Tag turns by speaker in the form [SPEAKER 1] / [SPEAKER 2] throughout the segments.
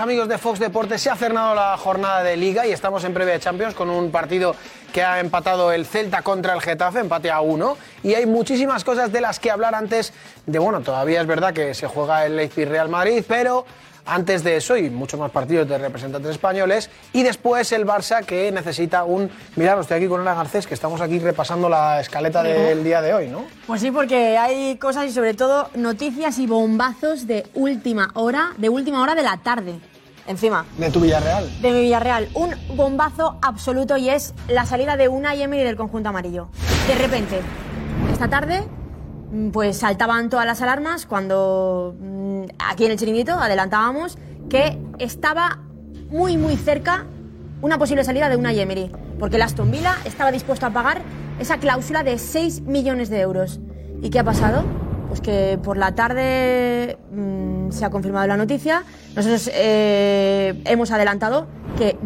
[SPEAKER 1] Amigos de Fox Deportes, se ha cernado la jornada de Liga y estamos en previa de Champions con un partido que ha empatado el Celta contra el Getafe, empate a uno. Y hay muchísimas cosas de las que hablar antes de, bueno, todavía es verdad que se juega el Leipzig Real Madrid, pero antes de eso y muchos más partidos de representantes españoles. Y después el Barça que necesita un. Mirad, estoy aquí con Ana Garcés, que estamos aquí repasando la escaleta del día de hoy, ¿no?
[SPEAKER 2] Pues sí, porque hay cosas y sobre todo noticias y bombazos de última hora, de última hora de la tarde. Encima.
[SPEAKER 1] De tu Villarreal.
[SPEAKER 2] De mi Villarreal. Un bombazo absoluto y es la salida de una y Emery del conjunto amarillo. De repente, esta tarde, mm, pues saltaban todas las alarmas cuando mm, aquí en el chiringuito adelantábamos que estaba muy, muy cerca una posible salida de una y Emery. Porque el Aston Villa estaba dispuesto a pagar esa cláusula de 6 millones de euros. ¿Y qué ha pasado? Pues que por la tarde mm, se ha confirmado la noticia. Nosotros eh, hemos adelantado que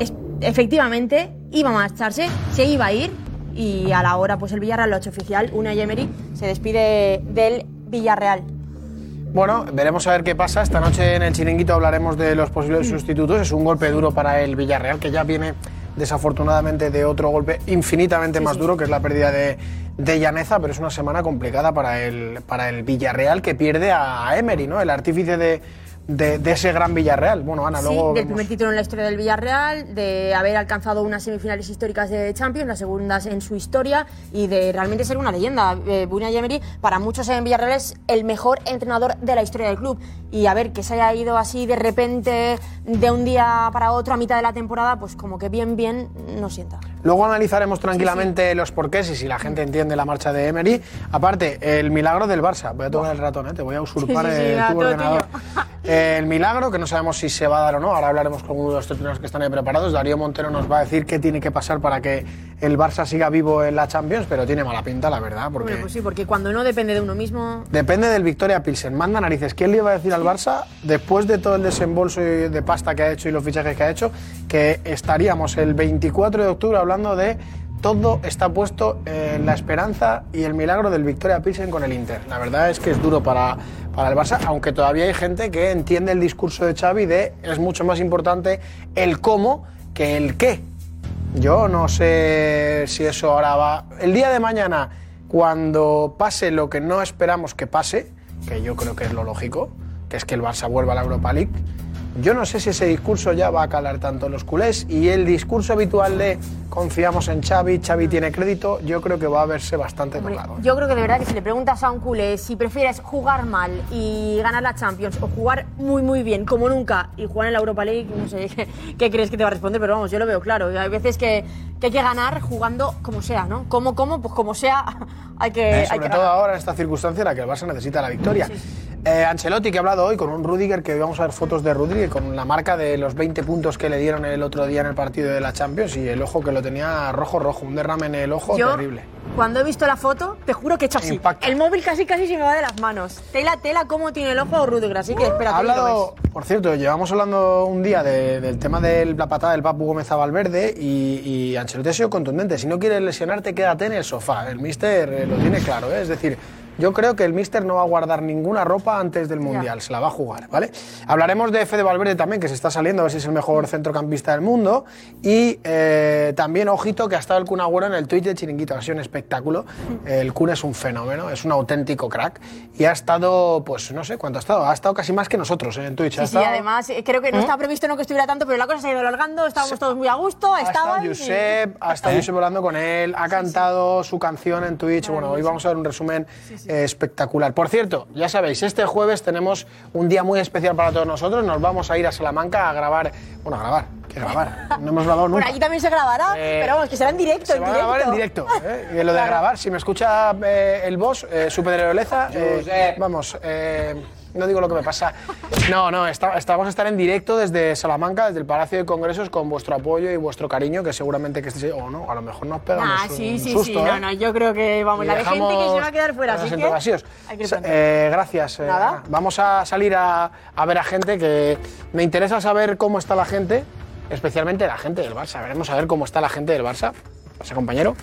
[SPEAKER 2] es- efectivamente iba a marcharse, se iba a ir y a la hora pues el Villarreal lo ha hecho oficial, una Emery se despide del Villarreal.
[SPEAKER 1] Bueno, veremos a ver qué pasa. Esta noche en el chiringuito hablaremos de los
[SPEAKER 2] Mm.
[SPEAKER 1] posibles sustitutos. Es un golpe duro para el Villarreal, que ya viene desafortunadamente de otro golpe infinitamente más duro, que es la pérdida de, de Llaneza, pero es una semana complicada para el, para el Villarreal, que pierde a Emery, ¿no? El artífice de, de- de ese gran Villarreal. Bueno, Ana,
[SPEAKER 2] sí,
[SPEAKER 1] luego...
[SPEAKER 2] del
[SPEAKER 1] vemos.
[SPEAKER 2] primer título en la historia del Villarreal, de haber alcanzado unas semifinales históricas de Champions, las segundas en su historia y de realmente ser una leyenda. Eh, Unai Emery, para muchos en Villarreal es el mejor entrenador de la historia del club. Y a ver, que se haya ido así de repente, de un día para otro, a mitad de la temporada, pues como que bien, bien, no sienta.
[SPEAKER 1] Luego analizaremos tranquilamente los porqués y si la gente entiende la marcha de Emery. Aparte, el milagro del Barça. Voy a tocar el ratón, ¿eh? te voy a usurpar
[SPEAKER 3] Sí, sí, sí,
[SPEAKER 1] el,
[SPEAKER 3] nada,
[SPEAKER 1] tu
[SPEAKER 3] todo
[SPEAKER 1] ordenador. El milagro, que no sabemos si se va a dar o no. Ahora hablaremos con uno de los tertulianos que están ahí preparados. Darío Montero nos va a decir qué tiene que pasar para que el Barça siga vivo en la Champions, pero tiene mala pinta, la verdad, porque
[SPEAKER 2] Bueno, pues sí, porque cuando no depende de uno mismo,
[SPEAKER 1] depende del Victoria Pilsen. Manda narices. ¿Quién le iba a decir al Barça, después de todo el desembolso y de pasta que ha hecho y los fichajes que ha hecho, que estaríamos el 24 de octubre hablando de todo está puesto en la esperanza y el milagro del Victoria Pilsen con el Inter? La verdad es que es duro para, para el Barça, aunque todavía hay gente que entiende el discurso de Xavi de es mucho más importante el cómo que el qué. Yo no sé si eso ahora va. El día de mañana, cuando pase lo que no esperamos que pase, que yo creo que es lo lógico, que es que el Barça vuelva a la Europa League, yo no sé si ese discurso ya va a calar tanto en los culés y el discurso habitual de confiamos en Xavi, Xavi tiene crédito, yo creo que va a verse bastante tocado.
[SPEAKER 2] Yo creo que de verdad que si le preguntas a un culé si prefieres jugar mal y ganar la Champions o jugar muy muy bien como nunca y jugar en la Europa League, no sé qué, qué crees que te va a responder, pero vamos, yo lo veo claro. Hay veces que, que hay que ganar jugando como sea, ¿no? Como, como, pues como sea, hay que,
[SPEAKER 1] Eh,
[SPEAKER 2] hay
[SPEAKER 1] sobre
[SPEAKER 2] que
[SPEAKER 1] todo
[SPEAKER 2] ganar.
[SPEAKER 1] ahora en esta circunstancia en la que el Barça necesita la victoria. Eh, Ancelotti, que ha hablado hoy con un Rudiger, que hoy vamos a ver fotos de Rudiger con la marca de los 20 puntos que le dieron el otro día en el partido de la Champions y el ojo que lo tenía rojo, rojo, un derrame en el ojo
[SPEAKER 2] Yo-
[SPEAKER 1] terrible.
[SPEAKER 2] Cuando he visto la foto, te juro que he hecho así. El móvil casi casi se me va de las manos. Tela, tela, cómo tiene el ojo a Rudiger, así que espérate.
[SPEAKER 1] Uh, Ha
[SPEAKER 2] que lo
[SPEAKER 1] hablado, por cierto, llevamos hablando un día de- del tema de la patada del Papu Gómez a Valverde y, y Ancelotti ha sido contundente. Si no quieres lesionarte, quédate en el sofá. El míster eh, lo tiene claro, ¿eh? es decir. Yo creo que el míster no va a guardar ninguna ropa antes del Mundial, se la va a jugar, ¿vale? Hablaremos de Fede Valverde también, que se está saliendo, a ver si es el mejor centrocampista del mundo. Y eh, también, ojito, que ha estado el Kun Agüero en el Twitch de Chiringuito, ha sido un espectáculo. El Kun es un fenómeno, es un auténtico crack. Y ha estado, pues no sé cuánto ha estado, ha estado casi más que nosotros eh, en Twitch. ha
[SPEAKER 2] Sí, sí,
[SPEAKER 1] estado-
[SPEAKER 2] además, eh, creo que no
[SPEAKER 1] ¿Eh?
[SPEAKER 2] estaba previsto no que estuviera tanto, pero la cosa se ha ido alargando, estábamos todos muy a gusto,
[SPEAKER 1] Ha
[SPEAKER 2] estaban...
[SPEAKER 1] estado
[SPEAKER 2] y-
[SPEAKER 1] Josep, ha estado Josep hablando con él, ha cantado su canción en Twitch. Bueno, hoy vamos a ver un resumen eh, espectacular. Por cierto, ya sabéis, este jueves tenemos un día muy especial para todos nosotros. Nos vamos a ir a Salamanca a grabar. Bueno, a grabar, que grabar. No hemos grabado
[SPEAKER 2] Por
[SPEAKER 1] nunca.
[SPEAKER 2] aquí también se grabará,
[SPEAKER 1] Eh,
[SPEAKER 2] pero vamos, que será en directo,
[SPEAKER 1] Se
[SPEAKER 2] en
[SPEAKER 1] va a
[SPEAKER 2] directo.
[SPEAKER 1] grabar en directo. ¿eh? Y lo de grabar, si me escucha eh, el boss, eh, Super Oleza, eh, vamos, eh, no digo lo que me pasa. No, no, está- está- vamos a estar en directo desde Salamanca, desde el Palacio de Congresos, con vuestro apoyo y vuestro cariño, que seguramente que estéis, o no, a lo mejor nos pegamos
[SPEAKER 2] Ah, sí,
[SPEAKER 1] un
[SPEAKER 2] sí,
[SPEAKER 1] susto.
[SPEAKER 2] sí,
[SPEAKER 1] ¿eh?
[SPEAKER 2] no, no, yo creo que, vamos,
[SPEAKER 1] Y
[SPEAKER 2] la de gente que se
[SPEAKER 1] dejamos
[SPEAKER 2] va a quedar fuera,
[SPEAKER 1] los
[SPEAKER 2] así
[SPEAKER 1] asientos
[SPEAKER 2] que...
[SPEAKER 1] vacíos.
[SPEAKER 2] hay que ir
[SPEAKER 1] Sa-
[SPEAKER 2] pronto.
[SPEAKER 1] eh, gracias. eh,
[SPEAKER 2] Nada.
[SPEAKER 1] Ana. Vamos a salir a, a ver a gente que me interesa saber cómo está la gente, especialmente la gente del Barça. Veremos a ver cómo está la gente del Barça, ese compañero,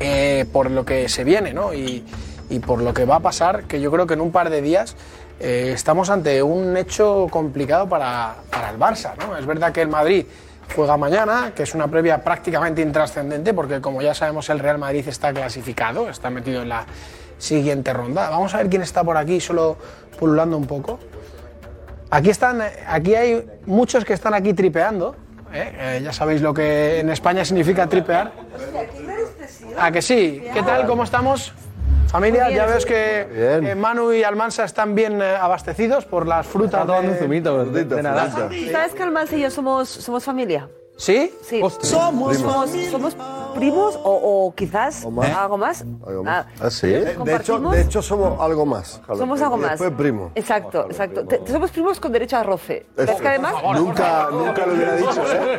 [SPEAKER 1] eh, por lo que se viene, ¿no? Y, y por lo que va a pasar, que yo creo que en un par de días eh, estamos ante un hecho complicado para, para el Barça. ¿no? Es verdad que el Madrid juega mañana, que es una previa prácticamente intrascendente, porque como ya sabemos el Real Madrid está clasificado, está metido en la siguiente ronda. Vamos a ver quién está por aquí, solo pululando un poco. Aquí, están, eh, aquí hay muchos que están aquí tripeando. ¿eh? Eh, ya sabéis lo que en España significa tripear. ¿A que sí? ¿Qué tal? ¿Cómo estamos? Familia,
[SPEAKER 4] Muy bien,
[SPEAKER 1] ya veo
[SPEAKER 4] sí.
[SPEAKER 1] que
[SPEAKER 4] Bien.
[SPEAKER 1] eh, Manu y Almansa están bien eh, abastecidos por las frutas.
[SPEAKER 5] tomando un
[SPEAKER 1] zumito de,
[SPEAKER 5] naranja.
[SPEAKER 4] ¿Sabes que Almanza y yo somos, somos familia?
[SPEAKER 1] ¿Sí?
[SPEAKER 4] Sí. Somos, somos, primos o, o quizás
[SPEAKER 6] más.
[SPEAKER 4] algo más.
[SPEAKER 6] Algo
[SPEAKER 4] Ah,
[SPEAKER 6] más. Ah, sí. De, de hecho,
[SPEAKER 4] ¿Eh? compartimos-
[SPEAKER 6] de hecho, somos algo más.
[SPEAKER 4] somos algo
[SPEAKER 6] Y
[SPEAKER 4] más.
[SPEAKER 6] Después primo.
[SPEAKER 4] Exacto, exacto. Te- te somos primos con derecho a roce. Pero es que además.
[SPEAKER 6] nunca, Ah, nunca lo hubiera dicho, ¿eh?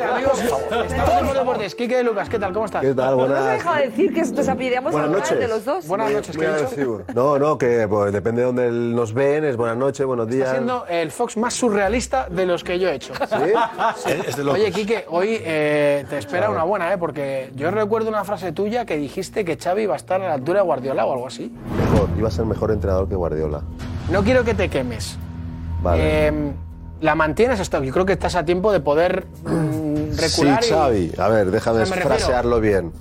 [SPEAKER 1] Estamos en los deportes. Quique y Lucas, ¿qué tal? ¿Cómo estás?
[SPEAKER 6] ¿Qué tal?
[SPEAKER 4] No se ha
[SPEAKER 6] Buenas,
[SPEAKER 4] dejado de decir que nos apellidamos
[SPEAKER 6] buenas
[SPEAKER 4] alguna
[SPEAKER 6] noches.
[SPEAKER 4] de los dos.
[SPEAKER 1] Buenas noches,
[SPEAKER 6] Muy
[SPEAKER 1] ¿qué he dicho?
[SPEAKER 6] agresivo. No, no, que pues, depende de donde nos ven, es buenas noches, buenos días.
[SPEAKER 1] Está siendo el Fox más surrealista de los que yo he hecho.
[SPEAKER 6] ¿Sí? Es- es de locos.
[SPEAKER 1] Oye, Quique, hoy eh, te espera una buena, ¿eh? Porque yo recuerdo una frase tuya que dijiste que Xavi iba a estar a la altura de Guardiola o algo así.
[SPEAKER 6] Mejor, iba a ser mejor entrenador que Guardiola.
[SPEAKER 1] No quiero que te quemes.
[SPEAKER 6] Vale.
[SPEAKER 1] Eh, la mantienes hasta. Yo creo que estás a tiempo de poder mm,
[SPEAKER 6] si
[SPEAKER 1] recular. y-
[SPEAKER 6] Xavi, a ver, déjame
[SPEAKER 1] O sea, me refiero-
[SPEAKER 6] frasearlo bien.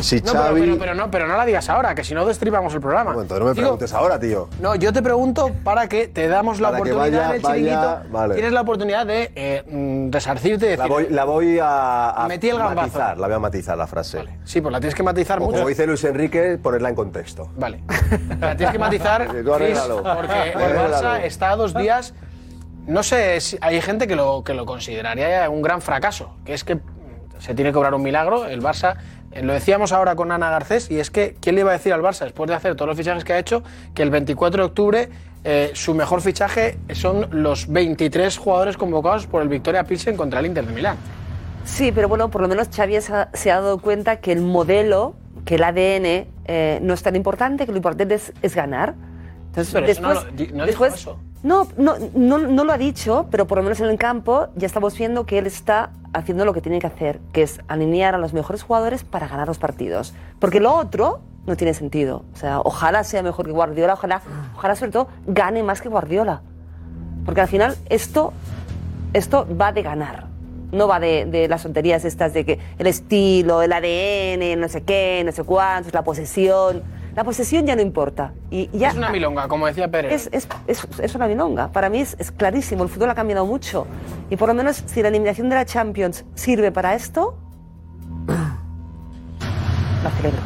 [SPEAKER 6] Si
[SPEAKER 1] No, pero-
[SPEAKER 6] Xavi...
[SPEAKER 1] pero, pero no, pero no la digas ahora, que si no destripamos el programa.
[SPEAKER 6] Bueno, entonces no me
[SPEAKER 1] Digo,
[SPEAKER 6] preguntes ahora, tío.
[SPEAKER 1] No, yo te pregunto para que te damos la
[SPEAKER 6] Para que
[SPEAKER 1] oportunidad
[SPEAKER 6] vaya-
[SPEAKER 1] en el
[SPEAKER 6] vaya-
[SPEAKER 1] chiringuito.
[SPEAKER 6] vale.
[SPEAKER 1] Tienes la oportunidad de eh, mm, resarcirte y decir.
[SPEAKER 6] La voy, la voy a, a
[SPEAKER 1] Metí el gambazo.
[SPEAKER 6] matizar, la voy a matizar la frase.
[SPEAKER 1] Sí, pues la tienes que matizar
[SPEAKER 6] O
[SPEAKER 1] mucho.
[SPEAKER 6] como dice Luis Enrique, ponerla en contexto.
[SPEAKER 1] Vale. La tienes que matizar,
[SPEAKER 6] Sí, tú
[SPEAKER 1] Chris,
[SPEAKER 6] arréglalo.
[SPEAKER 1] porque el
[SPEAKER 6] Arréglalo.
[SPEAKER 1] Barça está a dos días. No sé, si hay gente que lo, que lo consideraría un gran fracaso, que es que se tiene que obrar un milagro. El Barça, eh, lo decíamos ahora con Ana Garcés, y es que, ¿quién le iba a decir al Barça, después de hacer todos los fichajes que ha hecho, que el 24 de octubre eh, su mejor fichaje son los 23 jugadores convocados por el Victoria Pilsen contra el Inter de Milán?
[SPEAKER 4] Sí, pero bueno, por lo menos Xavi se ha, se ha dado cuenta que el modelo, que el ADN, eh, no es tan importante, que lo importante es, es ganar. Entonces,
[SPEAKER 1] Pero eso no
[SPEAKER 4] después,
[SPEAKER 1] lo- di- no dijo
[SPEAKER 4] después-
[SPEAKER 1] eso.
[SPEAKER 4] No, no, no, no lo ha dicho, pero por lo menos en el campo ya estamos viendo que él está haciendo lo que tiene que hacer, que es alinear a los mejores jugadores para ganar los partidos. Porque lo otro no tiene sentido. O sea, ojalá sea mejor que Guardiola, ojalá, ojalá sobre todo gane más que Guardiola. Porque al final esto, esto va de ganar. No va de, de las tonterías estas de que el estilo, el ADN, no sé qué, no sé cuántos, la posesión. La posesión ya no importa. Y ya,
[SPEAKER 1] Es una milonga, como decía Pérez.
[SPEAKER 4] es, es- es- es una milonga. Para mí es, es clarísimo. El fútbol ha cambiado mucho. Y por lo menos si la eliminación de la Champions sirve para esto, la celebro.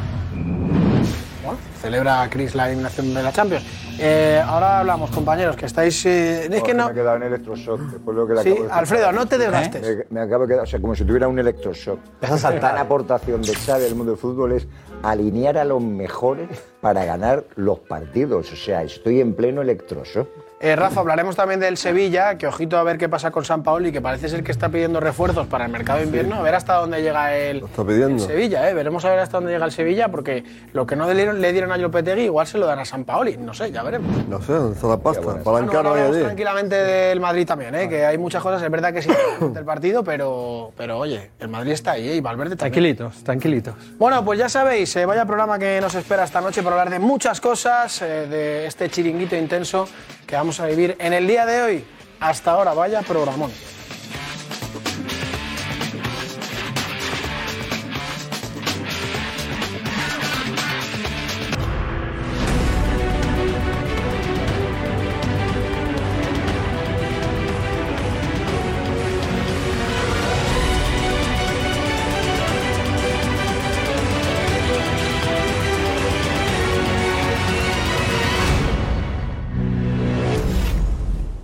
[SPEAKER 1] Bueno, celebra Chris la eliminación de la Champions. Eh, ahora hablamos, compañeros, que estáis. eh, es que
[SPEAKER 7] Porque
[SPEAKER 1] no.
[SPEAKER 7] Me he quedado en electroshock. Después de lo que le
[SPEAKER 1] Sí,
[SPEAKER 7] acabo de ¿Eh?
[SPEAKER 1] Alfredo, no te desgastes.
[SPEAKER 7] Me, me acabo de quedar, o sea, como si tuviera un electroshock. La gran aportación de Xavi al mundo del fútbol es alinear a los mejores para ganar los partidos. O sea, estoy en pleno electroshock.
[SPEAKER 1] Eh, Rafa, hablaremos también del Sevilla, que ojito a ver qué pasa con San Paoli, que parece ser que está pidiendo refuerzos para el mercado de invierno, a ver hasta dónde llega el,
[SPEAKER 6] está pidiendo.
[SPEAKER 1] el Sevilla, eh. veremos a ver hasta dónde llega el Sevilla, porque lo que no le dieron, le dieron a Lopetegui igual se lo dan a San Paoli, no sé, ya veremos.
[SPEAKER 6] No sé, ¿dónde está la pasta? Para
[SPEAKER 1] Bueno, Ah, ahora
[SPEAKER 6] bancarlo
[SPEAKER 1] hablamos
[SPEAKER 6] ahí allí.
[SPEAKER 1] tranquilamente del Madrid también, eh, que hay muchas cosas, es verdad que sí, del partido, pero, pero oye, el Madrid está ahí eh, y Valverde también.
[SPEAKER 5] Tranquilitos, tranquilitos.
[SPEAKER 1] Bueno, pues ya sabéis, eh, vaya programa que nos espera esta noche para hablar de muchas cosas, eh, de este chiringuito intenso que vamos a vivir en el día de hoy. Hasta ahora, vaya programón.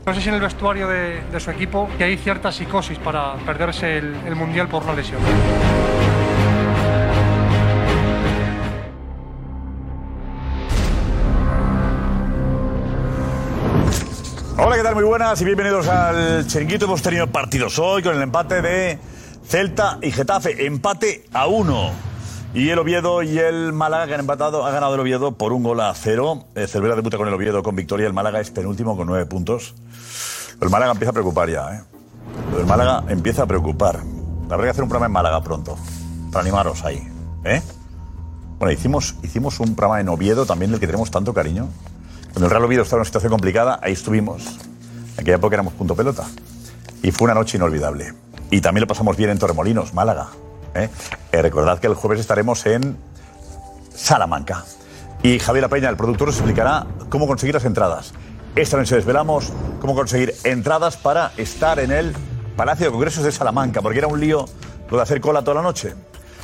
[SPEAKER 8] No sé si en el vestuario de, de su equipo que hay cierta psicosis para perderse el, el mundial por una lesión.
[SPEAKER 9] Hola, ¿qué tal? Muy buenas y bienvenidos al Chiringuito. Hemos tenido partidos hoy con el empate de Celta y Getafe. Empate a uno. Y el Oviedo y el Málaga que han empatado, ha ganado el Oviedo por un gol a cero. Eh, Cervera debuta con el Oviedo con victoria. El Málaga es penúltimo con nueve puntos. El Málaga empieza a preocupar ya, ¿eh? El Málaga empieza a preocupar. Habrá que hacer un programa en Málaga pronto. Para animaros ahí, ¿eh? Bueno, hicimos, hicimos un programa en Oviedo también, del que tenemos tanto cariño. Cuando el Real Oviedo estaba en una situación complicada, ahí estuvimos. En aquella época éramos punto pelota. Y fue una noche inolvidable. Y también lo pasamos bien en Torremolinos, Málaga. ¿eh? Eh, recordad que el jueves estaremos en Salamanca. Y Javier La Peña, el productor, os explicará cómo conseguir las entradas. Esta noche desvelamos cómo conseguir entradas para estar en el Palacio de Congresos de Salamanca, porque era un lío lo de hacer cola toda la noche.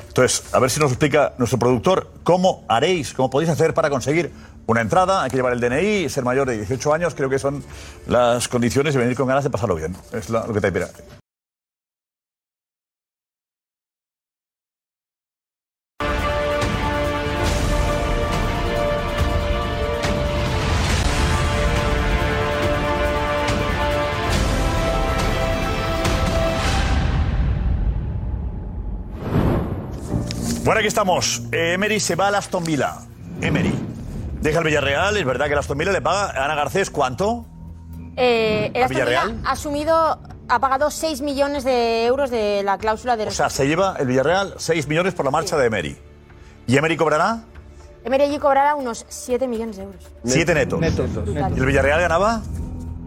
[SPEAKER 9] Entonces, a ver si nos explica nuestro productor cómo haréis, cómo podéis hacer para conseguir una entrada. Hay que llevar el DNI, ser mayor de 18 años, creo que son las condiciones y venir con ganas de pasarlo bien. Es la- lo que te pide. Bueno, aquí estamos. Eh, Emery se va al Aston Villa. Emery. Deja el Villarreal, es verdad que el Aston Villa le paga a Ana Garcés cuánto?
[SPEAKER 2] Eh, el
[SPEAKER 9] ¿A
[SPEAKER 2] Aston Villa
[SPEAKER 9] Villarreal?
[SPEAKER 2] ha asumido, ha pagado 6 millones de euros de la cláusula de
[SPEAKER 9] O sea, se lleva el Villarreal 6 millones por la marcha de Emery. ¿Y Emery cobrará?
[SPEAKER 2] Emery allí cobrará unos 7 millones de euros.
[SPEAKER 9] 7 netos. ¿Y el Villarreal ganaba?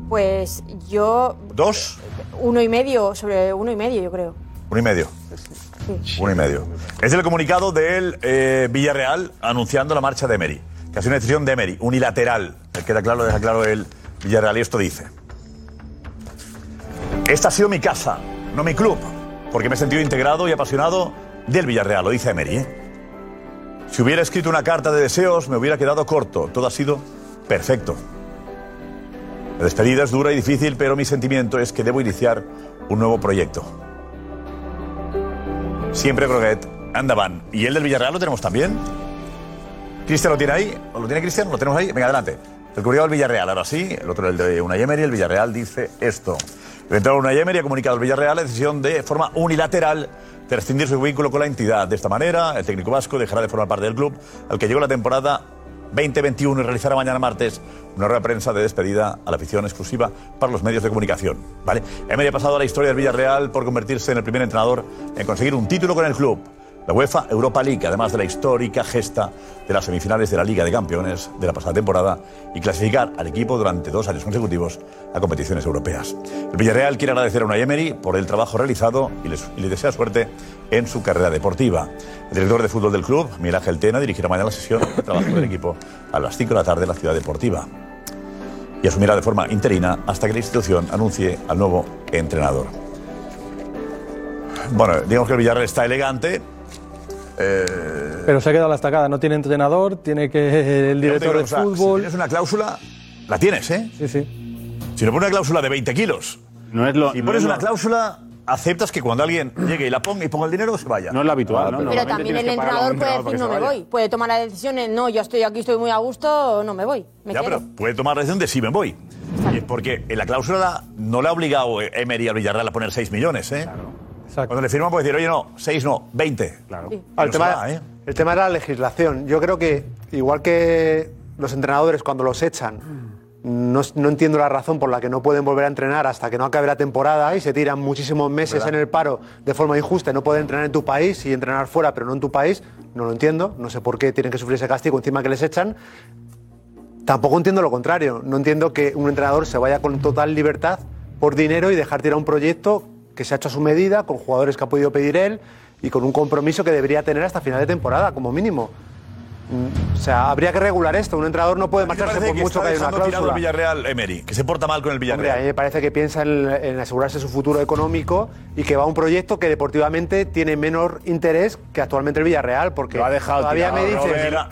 [SPEAKER 2] Pues yo,
[SPEAKER 9] ¿Dos?
[SPEAKER 2] uno y medio, sobre uno y medio, yo creo.
[SPEAKER 9] Uno y medio. Uno y medio. Es el comunicado del eh, Villarreal anunciando la marcha de Emery. Que ha sido una decisión de Emery, unilateral. Me Queda claro, deja claro el Villarreal y esto dice. Esta ha sido mi casa, no mi club, porque me he sentido integrado y apasionado del Villarreal, lo dice Emery. ¿eh? Si hubiera escrito una carta de deseos, me hubiera quedado corto. Todo ha sido perfecto. La despedida es dura y difícil, pero mi sentimiento es que debo iniciar un nuevo proyecto. Siempre Croquet, Andaban. ¿Y el del Villarreal lo tenemos también? ¿Cristian lo tiene ahí? ¿O ¿Lo tiene Cristian? ¿Lo tenemos ahí? Venga, adelante. El comunicado del Villarreal, ahora sí. El otro, el de Unai Emery. El Villarreal dice esto. El entrenador Unai Emery ha comunicado al Villarreal la decisión de forma unilateral de rescindir su vínculo con la entidad. De esta manera, el técnico vasco dejará de formar parte del club al que llegó la temporada 2021 y realizará mañana martes una rueda de prensa de despedida a la afición exclusiva para los medios de comunicación. ¿vale? Emery ha pasado a la historia del Villarreal por convertirse en el primer entrenador en conseguir un título con el club. La UEFA Europa League, además de la histórica gesta de las semifinales de la Liga de Campeones de la pasada temporada y clasificar al equipo durante dos años consecutivos a competiciones europeas. El Villarreal quiere agradecer a Unai Emery por el trabajo realizado y les- y le desea suerte en su carrera deportiva. El director de fútbol del club, Miguel Ángel Tena, dirigirá mañana la sesión de trabajo del equipo a las 5 de la tarde en la ciudad deportiva y asumirá de forma interina hasta que la institución anuncie al nuevo entrenador. Bueno, digamos que el Villarreal está elegante, Eh,
[SPEAKER 5] Pero se ha quedado la estacada. No tiene entrenador, tiene que el
[SPEAKER 9] Yo te
[SPEAKER 5] director
[SPEAKER 9] digo
[SPEAKER 5] de
[SPEAKER 9] una cosa,
[SPEAKER 5] fútbol.
[SPEAKER 9] Si tienes una cláusula, la tienes, ¿eh?
[SPEAKER 5] Sí, sí.
[SPEAKER 9] Si no pones una cláusula de 20 kilos.
[SPEAKER 10] No es lo,
[SPEAKER 9] si
[SPEAKER 10] no
[SPEAKER 9] pones
[SPEAKER 10] es lo-
[SPEAKER 9] una cláusula, aceptas que cuando alguien llegue y la ponga y ponga el dinero, se vaya. No
[SPEAKER 10] es lo habitual, ¿no?
[SPEAKER 2] Pero también el entrenador puede decir no me voy, puede tomar la decisión en no, yo estoy aquí, estoy muy a gusto, o no me voy, me
[SPEAKER 9] Ya,
[SPEAKER 2] quedo.
[SPEAKER 9] pero puede tomar la decisión de si me voy. Y es porque en la cláusula no le ha obligado Emery al Villarreal a poner 6 millones, ¿eh? Cuando le firman puede decir, oye, no, 6 no, 20. Claro.
[SPEAKER 3] Ah, el, tema,
[SPEAKER 9] ¿eh?
[SPEAKER 3] el tema de la legislación. Yo creo que, igual que los entrenadores cuando los echan, no, es- no entiendo la razón por la que no pueden volver a entrenar hasta que no acabe la temporada y se tiran muchísimos meses
[SPEAKER 9] ¿Verdad?
[SPEAKER 3] en el paro de forma injusta y no poder entrenar en tu país y entrenar fuera, pero no en tu país. No lo entiendo. No sé por qué tienen que sufrir ese castigo encima que les echan. Tampoco entiendo lo contrario. No entiendo que un entrenador se vaya con total libertad por dinero y dejar tirar un proyecto que se ha hecho a su medida, con jugadores que ha podido pedir él y con un compromiso que debería tener hasta final de temporada, como mínimo. Mm, O sea, habría que regular esto. Un entrenador no puede
[SPEAKER 9] ¿Qué te
[SPEAKER 3] marcharse
[SPEAKER 9] parece
[SPEAKER 3] por
[SPEAKER 9] que
[SPEAKER 3] mucho
[SPEAKER 9] está
[SPEAKER 3] que haya una
[SPEAKER 9] dejando tirado el
[SPEAKER 3] cláusula.
[SPEAKER 9] Villarreal Emery? Que se porta mal con el
[SPEAKER 3] Hombre,
[SPEAKER 9] Villarreal.
[SPEAKER 3] a mí me parece que piensa en, en asegurarse su futuro económico y que va a un proyecto que deportivamente tiene menor interés que actualmente el Villarreal, porque todavía me dices...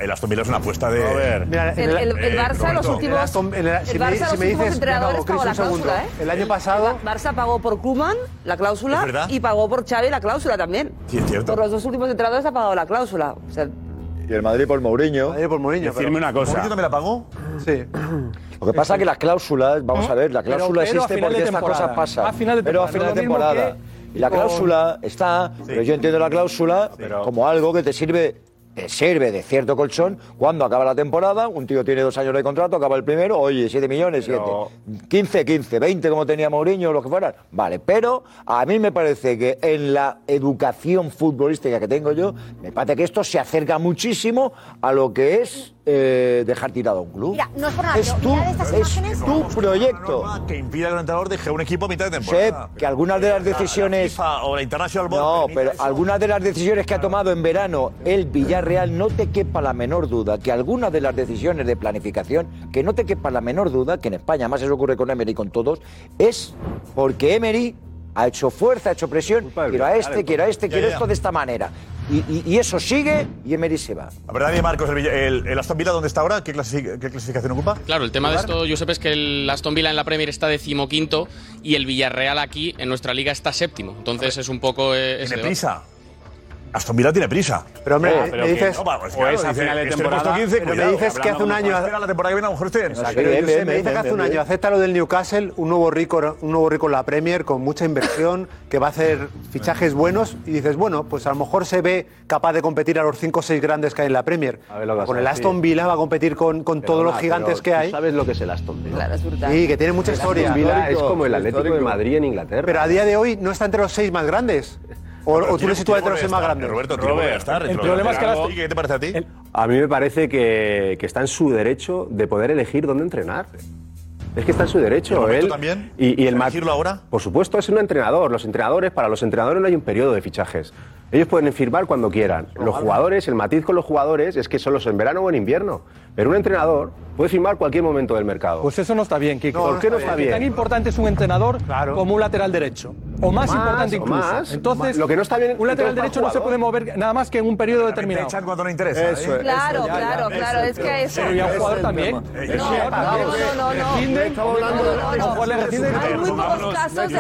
[SPEAKER 9] El Aston Villa es una apuesta de...
[SPEAKER 3] Mira, en
[SPEAKER 9] El-
[SPEAKER 3] la-
[SPEAKER 9] el- el
[SPEAKER 3] eh,
[SPEAKER 9] Barça, los
[SPEAKER 3] Roberto. En
[SPEAKER 9] últimos-
[SPEAKER 3] el Aston- en el-
[SPEAKER 8] el
[SPEAKER 3] si me,
[SPEAKER 8] Barça
[SPEAKER 3] si
[SPEAKER 8] los
[SPEAKER 3] me
[SPEAKER 8] últimos
[SPEAKER 3] dices,
[SPEAKER 8] entrenadores
[SPEAKER 3] no, Cris,
[SPEAKER 8] pagó la
[SPEAKER 3] un segundo.
[SPEAKER 8] cláusula, ¿eh?
[SPEAKER 3] El año pasado,
[SPEAKER 8] El Barça pagó por Kuman la
[SPEAKER 3] Es
[SPEAKER 8] cláusula
[SPEAKER 3] verdad.
[SPEAKER 8] y pagó por Xavi la cláusula también.
[SPEAKER 9] Sí, es cierto.
[SPEAKER 8] Por los dos últimos entrenadores ha pagado la cláusula. O sea,
[SPEAKER 7] Y el Madrid por Mourinho.
[SPEAKER 3] Madrid por Mourinho.
[SPEAKER 7] Decirme una cosa. ¿Mourinho también
[SPEAKER 9] la pagó?
[SPEAKER 3] Sí.
[SPEAKER 7] Lo que pasa es que las cláusulas, vamos a ver, la
[SPEAKER 5] Pero-
[SPEAKER 7] cláusula
[SPEAKER 5] pero a
[SPEAKER 7] existe
[SPEAKER 5] final
[SPEAKER 7] porque
[SPEAKER 5] de
[SPEAKER 7] estas cosas
[SPEAKER 5] temporada.
[SPEAKER 7] pasan.
[SPEAKER 5] A final de
[SPEAKER 7] pero a final
[SPEAKER 5] temporada.
[SPEAKER 7] de
[SPEAKER 5] Lo mismo
[SPEAKER 7] temporada.
[SPEAKER 5] que
[SPEAKER 7] Y la
[SPEAKER 5] con-
[SPEAKER 7] cláusula está, pero yo entiendo la cláusula como algo que te sirve te sirve de cierto colchón cuando acaba la temporada, un tío tiene dos años de contrato, acaba el primero, oye, 7 millones,
[SPEAKER 10] Pero-
[SPEAKER 7] 7, 15, 15, 20 como tenía Mourinho, lo que fueran. Vale, pero a mí me parece que en la educación futbolística que tengo yo, me parece que esto se acerca muchísimo a lo que es eh, dejar tirado a un club.
[SPEAKER 2] Mira, no es por nada,
[SPEAKER 7] Es
[SPEAKER 2] pero
[SPEAKER 7] tú,
[SPEAKER 2] mirad estas
[SPEAKER 7] es
[SPEAKER 2] imágenes.
[SPEAKER 7] tu proyecto.
[SPEAKER 9] Que impida que el entrenador deje un equipo a mitad de
[SPEAKER 7] Sep,
[SPEAKER 9] temporada. Eh,
[SPEAKER 7] que algunas de las decisiones.
[SPEAKER 9] o la International Board
[SPEAKER 7] No,
[SPEAKER 9] permite
[SPEAKER 7] pero
[SPEAKER 9] eso.
[SPEAKER 7] algunas de las decisiones que ha tomado en verano el Villarreal, no te quepa la menor duda que algunas de las decisiones de planificación, que no te quepa la menor duda, que en España más eso ocurre con Emery y con todos, es porque Emery ha hecho fuerza, ha hecho presión, quiero a este,
[SPEAKER 9] Villarreal,
[SPEAKER 7] quiero a este,
[SPEAKER 9] ya,
[SPEAKER 7] quiero
[SPEAKER 9] ya.
[SPEAKER 7] esto de esta manera. Y, y- y eso sigue y Emery se va.
[SPEAKER 9] La verdad, Di Marcos, el, Villa- el- el Aston Villa, ¿dónde está ahora? ¿Qué, clasific- qué clasificación ocupa?
[SPEAKER 10] Claro, el tema de
[SPEAKER 9] ¿Lugar?
[SPEAKER 10] esto, Josep, es que el Aston Villa en la Premier está decimoquinto y el Villarreal aquí, en nuestra liga, está séptimo. Entonces es un poco... eh, ese
[SPEAKER 9] Tiene
[SPEAKER 10] debate.
[SPEAKER 9] prisa. Aston Villa tiene prisa.
[SPEAKER 3] Pero, hombre, No, pero me que- dices-
[SPEAKER 9] No, pues,
[SPEAKER 3] o
[SPEAKER 9] claro,
[SPEAKER 3] es a
[SPEAKER 9] dice,
[SPEAKER 3] final de
[SPEAKER 9] estoy en
[SPEAKER 3] temporada,
[SPEAKER 9] puesto 15,
[SPEAKER 3] pero me
[SPEAKER 9] cuidado,
[SPEAKER 3] dices que hace un
[SPEAKER 9] hablando,
[SPEAKER 3] año-
[SPEAKER 9] espera la temporada que viene, a lo mejor estoy en-
[SPEAKER 3] Pero yo sé, me dice que hace un año acepta lo del Newcastle, un nuevo rico, un nuevo rico en la Premier con mucha inversión, que va a hacer fichajes buenos y dices, bueno, pues a lo mejor se ve capaz de competir a los 5 o 6 grandes que hay en la Premier.
[SPEAKER 6] A ver lo que vas
[SPEAKER 3] Con
[SPEAKER 6] a
[SPEAKER 3] el
[SPEAKER 6] decir.
[SPEAKER 3] Aston Villa va a competir con, con todos los
[SPEAKER 6] Perdona, pero
[SPEAKER 3] gigantes que
[SPEAKER 6] tú
[SPEAKER 3] hay.
[SPEAKER 6] ¿Sabes lo que es el Aston Villa?
[SPEAKER 3] Claro, es brutal. Sí, que tiene mucha
[SPEAKER 6] El Aston
[SPEAKER 3] historia.
[SPEAKER 6] Villa es
[SPEAKER 3] Histórico,
[SPEAKER 6] como el Atlético de
[SPEAKER 3] histórico.
[SPEAKER 6] Madrid en Inglaterra.
[SPEAKER 3] Pero a día de hoy no está entre los 6 más grandes. O, o tú le sitúas entre los 6 más
[SPEAKER 6] el
[SPEAKER 3] grandes.
[SPEAKER 6] problema es que ahora-
[SPEAKER 9] ¿Qué te parece a ti?
[SPEAKER 6] A mí me parece que, que está en su derecho de poder elegir dónde entrenar. Es que está en su derecho.
[SPEAKER 9] ¿Y el momento
[SPEAKER 6] él
[SPEAKER 9] también?
[SPEAKER 6] Y, y el mat-
[SPEAKER 9] ¿Elegirlo ahora?
[SPEAKER 6] Por supuesto, es un entrenador. Los entrenadores, para los entrenadores no hay un periodo de fichajes. Ellos pueden firmar cuando quieran. Los jugadores, el matiz con los jugadores es que solo es en verano o en invierno. Pero un entrenador puede firmar cualquier momento del mercado. Pues
[SPEAKER 5] eso no está bien, Kiko.
[SPEAKER 6] ¿Por qué no está bien?
[SPEAKER 5] Tan importante es un entrenador como un lateral derecho. O más,
[SPEAKER 6] Más,
[SPEAKER 5] importante
[SPEAKER 6] o
[SPEAKER 5] incluso.
[SPEAKER 6] más.
[SPEAKER 5] Entonces,
[SPEAKER 6] Lo que no está bien-
[SPEAKER 5] un lateral
[SPEAKER 6] entonces, para
[SPEAKER 5] derecho no se
[SPEAKER 6] jugador.
[SPEAKER 5] puede mover nada más que en un periodo determinado.
[SPEAKER 9] echan cuando no interesa, Eso ¿eh? es,
[SPEAKER 4] Claro, claro, claro, es que eso.
[SPEAKER 5] Pero y a un
[SPEAKER 4] Es
[SPEAKER 5] jugador
[SPEAKER 4] el
[SPEAKER 5] también.
[SPEAKER 4] tema.
[SPEAKER 5] Y a un
[SPEAKER 4] No,
[SPEAKER 5] jugador
[SPEAKER 4] no,
[SPEAKER 5] también.
[SPEAKER 4] no, no, no.
[SPEAKER 5] Rescinden,
[SPEAKER 4] Estamos hablando de-
[SPEAKER 5] a un jugador le rescinden.
[SPEAKER 4] Hay muy pocos casos de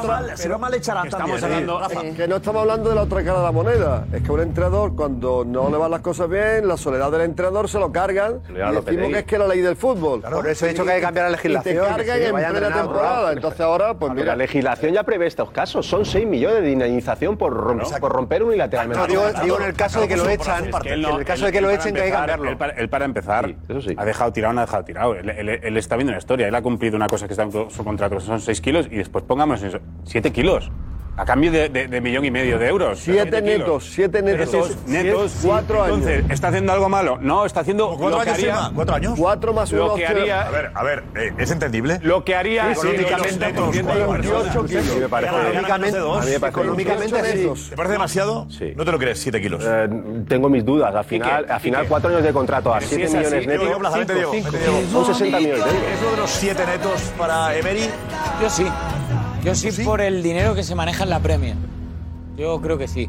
[SPEAKER 4] jugadores.
[SPEAKER 9] Se va mal echar a
[SPEAKER 11] Estamos
[SPEAKER 9] también,
[SPEAKER 11] hablando,
[SPEAKER 9] ¿eh? Rafa.
[SPEAKER 11] que no estamos hablando de la otra cara de la moneda. Es que un entrenador, cuando no le van las cosas bien, la soledad del entrenador se lo cargan.
[SPEAKER 6] Se
[SPEAKER 11] Y
[SPEAKER 6] lo lleva
[SPEAKER 11] decimos
[SPEAKER 6] Lopetegui.
[SPEAKER 11] que es que la ley del fútbol.
[SPEAKER 3] Por eso he dicho que hay que cambiar la
[SPEAKER 11] Y
[SPEAKER 3] legislación,
[SPEAKER 11] te
[SPEAKER 3] que
[SPEAKER 11] cargan
[SPEAKER 6] sí,
[SPEAKER 11] en
[SPEAKER 6] vaya
[SPEAKER 11] plena
[SPEAKER 6] entrenado,
[SPEAKER 11] temporada.
[SPEAKER 6] ¿no?
[SPEAKER 11] Entonces ahora, pues
[SPEAKER 6] Pero
[SPEAKER 11] mira.
[SPEAKER 6] la legislación ya prevé estos casos. Son 6 millones de dinamización por, rom- por romper unilateralmente.
[SPEAKER 3] No, digo- digo en el caso de que lo echan,
[SPEAKER 12] Es que él
[SPEAKER 3] en
[SPEAKER 12] no-
[SPEAKER 3] el caso de
[SPEAKER 12] él-
[SPEAKER 3] que lo
[SPEAKER 12] él para
[SPEAKER 3] echen, que hay que
[SPEAKER 12] empezar-
[SPEAKER 3] cambiarlo.
[SPEAKER 12] Él para, él para empezar, ha dejado tirado, no ha dejado tirado. Él, él- él está viendo una historia. Él ha cumplido una cosa que está en co- su contrato, que son 6 kilos, y después pongamos 7 kilos. A cambio de, de- de millón y medio de euros.
[SPEAKER 11] Siete
[SPEAKER 12] Siete
[SPEAKER 11] netos,
[SPEAKER 12] kilos.
[SPEAKER 11] siete netos.
[SPEAKER 12] Netos, netos.
[SPEAKER 11] Sí, cuatro
[SPEAKER 12] Entonces,
[SPEAKER 11] años.
[SPEAKER 12] ¿está haciendo algo malo? No, está haciendo.
[SPEAKER 9] ¿Cuatro
[SPEAKER 12] lo que
[SPEAKER 9] años
[SPEAKER 12] haría-
[SPEAKER 9] firma? ¿Cuatro años?
[SPEAKER 11] Cuatro más
[SPEAKER 12] Lo
[SPEAKER 11] uno,
[SPEAKER 12] que
[SPEAKER 11] opción.
[SPEAKER 12] haría-
[SPEAKER 9] A ver, a ver, eh, ¿es entendible?
[SPEAKER 12] Lo que haría
[SPEAKER 9] Sí, sí,
[SPEAKER 12] económicamente-
[SPEAKER 9] los netos, cuatro años.
[SPEAKER 12] 28 kilos.
[SPEAKER 9] Sí, me parece-
[SPEAKER 12] Económicamente-
[SPEAKER 9] a mí me parece
[SPEAKER 6] económicamente
[SPEAKER 9] mucho.
[SPEAKER 6] sí.
[SPEAKER 9] ¿Te parece demasiado? No te lo crees, 7 kilos.
[SPEAKER 6] Eh, tengo mis dudas. Al final,
[SPEAKER 9] Quique,
[SPEAKER 6] al final
[SPEAKER 9] Quique.
[SPEAKER 6] 4 años de contrato a
[SPEAKER 9] Si
[SPEAKER 6] 7
[SPEAKER 9] es así,
[SPEAKER 6] millones
[SPEAKER 9] yo
[SPEAKER 6] netos.
[SPEAKER 9] digo, Plaza, vete,
[SPEAKER 6] cinco,
[SPEAKER 9] Diego, vete,
[SPEAKER 6] cinco.
[SPEAKER 9] Diego.
[SPEAKER 6] Son 60 millones de euros.
[SPEAKER 9] ¿Es uno de los 7 netos para Emery?
[SPEAKER 13] Yo sí. Yo sí, por el dinero que se maneja en la Premier. Yo creo que sí.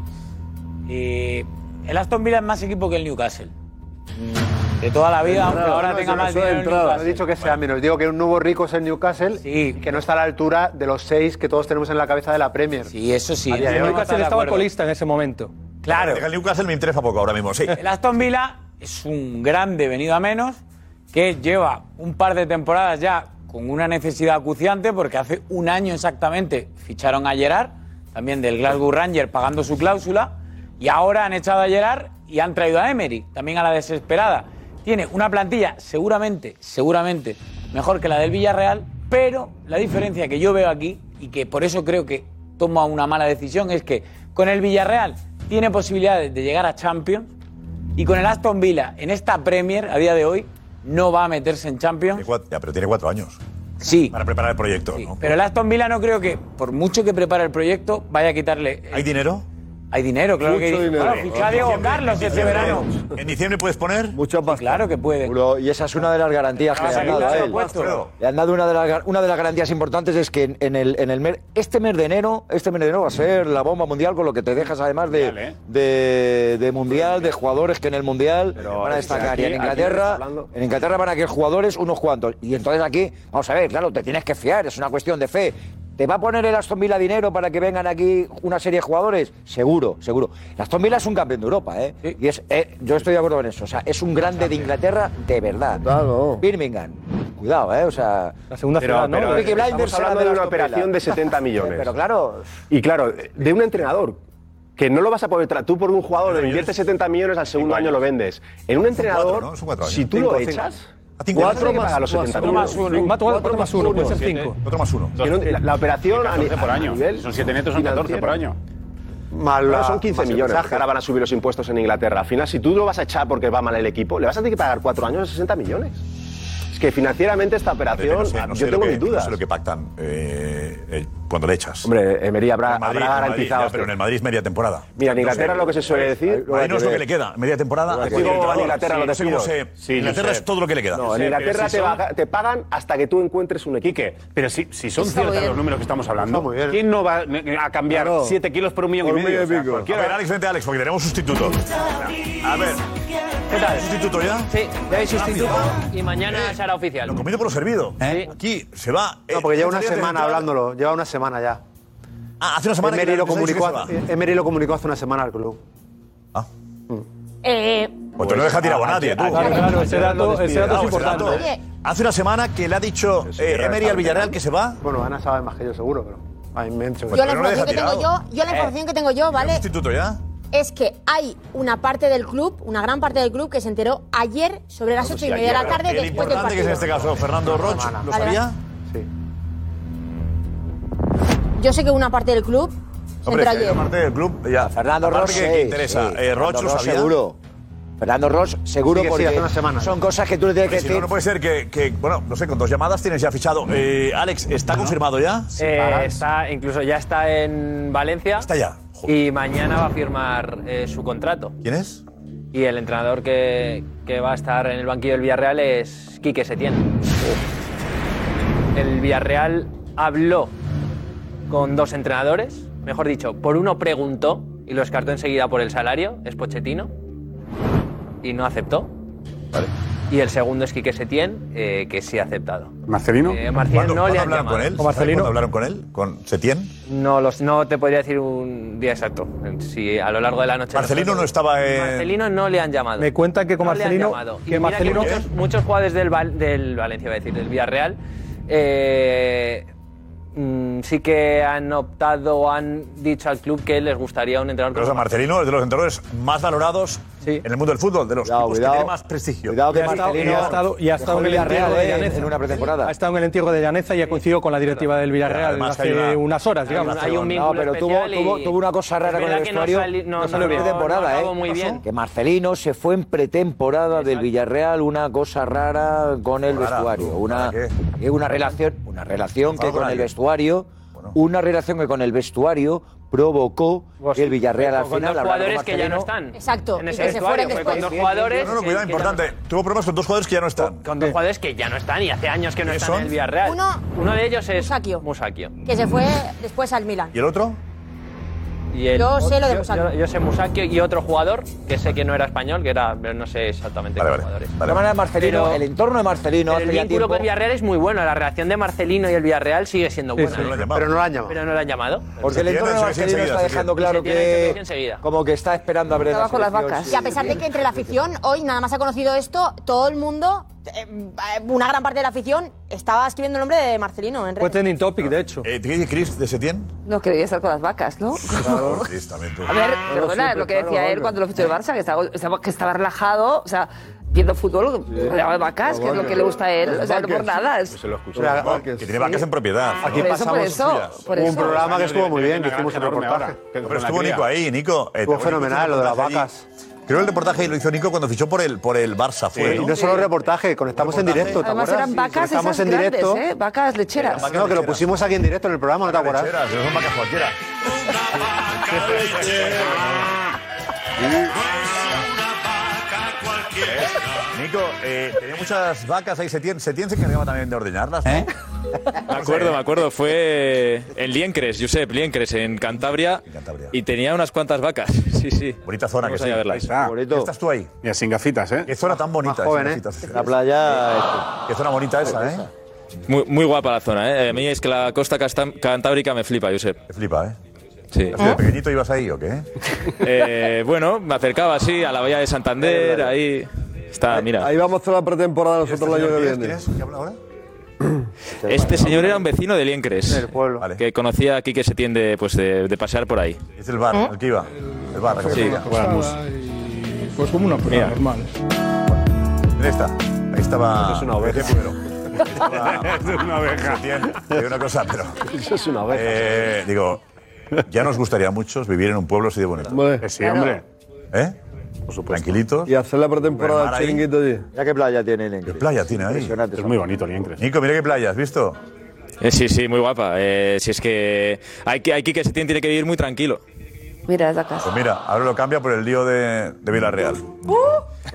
[SPEAKER 13] Y el Aston Villa es más equipo que el Newcastle. Mm, De toda la vida, aunque ahora tenga más dinero. el
[SPEAKER 3] No he
[SPEAKER 13] Newcastle.
[SPEAKER 3] dicho que sea menos. Digo que un nuevo rico es el Newcastle y que no está a la altura de los seis que todos tenemos en la cabeza de la Premier.
[SPEAKER 13] Sí, eso sí.
[SPEAKER 3] A día de
[SPEAKER 5] El
[SPEAKER 3] hoy.
[SPEAKER 5] Newcastle estaba colista en ese momento.
[SPEAKER 13] Claro.
[SPEAKER 9] El Newcastle Este me interesa poco ahora mismo, sí.
[SPEAKER 13] El Aston Villa es un grande venido a menos que lleva un par de temporadas ya con una necesidad acuciante porque hace un año exactamente ficharon a Gerard, también del Glasgow Rangers pagando su cláusula, y ahora han echado a Gerard y han traído a Emery, también a la desesperada. Tiene una plantilla seguramente, seguramente mejor que la del Villarreal, pero la diferencia que yo veo aquí y que por eso creo que toma una mala decisión es que con el Villarreal tiene posibilidades de llegar a Champions, y con el Aston Villa, en esta Premier, a día de hoy, no va a meterse en Champions.
[SPEAKER 9] Ya, pero tiene cuatro años.
[SPEAKER 13] Sí.
[SPEAKER 9] Para preparar el proyecto, ¿no?
[SPEAKER 13] Pero el Aston Villa no creo que, por mucho que prepare el proyecto, vaya a quitarle. eh,
[SPEAKER 9] ¿Hay dinero?
[SPEAKER 13] Hay dinero, claro que
[SPEAKER 9] Mucho
[SPEAKER 13] hay
[SPEAKER 9] dinero.
[SPEAKER 13] Claro, fichó a Diego Carlos este verano.
[SPEAKER 9] ¿En diciembre puedes poner?
[SPEAKER 7] Mucho
[SPEAKER 13] más. Claro que puede.
[SPEAKER 7] y esa es una de las garantías que
[SPEAKER 13] Ah,
[SPEAKER 7] le han
[SPEAKER 13] sí,
[SPEAKER 7] dado
[SPEAKER 13] claro,
[SPEAKER 7] a él.
[SPEAKER 13] puesto.
[SPEAKER 7] Le han dado una de, las, gar- una de las garantías importantes es que en, en el, en el mer- este mes de enero, este mes de enero va a ser la bomba mundial con lo que te dejas además de,
[SPEAKER 6] Mundial, ¿eh?
[SPEAKER 7] de, de mundial, de jugadores que en el mundial van a destacar.
[SPEAKER 6] aquí-
[SPEAKER 7] y en
[SPEAKER 6] aquí
[SPEAKER 7] Inglaterra,
[SPEAKER 6] estamos hablando-
[SPEAKER 7] en Inglaterra van a quedar jugadores unos cuantos. Y entonces aquí, vamos a ver, claro, te tienes que fiar, es una cuestión de fe. ¿Te va a poner el Aston Villa dinero para que vengan aquí una serie de jugadores? Seguro, seguro. El Aston Villa es un campeón de Europa, ¿eh? Y es, eh, yo estoy de acuerdo con eso. O sea, es un grande de Inglaterra de verdad. Birmingham. Cuidado, ¿eh? O sea. La
[SPEAKER 6] segunda ciudad, ¿no?
[SPEAKER 7] Ricky
[SPEAKER 6] Estamos
[SPEAKER 7] Blinders será
[SPEAKER 6] hablando de
[SPEAKER 7] del
[SPEAKER 6] una
[SPEAKER 7] Aston Villa.
[SPEAKER 6] operación de 70 millones.
[SPEAKER 7] Pero claro,
[SPEAKER 6] Y claro, de un entrenador que no lo vas a poder tratar. Tú por un jugador le inviertes 70 millones, al segundo año lo vendes. En un entrenador, si tú
[SPEAKER 9] Cinco,
[SPEAKER 6] lo
[SPEAKER 9] cinco.
[SPEAKER 6] echas.
[SPEAKER 9] A cinco.
[SPEAKER 6] vas a tener
[SPEAKER 9] Cuatro
[SPEAKER 6] que pagar
[SPEAKER 9] más-
[SPEAKER 6] los 70
[SPEAKER 9] cuatro más
[SPEAKER 6] millones.
[SPEAKER 9] uno. Cuatro Cuatro más más uno, uno. puede ser Siete. cinco. Cuatro más uno.
[SPEAKER 6] Que no- La, la operación a,
[SPEAKER 12] 14 por
[SPEAKER 6] a
[SPEAKER 12] año.
[SPEAKER 6] nivel
[SPEAKER 12] Son 7 netos, son 14 por
[SPEAKER 6] financiero.
[SPEAKER 12] año.
[SPEAKER 3] más la-
[SPEAKER 6] Ahora son 15
[SPEAKER 3] más el
[SPEAKER 6] millones.
[SPEAKER 3] mensaje.
[SPEAKER 6] Ahora van a subir los impuestos en Inglaterra. Al final, si tú lo vas a echar porque va mal el equipo, le vas a tener que pagar cuatro años 60 millones. Es que financieramente esta operación,
[SPEAKER 9] No sé, no sé
[SPEAKER 6] yo
[SPEAKER 9] lo
[SPEAKER 6] tengo
[SPEAKER 9] que-
[SPEAKER 6] mis dudas.
[SPEAKER 9] No sé lo que pactan eh, eh, cuando le echas.
[SPEAKER 6] Hombre, Emery habrá,
[SPEAKER 9] En
[SPEAKER 6] habrá
[SPEAKER 9] Madrid, en Madrid,
[SPEAKER 6] garantizado.
[SPEAKER 9] ya, pero en el Madrid es media temporada.
[SPEAKER 6] Mira, en
[SPEAKER 9] No
[SPEAKER 6] Inglaterra
[SPEAKER 9] sé.
[SPEAKER 6] lo que se suele decir.
[SPEAKER 9] Madrid
[SPEAKER 6] hay
[SPEAKER 9] no es lo que
[SPEAKER 6] ver.
[SPEAKER 9] le queda. Media temporada.
[SPEAKER 6] Digo,
[SPEAKER 9] a cualquier
[SPEAKER 6] en
[SPEAKER 9] entrenador.
[SPEAKER 6] Inglaterra
[SPEAKER 9] Sí,
[SPEAKER 6] lo
[SPEAKER 9] no sé cómo
[SPEAKER 6] despiden.
[SPEAKER 9] se- Inglaterra es todo lo que le queda.
[SPEAKER 6] No, en
[SPEAKER 12] Sí,
[SPEAKER 6] Inglaterra
[SPEAKER 12] pero si
[SPEAKER 6] te,
[SPEAKER 12] son-
[SPEAKER 6] baja- te pagan hasta que tú encuentres un equipo.
[SPEAKER 12] pero si, si son
[SPEAKER 6] Está muy
[SPEAKER 12] ciertos
[SPEAKER 6] bien.
[SPEAKER 12] los números que estamos
[SPEAKER 6] Está
[SPEAKER 12] hablando,
[SPEAKER 6] muy bien.
[SPEAKER 12] ¿quién no va a cambiar
[SPEAKER 9] Claro.
[SPEAKER 12] 7 kilos por un millón y medio? O sea,
[SPEAKER 9] A
[SPEAKER 12] cualquiera-
[SPEAKER 9] ver, Alex, vente, Alex, porque tenemos sustituto.
[SPEAKER 5] Pues
[SPEAKER 9] A ver. ¿Qué tal? ¿Sustituto ya? Sí,
[SPEAKER 14] ya hay sustituto y mañana será oficial. Eh,
[SPEAKER 9] Ah, Eh, Lo comido por lo servido.
[SPEAKER 13] ¿Eh?
[SPEAKER 9] Aquí se va.
[SPEAKER 3] No, porque
[SPEAKER 9] eh,
[SPEAKER 3] lleva una
[SPEAKER 9] González
[SPEAKER 3] semana
[SPEAKER 9] Central.
[SPEAKER 3] hablándolo, lleva una semana ya.
[SPEAKER 9] Ah, hace una semana que
[SPEAKER 3] Emery lo,
[SPEAKER 9] les ha dicho que
[SPEAKER 3] comunicó,
[SPEAKER 9] se va.
[SPEAKER 3] hace- Emery lo comunicó hace una semana al club.
[SPEAKER 2] Eh,
[SPEAKER 9] O Pues te lo deja tirado a nadie, tú.
[SPEAKER 5] Claro, claro, ese dato, ese dato es
[SPEAKER 9] Cuidado,
[SPEAKER 5] importante.
[SPEAKER 9] ese dato. Hace una semana que le ha dicho eh, Emery al Villarreal que se va.
[SPEAKER 3] Bueno, Ana sabe más que yo, seguro, pero. A mí me entro.
[SPEAKER 2] yo la información que tengo yo, yo
[SPEAKER 14] Eh.
[SPEAKER 13] Eh,
[SPEAKER 2] la información que tengo yo, ¿vale?
[SPEAKER 9] Sustituto ya.
[SPEAKER 2] Es que hay una parte del club, una gran parte del club que se enteró ayer sobre las ocho y media de la tarde
[SPEAKER 9] El
[SPEAKER 2] después del
[SPEAKER 9] importante que
[SPEAKER 2] partido.
[SPEAKER 9] es en este caso Fernando Roch. ¿Lo
[SPEAKER 2] Vale,
[SPEAKER 9] sabía?
[SPEAKER 2] Yo sé que una parte del club se
[SPEAKER 9] Hombre,
[SPEAKER 2] enteró
[SPEAKER 9] que
[SPEAKER 2] ayer.
[SPEAKER 9] parte del club. Ya.
[SPEAKER 7] Fernando
[SPEAKER 9] Aparte
[SPEAKER 7] Ross.
[SPEAKER 9] que- que interesa. Eh, Roch lo sabía.
[SPEAKER 7] Seguro. Fernando Ross, seguro
[SPEAKER 9] Sí, que sí,
[SPEAKER 7] porque
[SPEAKER 9] hace una semana. ¿eh?
[SPEAKER 7] son cosas que tú le tienes que
[SPEAKER 9] Porque si no,
[SPEAKER 7] decir.
[SPEAKER 9] no puede ser que, que, bueno, no sé, con dos llamadas tienes ya fichado. Eh, Alex, ¿está confirmado ya?
[SPEAKER 14] Eh,
[SPEAKER 9] Arans.
[SPEAKER 14] está, incluso ya está en Valencia. Está
[SPEAKER 9] ya.
[SPEAKER 14] Y mañana va a firmar eh, su contrato.
[SPEAKER 9] ¿Quién es?
[SPEAKER 14] Y el entrenador que, que va a estar en el banquillo del Villarreal es Quique Setién.
[SPEAKER 9] Oh.
[SPEAKER 14] El Villarreal habló con dos entrenadores, mejor dicho, por uno preguntó y lo descartó enseguida por el salario, es Pochettino, y no aceptó. Y el segundo es Quique Setién, eh, que sí ha aceptado.
[SPEAKER 12] ¿Marcelino?
[SPEAKER 14] Eh, Marcelino
[SPEAKER 9] ¿Cuándo-
[SPEAKER 14] no le han
[SPEAKER 9] cuándo hablaron
[SPEAKER 14] llamado.
[SPEAKER 9] con él?
[SPEAKER 14] ¿O Marcelino?
[SPEAKER 9] ¿Cuándo hablaron con él? ¿Con Setién?
[SPEAKER 14] No, los, no te podría decir un día exacto. Si a lo largo de la noche.
[SPEAKER 9] Marcelino no estaba eh, en-
[SPEAKER 14] Marcelino no le han llamado.
[SPEAKER 5] Eh, Me cuentan que con
[SPEAKER 14] No le han
[SPEAKER 5] Marcelino-
[SPEAKER 14] llamado. Y
[SPEAKER 5] que
[SPEAKER 14] mira
[SPEAKER 5] Marcelino-
[SPEAKER 14] muchos, muchos jugadores del, Val- del Valencia, iba a decir, del Villarreal, eh, mm, sí que han optado o han dicho al club que les gustaría un entrenador.
[SPEAKER 9] Pero, o sea,
[SPEAKER 14] como
[SPEAKER 9] Marcelino es de los entrenadores más valorados en el mundo del fútbol, de los tipos que tiene más prestigio.
[SPEAKER 5] Y ha estado- y ha estado, y ha estado en el entierro de Llaneza. Ha estado en el entierro de Llaneza y ha coincidido con la directiva del Villarreal
[SPEAKER 7] Además,
[SPEAKER 5] hace
[SPEAKER 7] hay una-
[SPEAKER 5] unas horas, digamos.
[SPEAKER 7] Hay un vínculo no, pero tuvo,
[SPEAKER 14] especial y-
[SPEAKER 7] tuvo, tuvo una cosa rara
[SPEAKER 14] Es
[SPEAKER 7] con el
[SPEAKER 14] verdad que no
[SPEAKER 7] vestuario.
[SPEAKER 14] sali- no- no-
[SPEAKER 7] salió
[SPEAKER 14] no-
[SPEAKER 7] bien.
[SPEAKER 14] no
[SPEAKER 7] Pretemporada,
[SPEAKER 14] acabó
[SPEAKER 7] ¿eh?
[SPEAKER 14] muy
[SPEAKER 7] ¿Qué pasó?
[SPEAKER 14] bien.
[SPEAKER 7] Que Marcelino se fue en pretemporada del Villarreal, una cosa rara con el
[SPEAKER 14] Rara,
[SPEAKER 7] vestuario.
[SPEAKER 14] tú,
[SPEAKER 7] Una,
[SPEAKER 14] ¿para
[SPEAKER 7] eh, una relación, una relación que
[SPEAKER 14] Vamos
[SPEAKER 7] con
[SPEAKER 14] a
[SPEAKER 7] el
[SPEAKER 14] ello.
[SPEAKER 7] vestuario, una relación que con el vestuario provocó que el Villarreal al
[SPEAKER 14] con dos
[SPEAKER 7] final hablando Pues con
[SPEAKER 14] jugadores que ya no
[SPEAKER 7] Marcelino,
[SPEAKER 14] están.
[SPEAKER 2] Exacto,
[SPEAKER 14] En
[SPEAKER 2] y
[SPEAKER 14] ese
[SPEAKER 2] que se
[SPEAKER 14] vestuario,
[SPEAKER 2] fueron
[SPEAKER 14] fue
[SPEAKER 2] después.
[SPEAKER 14] con dos jugadores.
[SPEAKER 9] No, no, cuidado,
[SPEAKER 14] que- que ya no-
[SPEAKER 9] importante. Tuvo problemas con dos jugadores que ya no están.
[SPEAKER 14] Con dos jugadores que ya no están y hace años que no
[SPEAKER 9] ¿Quiénes
[SPEAKER 14] están en
[SPEAKER 9] son?
[SPEAKER 14] el Villarreal.
[SPEAKER 2] Uno-
[SPEAKER 14] de ellos es Musakio. Musakio.
[SPEAKER 2] Que se fue después al Milan.
[SPEAKER 9] ¿Y el otro?
[SPEAKER 14] Y el-
[SPEAKER 2] Yo sé lo de
[SPEAKER 14] yo-
[SPEAKER 2] Musakio.
[SPEAKER 14] Yo, yo sé Musakio y otro jugador que sé que no era español, que era, pero no sé exactamente qué jugadores.
[SPEAKER 7] De todas maneras, Marcelino,
[SPEAKER 14] Pero-
[SPEAKER 7] el entorno de Marcelino
[SPEAKER 14] pero el
[SPEAKER 7] hace ya
[SPEAKER 14] vínculo
[SPEAKER 7] tiempo.
[SPEAKER 14] con Villarreal es muy bueno. La relación de Marcelino y el Villarreal sigue siendo
[SPEAKER 7] Sí,
[SPEAKER 14] buena.
[SPEAKER 7] sí, no lo han
[SPEAKER 14] ¿eh?
[SPEAKER 7] llamado. Pero no lo han llamado.
[SPEAKER 14] Pero no lo han llamado.
[SPEAKER 7] Porque el entorno de Marcelino está dejando claro que. Como que está esperando a ver la selección, sí.
[SPEAKER 2] Y a pesar de que entre la afición hoy nada más ha conocido esto, todo el mundo, eh, una gran parte de la afición, estaba escribiendo el nombre de Marcelino en
[SPEAKER 9] Pues
[SPEAKER 2] redes.
[SPEAKER 5] trending topic, de hecho.
[SPEAKER 9] Eh, ¿Qué dice Chris de Setién?
[SPEAKER 8] No, que debía estar con las vacas, ¿no?
[SPEAKER 9] Claro, Chris también. tú.
[SPEAKER 8] A ver, perdona, lo que decía él cuando lo fichó el Barça, que estaba, estaba- que estaba relajado, o sea, viendo fútbol, rodeado de vacas, que es lo que le gusta a él, o sea, no por nada.
[SPEAKER 9] Pues
[SPEAKER 3] Pues
[SPEAKER 8] es-
[SPEAKER 9] Las vacas, Que tiene vacas en propiedad.
[SPEAKER 3] Aquí
[SPEAKER 8] Por eso,
[SPEAKER 3] pasamos
[SPEAKER 8] por eso,
[SPEAKER 3] suyas.
[SPEAKER 8] por
[SPEAKER 3] Hubo un
[SPEAKER 8] eso.
[SPEAKER 3] programa que estuvo muy bien, que
[SPEAKER 9] Una
[SPEAKER 3] hicimos el
[SPEAKER 9] granja enorme
[SPEAKER 3] reportaje.
[SPEAKER 9] ahora,
[SPEAKER 3] Con
[SPEAKER 9] Pero
[SPEAKER 3] la
[SPEAKER 9] estuvo
[SPEAKER 3] cría.
[SPEAKER 9] Nico ahí, Nico. Eh,
[SPEAKER 3] Estuvo
[SPEAKER 9] Nico hizo
[SPEAKER 3] fenomenal,
[SPEAKER 9] un
[SPEAKER 3] lo de las
[SPEAKER 9] reportaje
[SPEAKER 3] vacas.
[SPEAKER 9] allí. Creo el reportaje lo hizo Nico cuando fichó por el, por el Barça. Fue,
[SPEAKER 3] Sí, y no solo el reportaje, conectamos en
[SPEAKER 9] Reportaje.
[SPEAKER 3] directo, ¿te
[SPEAKER 8] Además
[SPEAKER 3] acuerdas?
[SPEAKER 8] eran vacas
[SPEAKER 3] Conectamos
[SPEAKER 8] esas
[SPEAKER 3] en
[SPEAKER 8] grandes,
[SPEAKER 3] directo.
[SPEAKER 8] ¿eh? Vacas lecheras.
[SPEAKER 3] No, que lo pusimos aquí en directo en el programa, ¿no te acuerdas?
[SPEAKER 9] Lecheras, no son vacas cualquiera. Eh, Nico, eh, tenía muchas vacas ahí. Setién, Setién se encargaba también de ordeñarlas.
[SPEAKER 15] ¿Eh?
[SPEAKER 9] ¿no?
[SPEAKER 15] Me acuerdo, me acuerdo. Fue en Liencres, Josep Liencres, en Cantabria. Y tenía unas cuantas vacas. Sí, sí.
[SPEAKER 9] Bonita zona
[SPEAKER 15] Vamos
[SPEAKER 9] que
[SPEAKER 15] a ir
[SPEAKER 9] sí.
[SPEAKER 15] a verla.
[SPEAKER 9] Estás tú ahí.
[SPEAKER 12] Mira, sin gafitas, ¿eh?
[SPEAKER 9] Qué zona tan bonita.
[SPEAKER 15] joven,
[SPEAKER 9] sin
[SPEAKER 15] ¿eh?
[SPEAKER 9] gafitas.
[SPEAKER 15] La playa,
[SPEAKER 9] Eh, Qué zona bonita esa, ¿eh?
[SPEAKER 15] Muy, muy guapa la zona, ¿eh? A mí es que la costa castam- cantábrica me flipa, Josep.
[SPEAKER 9] Me flipa, ¿eh?
[SPEAKER 15] Sí.
[SPEAKER 9] ¿De pequeñito ibas ahí o qué?
[SPEAKER 15] Eh, bueno, me acercaba así a la bahía de Santander, ahí está, mira.
[SPEAKER 11] Ahí vamos a hacer la pretemporada nosotros el año que viene.
[SPEAKER 15] Este señor era un vecino de Liencres, que conocía aquí que se tiende pues de, de pasear por ahí.
[SPEAKER 9] Es el bar, el que iba. El bar,
[SPEAKER 15] Sí.
[SPEAKER 5] Pues como una
[SPEAKER 15] Mira.
[SPEAKER 5] prueba normal.
[SPEAKER 9] Mira esta. Ahí estaba. Es una oveja. Primero.
[SPEAKER 12] es una oveja.
[SPEAKER 9] Setién, te digo una cosa, pero. Eso es una oveja. Eh, digo, Ya nos gustaría a muchos vivir en un pueblo así de bonito.
[SPEAKER 16] Hombre. Sí, hombre.
[SPEAKER 9] ¿Eh? Por supuesto. Tranquilitos.
[SPEAKER 16] Y hacer la pretemporada del
[SPEAKER 9] Remar ahí.
[SPEAKER 16] chiringuito allí.
[SPEAKER 9] Mira qué playa tiene Liencres. ¿Qué playa tiene ahí?
[SPEAKER 16] Impresionante,
[SPEAKER 9] Es muy bonito Liencres. Nico, mira qué playa, ¿has visto?
[SPEAKER 17] Eh, sí, sí, muy guapa. Eh, si es que hay que, hay que, que se tiene, tiene que vivir muy tranquilo.
[SPEAKER 4] Mira, es la casa.
[SPEAKER 9] Pues mira, ahora lo cambia por el lío de, de Villarreal.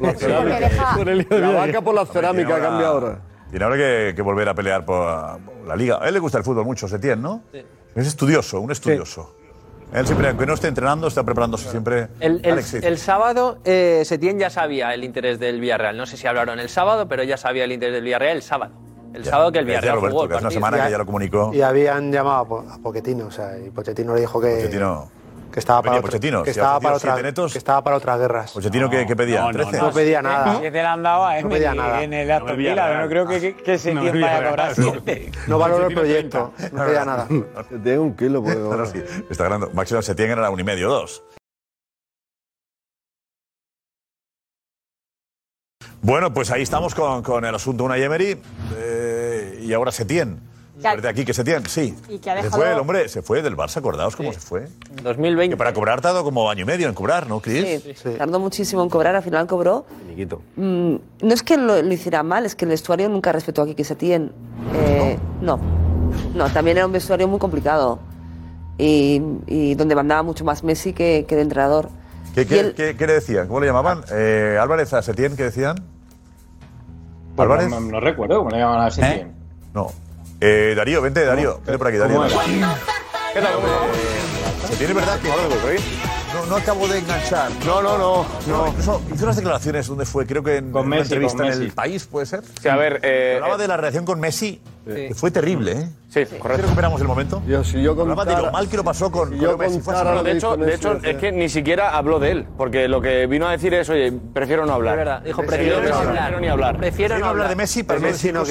[SPEAKER 16] La vaca por la cerámica
[SPEAKER 9] ahora-
[SPEAKER 16] cambia ahora.
[SPEAKER 9] Tiene ahora que, que volver a pelear por por la liga. A él le gusta el fútbol mucho, Setién, ¿no? Es estudioso, un estudioso. Él siempre, aunque no esté entrenando, está preparándose siempre.
[SPEAKER 14] El, el-
[SPEAKER 9] Alex, sí.
[SPEAKER 14] el sábado, eh, Setién ya sabía el interés del Villarreal. No sé si hablaron el sábado, pero ya sabía el interés del Villarreal el sábado. El sábado que el
[SPEAKER 9] decía
[SPEAKER 14] Villarreal
[SPEAKER 9] Roberto,
[SPEAKER 14] jugó el
[SPEAKER 9] que hace una
[SPEAKER 14] partido.
[SPEAKER 9] semana que ya lo comunicó.
[SPEAKER 3] Y habían llamado a Po- a Pochettino, o sea, y Pochettino le dijo que. Que estaba para
[SPEAKER 9] Venía
[SPEAKER 3] otra,
[SPEAKER 9] Pochettino,
[SPEAKER 3] que
[SPEAKER 9] si ha
[SPEAKER 3] estaba
[SPEAKER 9] ofrecido
[SPEAKER 3] para otra,
[SPEAKER 9] siete
[SPEAKER 3] que estaba para otras guerras.
[SPEAKER 9] Pochettino, ¿qué, qué pedía? ¿13?
[SPEAKER 3] no pedía
[SPEAKER 6] ¿Eh?
[SPEAKER 3] nada.
[SPEAKER 13] Siete le han dado a Emery
[SPEAKER 3] pedía nada.
[SPEAKER 13] eh, en el Aston
[SPEAKER 3] No me
[SPEAKER 13] Villa,
[SPEAKER 3] voy a
[SPEAKER 13] pero no creo que, que, que se
[SPEAKER 3] me voy
[SPEAKER 13] entienda
[SPEAKER 3] a
[SPEAKER 13] de cobrar
[SPEAKER 3] regalar.
[SPEAKER 13] siete.
[SPEAKER 3] No valoro el proyecto, no pedía nada.
[SPEAKER 16] Tengo un kilo, pues.
[SPEAKER 9] Ahora sí, está ganando. Máximo Setién era un y medio, dos. Bueno, pues ahí estamos con, con el asunto de una Emery eh, y ahora Setién.
[SPEAKER 18] Ya.
[SPEAKER 9] Desde aquí que Setién, sí.
[SPEAKER 18] Y que ha
[SPEAKER 9] Se
[SPEAKER 18] dejado-
[SPEAKER 9] fue el hombre, se fue del Barça, acordaos cómo se fue.
[SPEAKER 14] 2020.
[SPEAKER 9] Que para cobrar tardó como año y medio en cobrar, ¿no, Chris?
[SPEAKER 4] Sí, Tardó muchísimo en cobrar, al final cobró. Mm, no es que lo, lo hiciera mal, es que el vestuario nunca respetó a Kiki Setién. Eh, no. no, también era un vestuario muy complicado y, y donde mandaba mucho más Messi que, que de entrenador.
[SPEAKER 9] ¿Qué,
[SPEAKER 4] Y
[SPEAKER 9] qué,
[SPEAKER 4] él-
[SPEAKER 9] qué- qué le decían? ¿Cómo le llamaban?
[SPEAKER 12] Ah.
[SPEAKER 9] Eh, Álvarez a Setién, ¿qué decían? ¿Álvarez?
[SPEAKER 12] Pues No, no recuerdo cómo le llamaban a Setién.
[SPEAKER 9] No. Eh, Darío, vente, Darío. Vente por aquí, Darío.
[SPEAKER 6] ¿Qué tal? ¿Cómo
[SPEAKER 9] Se tiene verdad que no, no acabo de enganchar. No, no, no. incluso hizo unas declaraciones donde fue, creo que en, en una
[SPEAKER 12] Messi,
[SPEAKER 9] entrevista
[SPEAKER 12] con
[SPEAKER 9] en el
[SPEAKER 12] Messi.
[SPEAKER 9] país, ¿puede ser?
[SPEAKER 12] Sí, a ver, eh,
[SPEAKER 9] Hablaba
[SPEAKER 12] eh,
[SPEAKER 9] de la relación con Messi, que fue terrible, ¿eh?
[SPEAKER 12] Sí,
[SPEAKER 9] correcto. recuperamos el momento?
[SPEAKER 16] Yo, si yo
[SPEAKER 9] Hablaba de
[SPEAKER 16] contara-
[SPEAKER 9] lo mal que lo pasó con,
[SPEAKER 16] si
[SPEAKER 9] con
[SPEAKER 16] yo
[SPEAKER 9] Messi. Fue
[SPEAKER 16] contara
[SPEAKER 9] así.
[SPEAKER 16] lo
[SPEAKER 19] Pues De hecho, de hecho,
[SPEAKER 12] eh,
[SPEAKER 19] es que ni siquiera habló de él, porque lo que vino a decir es, oye, prefiero no hablar.
[SPEAKER 14] Es verdad, dijo,
[SPEAKER 19] Sí,
[SPEAKER 14] prefiero
[SPEAKER 19] no
[SPEAKER 14] no hablar.
[SPEAKER 19] ni hablar.
[SPEAKER 14] Prefiero no hablar
[SPEAKER 19] no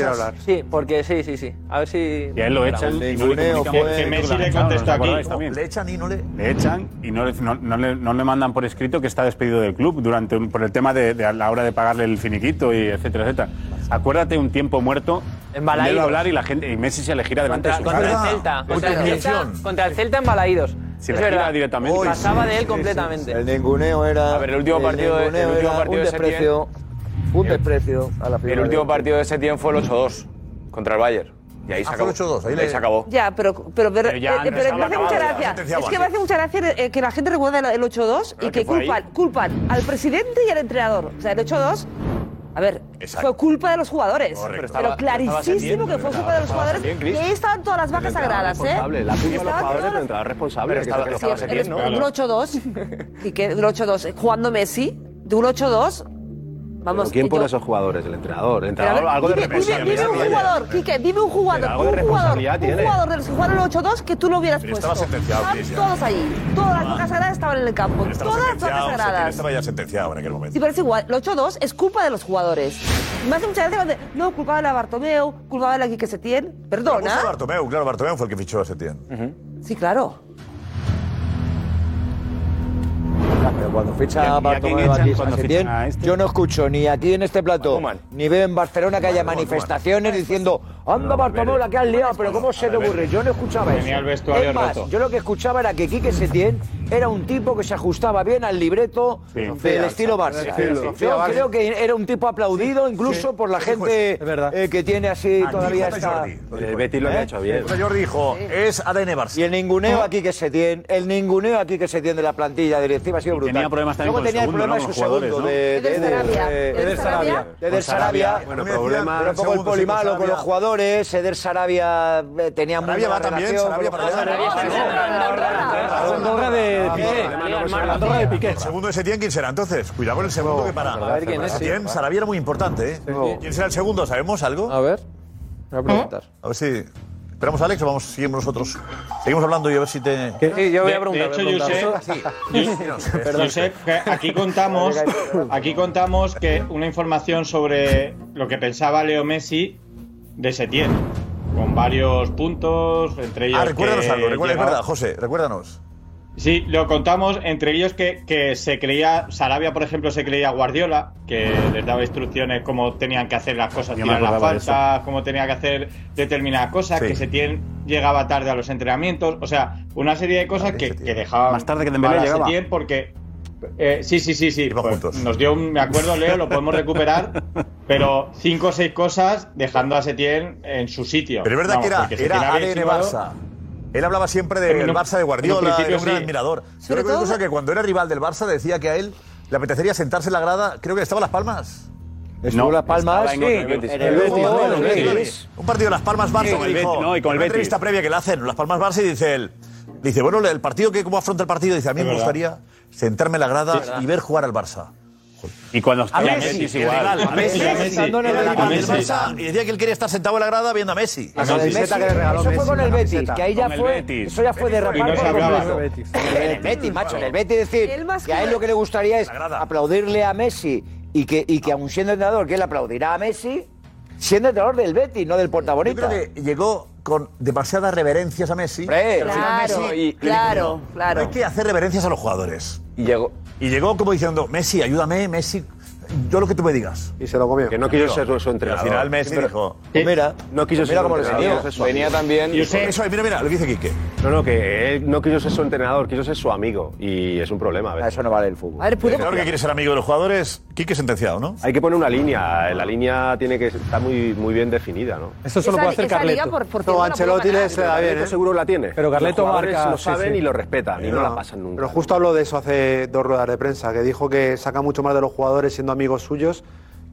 [SPEAKER 14] Sí, porque sí, sí, sí. A ver si.
[SPEAKER 12] Y a él lo echan y no le comunican por qué Messi le contestó aquí.
[SPEAKER 9] Le echan y no le.
[SPEAKER 12] Le echan y no le, no- no le- no le mandan por escrito que está despedido del club durante un- por el tema de, de a la hora de pagarle el finiquito y etcétera, etcétera. Acuérdate un tiempo muerto
[SPEAKER 14] En Balaídos.
[SPEAKER 12] léelo hablar y la gente y Messi se le gira delante
[SPEAKER 14] Contra,
[SPEAKER 12] de su
[SPEAKER 14] contra el
[SPEAKER 12] cara.
[SPEAKER 14] Celta.
[SPEAKER 12] Mucha
[SPEAKER 14] Contra el Celta,
[SPEAKER 12] admiración.
[SPEAKER 14] contra el Celta en Balaídos.
[SPEAKER 12] Se
[SPEAKER 14] es
[SPEAKER 12] la gira
[SPEAKER 14] verdad.
[SPEAKER 12] directamente. Uy,
[SPEAKER 14] Pasaba
[SPEAKER 12] sí,
[SPEAKER 14] de él
[SPEAKER 12] sí,
[SPEAKER 14] completamente.
[SPEAKER 12] sí, sí. El ninguneo era-
[SPEAKER 19] A ver, el último
[SPEAKER 12] el
[SPEAKER 19] partido, de- el
[SPEAKER 12] ninguneo
[SPEAKER 19] último
[SPEAKER 12] era
[SPEAKER 19] partido
[SPEAKER 12] un
[SPEAKER 19] de Setién-
[SPEAKER 12] desprecio,
[SPEAKER 19] un desprecio a la El último partido de Setién fue el 8-2 contra el Bayern. Y ahí se
[SPEAKER 9] Ah,
[SPEAKER 19] acabó.
[SPEAKER 9] fue el 8-2, ahí
[SPEAKER 19] Y
[SPEAKER 9] le-
[SPEAKER 19] se acabó.
[SPEAKER 4] Ya, pero, pero, ver-
[SPEAKER 19] Pero ya
[SPEAKER 4] eh,
[SPEAKER 19] no
[SPEAKER 4] pero
[SPEAKER 19] estaba
[SPEAKER 4] me hace mucha
[SPEAKER 19] acabado, ya.
[SPEAKER 4] gracia.
[SPEAKER 19] Sentenciamos,
[SPEAKER 4] Es que me hace mucha gracia eh, que la gente recuerda el el 8-2 y
[SPEAKER 19] Claro,
[SPEAKER 4] que
[SPEAKER 19] que Ah, fue ahí.
[SPEAKER 4] culpan, culpan al presidente y al entrenador. O sea, el 8-2, a ver,
[SPEAKER 19] Exacto.
[SPEAKER 4] fue culpa de los jugadores.
[SPEAKER 19] Correcto.
[SPEAKER 4] Pero,
[SPEAKER 19] Pero estaba-
[SPEAKER 4] clarísimo
[SPEAKER 19] estaba Setién,
[SPEAKER 4] que fue
[SPEAKER 19] pero
[SPEAKER 4] culpa de los
[SPEAKER 19] estaba
[SPEAKER 4] jugadores.
[SPEAKER 19] Setién,
[SPEAKER 4] Y
[SPEAKER 19] Cris.
[SPEAKER 4] ahí estaban todas las vacas sagradas, ¿eh?
[SPEAKER 19] responsable, la culpa de los
[SPEAKER 4] Estaban
[SPEAKER 19] jugadores,
[SPEAKER 4] todas
[SPEAKER 19] pero entrenador responsable.
[SPEAKER 4] pero
[SPEAKER 19] que
[SPEAKER 4] estaba,
[SPEAKER 19] que estaba
[SPEAKER 4] sí,
[SPEAKER 19] Setién,
[SPEAKER 4] el-
[SPEAKER 19] ¿no?
[SPEAKER 4] un 8-2, y que el 8-2, jugando Messi, de un 8-2, vamos.
[SPEAKER 6] ¿Quién pone
[SPEAKER 4] yo-
[SPEAKER 6] a esos jugadores? El entrenador. El
[SPEAKER 4] pero a
[SPEAKER 6] entrenador
[SPEAKER 4] ver,
[SPEAKER 6] algo de
[SPEAKER 4] dime, dime, dime
[SPEAKER 6] responsabilidad
[SPEAKER 4] un
[SPEAKER 6] tiene.
[SPEAKER 4] jugador, Quique, dime un
[SPEAKER 6] Pero algo de
[SPEAKER 4] jugador, un jugador,
[SPEAKER 6] responsabilidad
[SPEAKER 4] un
[SPEAKER 6] tiene.
[SPEAKER 4] jugador de los que jugaron el 8-2 que tú lo hubieras
[SPEAKER 9] Pero
[SPEAKER 4] puesto.
[SPEAKER 9] estaba sentenciado,
[SPEAKER 4] Estaban
[SPEAKER 9] Cris, ya.
[SPEAKER 4] todos ahí, todas las vacas sagradas estaban en el campo,
[SPEAKER 9] Estaba
[SPEAKER 4] todas las
[SPEAKER 9] sentenciado,
[SPEAKER 4] vacas
[SPEAKER 9] Setién
[SPEAKER 4] sagradas.
[SPEAKER 9] Estaba ya sentenciado en aquel momento.
[SPEAKER 4] Sí, pero es igual, el 8-2 es culpa de los jugadores. Y Me hace mucha gracia cuando, no, culpable a Bartomeu, culpable a Quique Setién,
[SPEAKER 9] Puso a
[SPEAKER 4] perdona.
[SPEAKER 9] Bartomeu, claro, Bartomeu fue el que fichó a Setién.
[SPEAKER 4] Sí, claro.
[SPEAKER 7] Pero cuando ¿Y a- ficha y a Bartomeu quién echan aquí, cuando a fichan Setién, a este? yo no escucho ni aquí en este plato, ni veo en Barcelona que haya
[SPEAKER 19] Koeman.
[SPEAKER 7] manifestaciones diciendo anda Bartomeu la que has liado, pero cómo se te ocurre, yo no escuchaba eso.
[SPEAKER 19] Venía el vestuario
[SPEAKER 7] Es más,
[SPEAKER 19] roto.
[SPEAKER 7] yo lo que escuchaba era que Quique Setién era un tipo que se ajustaba bien al libreto del
[SPEAKER 19] Barça.
[SPEAKER 7] estilo
[SPEAKER 19] Sí,
[SPEAKER 7] Barça.
[SPEAKER 19] sí, sí.
[SPEAKER 7] Yo
[SPEAKER 19] Barça. pues,
[SPEAKER 7] creo que era un tipo aplaudido incluso por la gente eh, que tiene así todavía
[SPEAKER 9] J.
[SPEAKER 7] esta...
[SPEAKER 9] Jordi.
[SPEAKER 6] El Betis lo
[SPEAKER 7] ¿Eh?
[SPEAKER 6] ha hecho bien.
[SPEAKER 9] J. Jordi dijo, es ADN Barça.
[SPEAKER 7] Y el ninguneo aquí que se tiene, el ninguneo aquí que se tiene de la plantilla directiva ha sido brutal.
[SPEAKER 12] tenía problemas también
[SPEAKER 7] Luego
[SPEAKER 12] con el
[SPEAKER 7] tenía el
[SPEAKER 12] segundo,
[SPEAKER 7] problema
[SPEAKER 12] ¿no?
[SPEAKER 7] de su
[SPEAKER 12] Con los
[SPEAKER 7] segundo, de,
[SPEAKER 12] jugadores,
[SPEAKER 7] de,
[SPEAKER 12] ¿no? Eder Sarabia.
[SPEAKER 7] de-
[SPEAKER 12] Eder Sarabia.
[SPEAKER 7] de Eder Sarabia.
[SPEAKER 6] Bueno, problema-
[SPEAKER 7] Era un poco el
[SPEAKER 6] segundo,
[SPEAKER 7] polimalo
[SPEAKER 6] Sarabia.
[SPEAKER 7] con los jugadores, Eder Sarabia eh, tenía muy
[SPEAKER 6] Sarabia
[SPEAKER 7] buena
[SPEAKER 6] va también,
[SPEAKER 7] relación
[SPEAKER 6] Sarabia
[SPEAKER 7] con
[SPEAKER 6] para allá.
[SPEAKER 7] Sarabia.
[SPEAKER 9] Andorra de
[SPEAKER 7] Piqué.
[SPEAKER 9] La Andorra de Piqué. El segundo de Setién, ¿quién será entonces? Cuidado con el segundo que para.
[SPEAKER 19] A ver quién es, sí.
[SPEAKER 9] Setién, Sarabia era muy importante, ¿eh? ¿Quién será el segundo? ¿Sabemos algo? ¿Eh?
[SPEAKER 19] A ver. Voy a preguntar.
[SPEAKER 9] A ver si. ¿Esperamos a Alex o vamos, seguimos nosotros? Seguimos hablando y a ver si te.
[SPEAKER 19] Sí, yo voy a De- preguntar, de voy a hecho, preguntar. Josep-
[SPEAKER 20] Perdón, Josep, que aquí contamos, aquí contamos que una información sobre lo que pensaba Leo Messi de Setién, con varios puntos, entre ellos.
[SPEAKER 9] Ah, recuérdanos
[SPEAKER 20] que
[SPEAKER 9] algo, recuerda,
[SPEAKER 20] llevaba-
[SPEAKER 9] recuerda, José, recuérdanos.
[SPEAKER 20] Sí, lo contamos entre ellos que, que se creía, Sarabia por ejemplo se creía Guardiola, que les daba instrucciones cómo tenían que hacer las cosas,
[SPEAKER 21] Yo me
[SPEAKER 20] tirar las
[SPEAKER 21] acordaba de
[SPEAKER 20] faltas, cómo tenía que hacer determinadas cosas,
[SPEAKER 21] Sí.
[SPEAKER 20] que se llegaba tarde a los entrenamientos, o sea, una serie de cosas que, que dejaban
[SPEAKER 21] Más tarde que
[SPEAKER 20] mal
[SPEAKER 21] Dembélé
[SPEAKER 20] a
[SPEAKER 21] llegaba.
[SPEAKER 20] Setién porque eh, sí, sí, sí, sí. pues nos dio un, me acuerdo, Leo, lo podemos recuperar, pero cinco o seis cosas dejando a Setién en su sitio.
[SPEAKER 9] Pero es verdad
[SPEAKER 20] Vamos,
[SPEAKER 9] que
[SPEAKER 20] porque
[SPEAKER 9] era,
[SPEAKER 20] Setién
[SPEAKER 9] era
[SPEAKER 20] había
[SPEAKER 9] ADN
[SPEAKER 20] insinuado-
[SPEAKER 9] Barça. Él hablaba siempre
[SPEAKER 20] En
[SPEAKER 9] del
[SPEAKER 20] un-
[SPEAKER 9] Barça de
[SPEAKER 20] en un
[SPEAKER 9] Guardiola,
[SPEAKER 20] principio
[SPEAKER 9] era un gran
[SPEAKER 20] sí.
[SPEAKER 9] admirador. Yo
[SPEAKER 20] Sobre
[SPEAKER 9] recuerdo
[SPEAKER 20] todo-
[SPEAKER 9] incluso que cuando era rival del Barça decía que a él le apetecería sentarse en la grada, creo que estaba en Las Palmas.
[SPEAKER 7] Estuvo en Las Palmas,
[SPEAKER 9] estaba en
[SPEAKER 7] sí.
[SPEAKER 9] otro, en el Betis.
[SPEAKER 7] En el Betis,
[SPEAKER 9] Luego,
[SPEAKER 7] en el
[SPEAKER 9] sí,
[SPEAKER 7] Betis.
[SPEAKER 9] Un partido de Las Palmas Barça,
[SPEAKER 7] Sí,
[SPEAKER 9] que
[SPEAKER 7] el
[SPEAKER 9] dijo,
[SPEAKER 7] Betis, no, y con el
[SPEAKER 9] en una
[SPEAKER 7] Betis.
[SPEAKER 9] entrevista previa que le hacen Las Palmas Barça y dice él, dice, bueno, el partido que cómo afronta el partido, dice, a mí
[SPEAKER 12] Es
[SPEAKER 9] me
[SPEAKER 12] verdad.
[SPEAKER 9] gustaría sentarme en la
[SPEAKER 12] Sí,
[SPEAKER 9] grada
[SPEAKER 12] es verdad.
[SPEAKER 9] y ver jugar al Barça.
[SPEAKER 12] Y cuando está
[SPEAKER 9] A
[SPEAKER 12] la
[SPEAKER 9] Messi,
[SPEAKER 12] Betis
[SPEAKER 9] el
[SPEAKER 12] igual.
[SPEAKER 9] rival, a Messi,
[SPEAKER 12] A
[SPEAKER 9] estando en el
[SPEAKER 12] Era
[SPEAKER 9] rival
[SPEAKER 12] la
[SPEAKER 9] del
[SPEAKER 12] Messi.
[SPEAKER 9] Barça, y decía que él quería estar sentado en la grada viendo a Messi.
[SPEAKER 7] La camiseta que le regaló Eso fue Messi, con el la Betis, camiseta. que ahí ya
[SPEAKER 9] Con el
[SPEAKER 7] fue-
[SPEAKER 9] Betis.
[SPEAKER 7] eso ya fue
[SPEAKER 9] Betis
[SPEAKER 7] derrapar
[SPEAKER 9] y no se
[SPEAKER 7] por
[SPEAKER 9] hablaba.
[SPEAKER 7] completo.
[SPEAKER 9] Betis.
[SPEAKER 7] En el Betis, macho, en el Betis decir que a él lo que le gustaría es aplaudirle a Messi y que, y que aun siendo entrenador, que él aplaudirá a Messi, siendo entrenador del Betis, no del
[SPEAKER 9] Yo
[SPEAKER 7] portaborita.
[SPEAKER 9] creo que llegó con demasiadas reverencias a Messi. que al final
[SPEAKER 4] Claro,
[SPEAKER 9] Messi-
[SPEAKER 4] y- claro, claro.
[SPEAKER 9] No hay que hacer reverencias a los jugadores.
[SPEAKER 7] Y llegó.
[SPEAKER 9] Y llegó como diciendo, Messi, ayúdame, Messi, yo lo que tú me digas.
[SPEAKER 3] Y se lo comió.
[SPEAKER 6] Que no quiso ser su
[SPEAKER 9] Y al
[SPEAKER 6] entrenador.
[SPEAKER 9] final Messi
[SPEAKER 6] Sí, pero-
[SPEAKER 9] dijo,
[SPEAKER 6] ¿Qué?
[SPEAKER 9] mira,
[SPEAKER 6] No quiso
[SPEAKER 9] mira
[SPEAKER 6] ser
[SPEAKER 9] cómo
[SPEAKER 6] su
[SPEAKER 9] le
[SPEAKER 6] entrenador.
[SPEAKER 9] salió.
[SPEAKER 6] Venía también-
[SPEAKER 9] Yo sé- Eso, es, mira, mira, lo que dice Quique.
[SPEAKER 6] No, no, que él no quiso ser su entrenador, quiso ser su amigo. Y es un problema.
[SPEAKER 7] Eso no vale el fútbol.
[SPEAKER 9] El entrenador que quiere ser amigo de los jugadores, Quique sentenciado, ¿no?
[SPEAKER 6] Hay que poner una línea. eh, La línea tiene que estar muy, muy bien definida, ¿no?
[SPEAKER 5] Eso solo Esa- puede hacer esa liga, Carleto. por- por cierto,
[SPEAKER 6] no,
[SPEAKER 5] la
[SPEAKER 6] Ancelotti
[SPEAKER 5] pudo ganar.
[SPEAKER 6] le se da bien.
[SPEAKER 5] Carleto
[SPEAKER 6] ¿eh? seguro la tiene.
[SPEAKER 5] Pero Carleto
[SPEAKER 6] los jugadores
[SPEAKER 5] marca-
[SPEAKER 6] lo
[SPEAKER 5] sí,
[SPEAKER 6] saben
[SPEAKER 5] sí.
[SPEAKER 6] y lo respetan y no,
[SPEAKER 3] No,
[SPEAKER 6] la pasan nunca.
[SPEAKER 3] Pero justo habló de eso hace dos ruedas de prensa, que dijo que saca mucho más de los jugadores siendo amigos suyos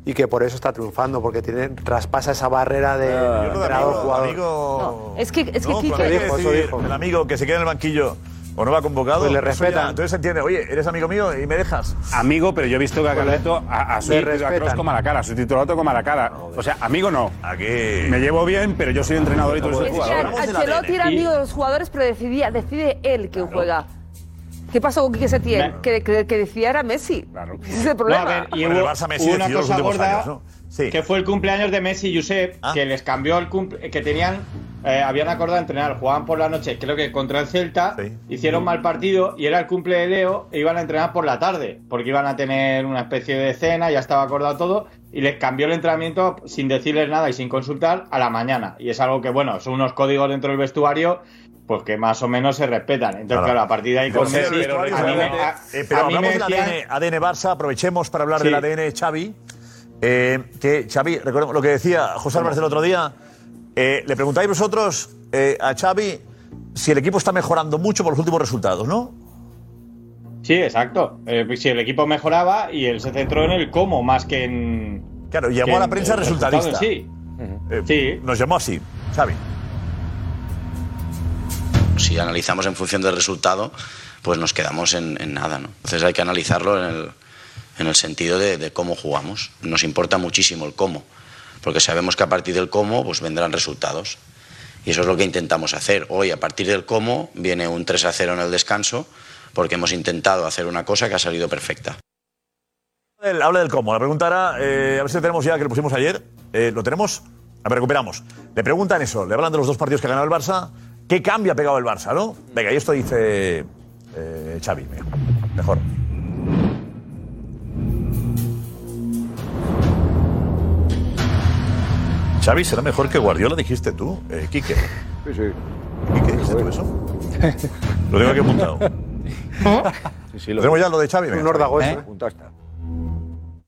[SPEAKER 3] y que por eso está triunfando, porque tiene, traspasa esa barrera de entrenador-jugador.
[SPEAKER 9] Ah. Amigo...
[SPEAKER 4] Es que, es que
[SPEAKER 9] No, cuando
[SPEAKER 4] Quique.
[SPEAKER 9] hay que
[SPEAKER 3] dijo, eso
[SPEAKER 9] decidir,
[SPEAKER 3] dijo.
[SPEAKER 9] El amigo que se queda en el banquillo o no va convocado.
[SPEAKER 3] Pues le
[SPEAKER 9] eso
[SPEAKER 3] respetan.
[SPEAKER 9] ya- Entonces se entiende, oye, eres amigo mío y me dejas.
[SPEAKER 12] Amigo, pero yo he visto que a Carleto a, a su
[SPEAKER 9] Le
[SPEAKER 12] a Kroos
[SPEAKER 9] respetan.
[SPEAKER 12] como a la cara, a su titulato como a la cara. O sea, amigo no.
[SPEAKER 9] Aquí.
[SPEAKER 12] Me llevo bien, pero yo soy entrenador y tú eres
[SPEAKER 4] Es
[SPEAKER 12] el
[SPEAKER 6] pues,
[SPEAKER 4] que
[SPEAKER 12] jugador.
[SPEAKER 4] Ancelotti era amigo de los jugadores, pero decidía, decide él quién juega. ¿Qué pasó con Quique Setién?
[SPEAKER 9] Claro.
[SPEAKER 4] Que, que, que decía era Messi. Ese es el problema.
[SPEAKER 20] No, a ver, y
[SPEAKER 9] Bueno,
[SPEAKER 20] hubo,
[SPEAKER 9] el Barça Messi
[SPEAKER 20] hubo una
[SPEAKER 9] decidió los
[SPEAKER 20] cosa
[SPEAKER 9] últimos
[SPEAKER 20] gorda
[SPEAKER 9] años, ¿no? Ah.
[SPEAKER 20] que fue el cumpleaños de Messi y Josep, que les cambió el cumple, que tenían eh, habían acordado entrenar, jugaban por la noche, creo que contra el Celta, hicieron mal partido y era el cumple de Leo e iban a entrenar por la tarde, porque iban a tener una especie de cena, ya estaba acordado todo y les cambió el entrenamiento sin decirles nada y sin consultar a la mañana. Y es algo que bueno, son unos códigos dentro del vestuario pues que más o menos se respetan. Entonces,
[SPEAKER 9] Claro.
[SPEAKER 20] claro, a partir de ahí con
[SPEAKER 9] Entonces,
[SPEAKER 20] Messi,
[SPEAKER 9] pero
[SPEAKER 20] a mí me- a-
[SPEAKER 9] eh, pero
[SPEAKER 20] a mí
[SPEAKER 9] hablamos
[SPEAKER 20] me
[SPEAKER 9] del
[SPEAKER 20] decían-
[SPEAKER 9] ADN, ADN Barça, aprovechemos para hablar
[SPEAKER 20] Sí.
[SPEAKER 9] del ADN Xavi. Eh, que Xavi, recordemos lo que decía José Álvarez el otro día, eh, le preguntáis vosotros eh, a Xavi si el equipo está mejorando mucho por los últimos resultados, ¿no?
[SPEAKER 20] Sí, exacto. Eh, pues si el equipo mejoraba y él se centró en el cómo más que en.
[SPEAKER 9] Claro, llamó
[SPEAKER 20] que
[SPEAKER 9] a la
[SPEAKER 20] en
[SPEAKER 9] prensa
[SPEAKER 20] el resultado en
[SPEAKER 9] resultadista.
[SPEAKER 20] Sí.
[SPEAKER 9] Eh,
[SPEAKER 20] Sí.
[SPEAKER 9] Nos llamó así, Xavi.
[SPEAKER 22] si analizamos en función del resultado, pues nos quedamos en, en nada. ¿no? Entonces hay que analizarlo en el, en el sentido de, de cómo jugamos. Nos importa muchísimo el cómo, porque sabemos que a partir del cómo pues vendrán resultados. Y eso es lo que intentamos hacer. Hoy, a partir del cómo, viene un 3 a 0 en el descanso, porque hemos intentado hacer una cosa que ha salido perfecta.
[SPEAKER 9] El- habla del cómo. La pregunta era, eh, a ver si lo tenemos ya, que lo pusimos ayer. Eh, ¿Lo tenemos? A ver, recuperamos. Le preguntan eso, le hablan de los dos partidos que ha ganado el Barça. ¿Qué cambio ha pegado el Barça, no? Venga, y esto dice eh, Xavi. venga, Mejor. Xavi será mejor que Guardiola, dijiste tú, eh, Quique. Sí, sí. ¿Quique, dijiste tú eso? lo tengo aquí apuntado. lo tenemos ya lo de Xavi. venga,
[SPEAKER 3] Un órdago
[SPEAKER 9] Xavi.
[SPEAKER 3] eso, ¿eh?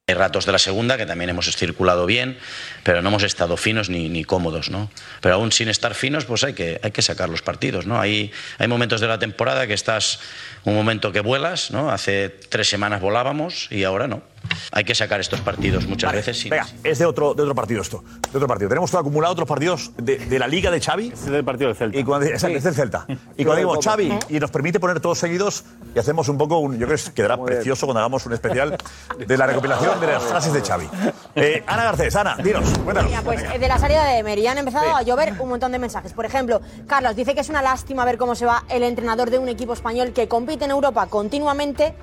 [SPEAKER 22] Hay ratos de la segunda que también hemos circulado bien, pero no hemos estado finos ni, ni cómodos, ¿no? Pero aún sin estar finos, pues hay que, hay que sacar los partidos, ¿no? Hay, hay momentos de la temporada que estás, un momento que vuelas, ¿no? Hace tres semanas volábamos y ahora no. Hay que sacar estos partidos muchas veces sin...
[SPEAKER 9] Venga, es de otro, de otro partido esto. De otro partido. Tenemos todo acumulado otros partidos de, de la Liga de Xavi. Este Es del partido del Celta. Y cuando, exacto, este es del Celta. Y cuando digo Xavi, y nos permite poner todos seguidos y hacemos un poco un. Yo creo que quedará precioso cuando hagamos un especial de la recopilación de las frases de Xavi. Eh, Ana Garcés, Ana, dinos, cuéntanos.
[SPEAKER 2] Mira, pues eh, de la salida de Emery han empezado
[SPEAKER 9] Sí.
[SPEAKER 2] a llover un montón de mensajes. Por ejemplo, Carlos dice que es una lástima ver cómo se va el entrenador de un equipo español que compite en Europa continuamente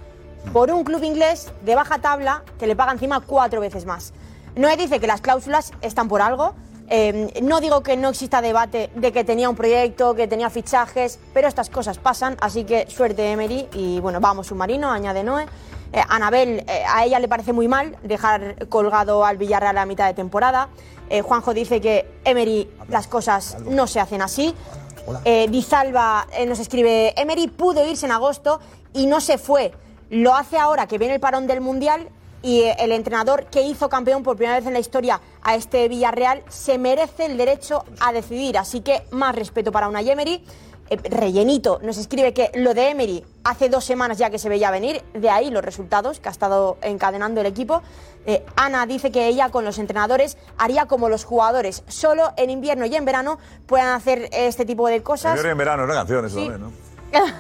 [SPEAKER 2] por un club inglés de baja tabla que le paga encima cuatro veces más. Noé dice que las cláusulas están por algo, Eh, no digo que no exista debate de que tenía un proyecto, que tenía fichajes, pero estas cosas pasan, así que suerte Emery y bueno, vamos submarino, añade Noé. Eh, Anabel, eh, a ella le parece muy mal dejar colgado al Villarreal a mitad de temporada. Eh, Juanjo dice que Emery, las cosas no se hacen así. Eh, Dizalba eh, nos escribe, Emery pudo irse en agosto y no se fue. Lo hace ahora que viene el parón del Mundial y eh, el entrenador que hizo campeón por primera vez en la historia a este Villarreal se merece el derecho a decidir. Así que más respeto para una Emery. Eh, rellenito nos escribe que lo de Emery hace dos semanas ya que se veía venir, de ahí los resultados que ha estado encadenando el equipo. Eh, Ana dice que ella con los entrenadores haría como los jugadores, solo en invierno y en verano puedan hacer este tipo de cosas.
[SPEAKER 9] Primero en verano, era canción eso también, ¿no?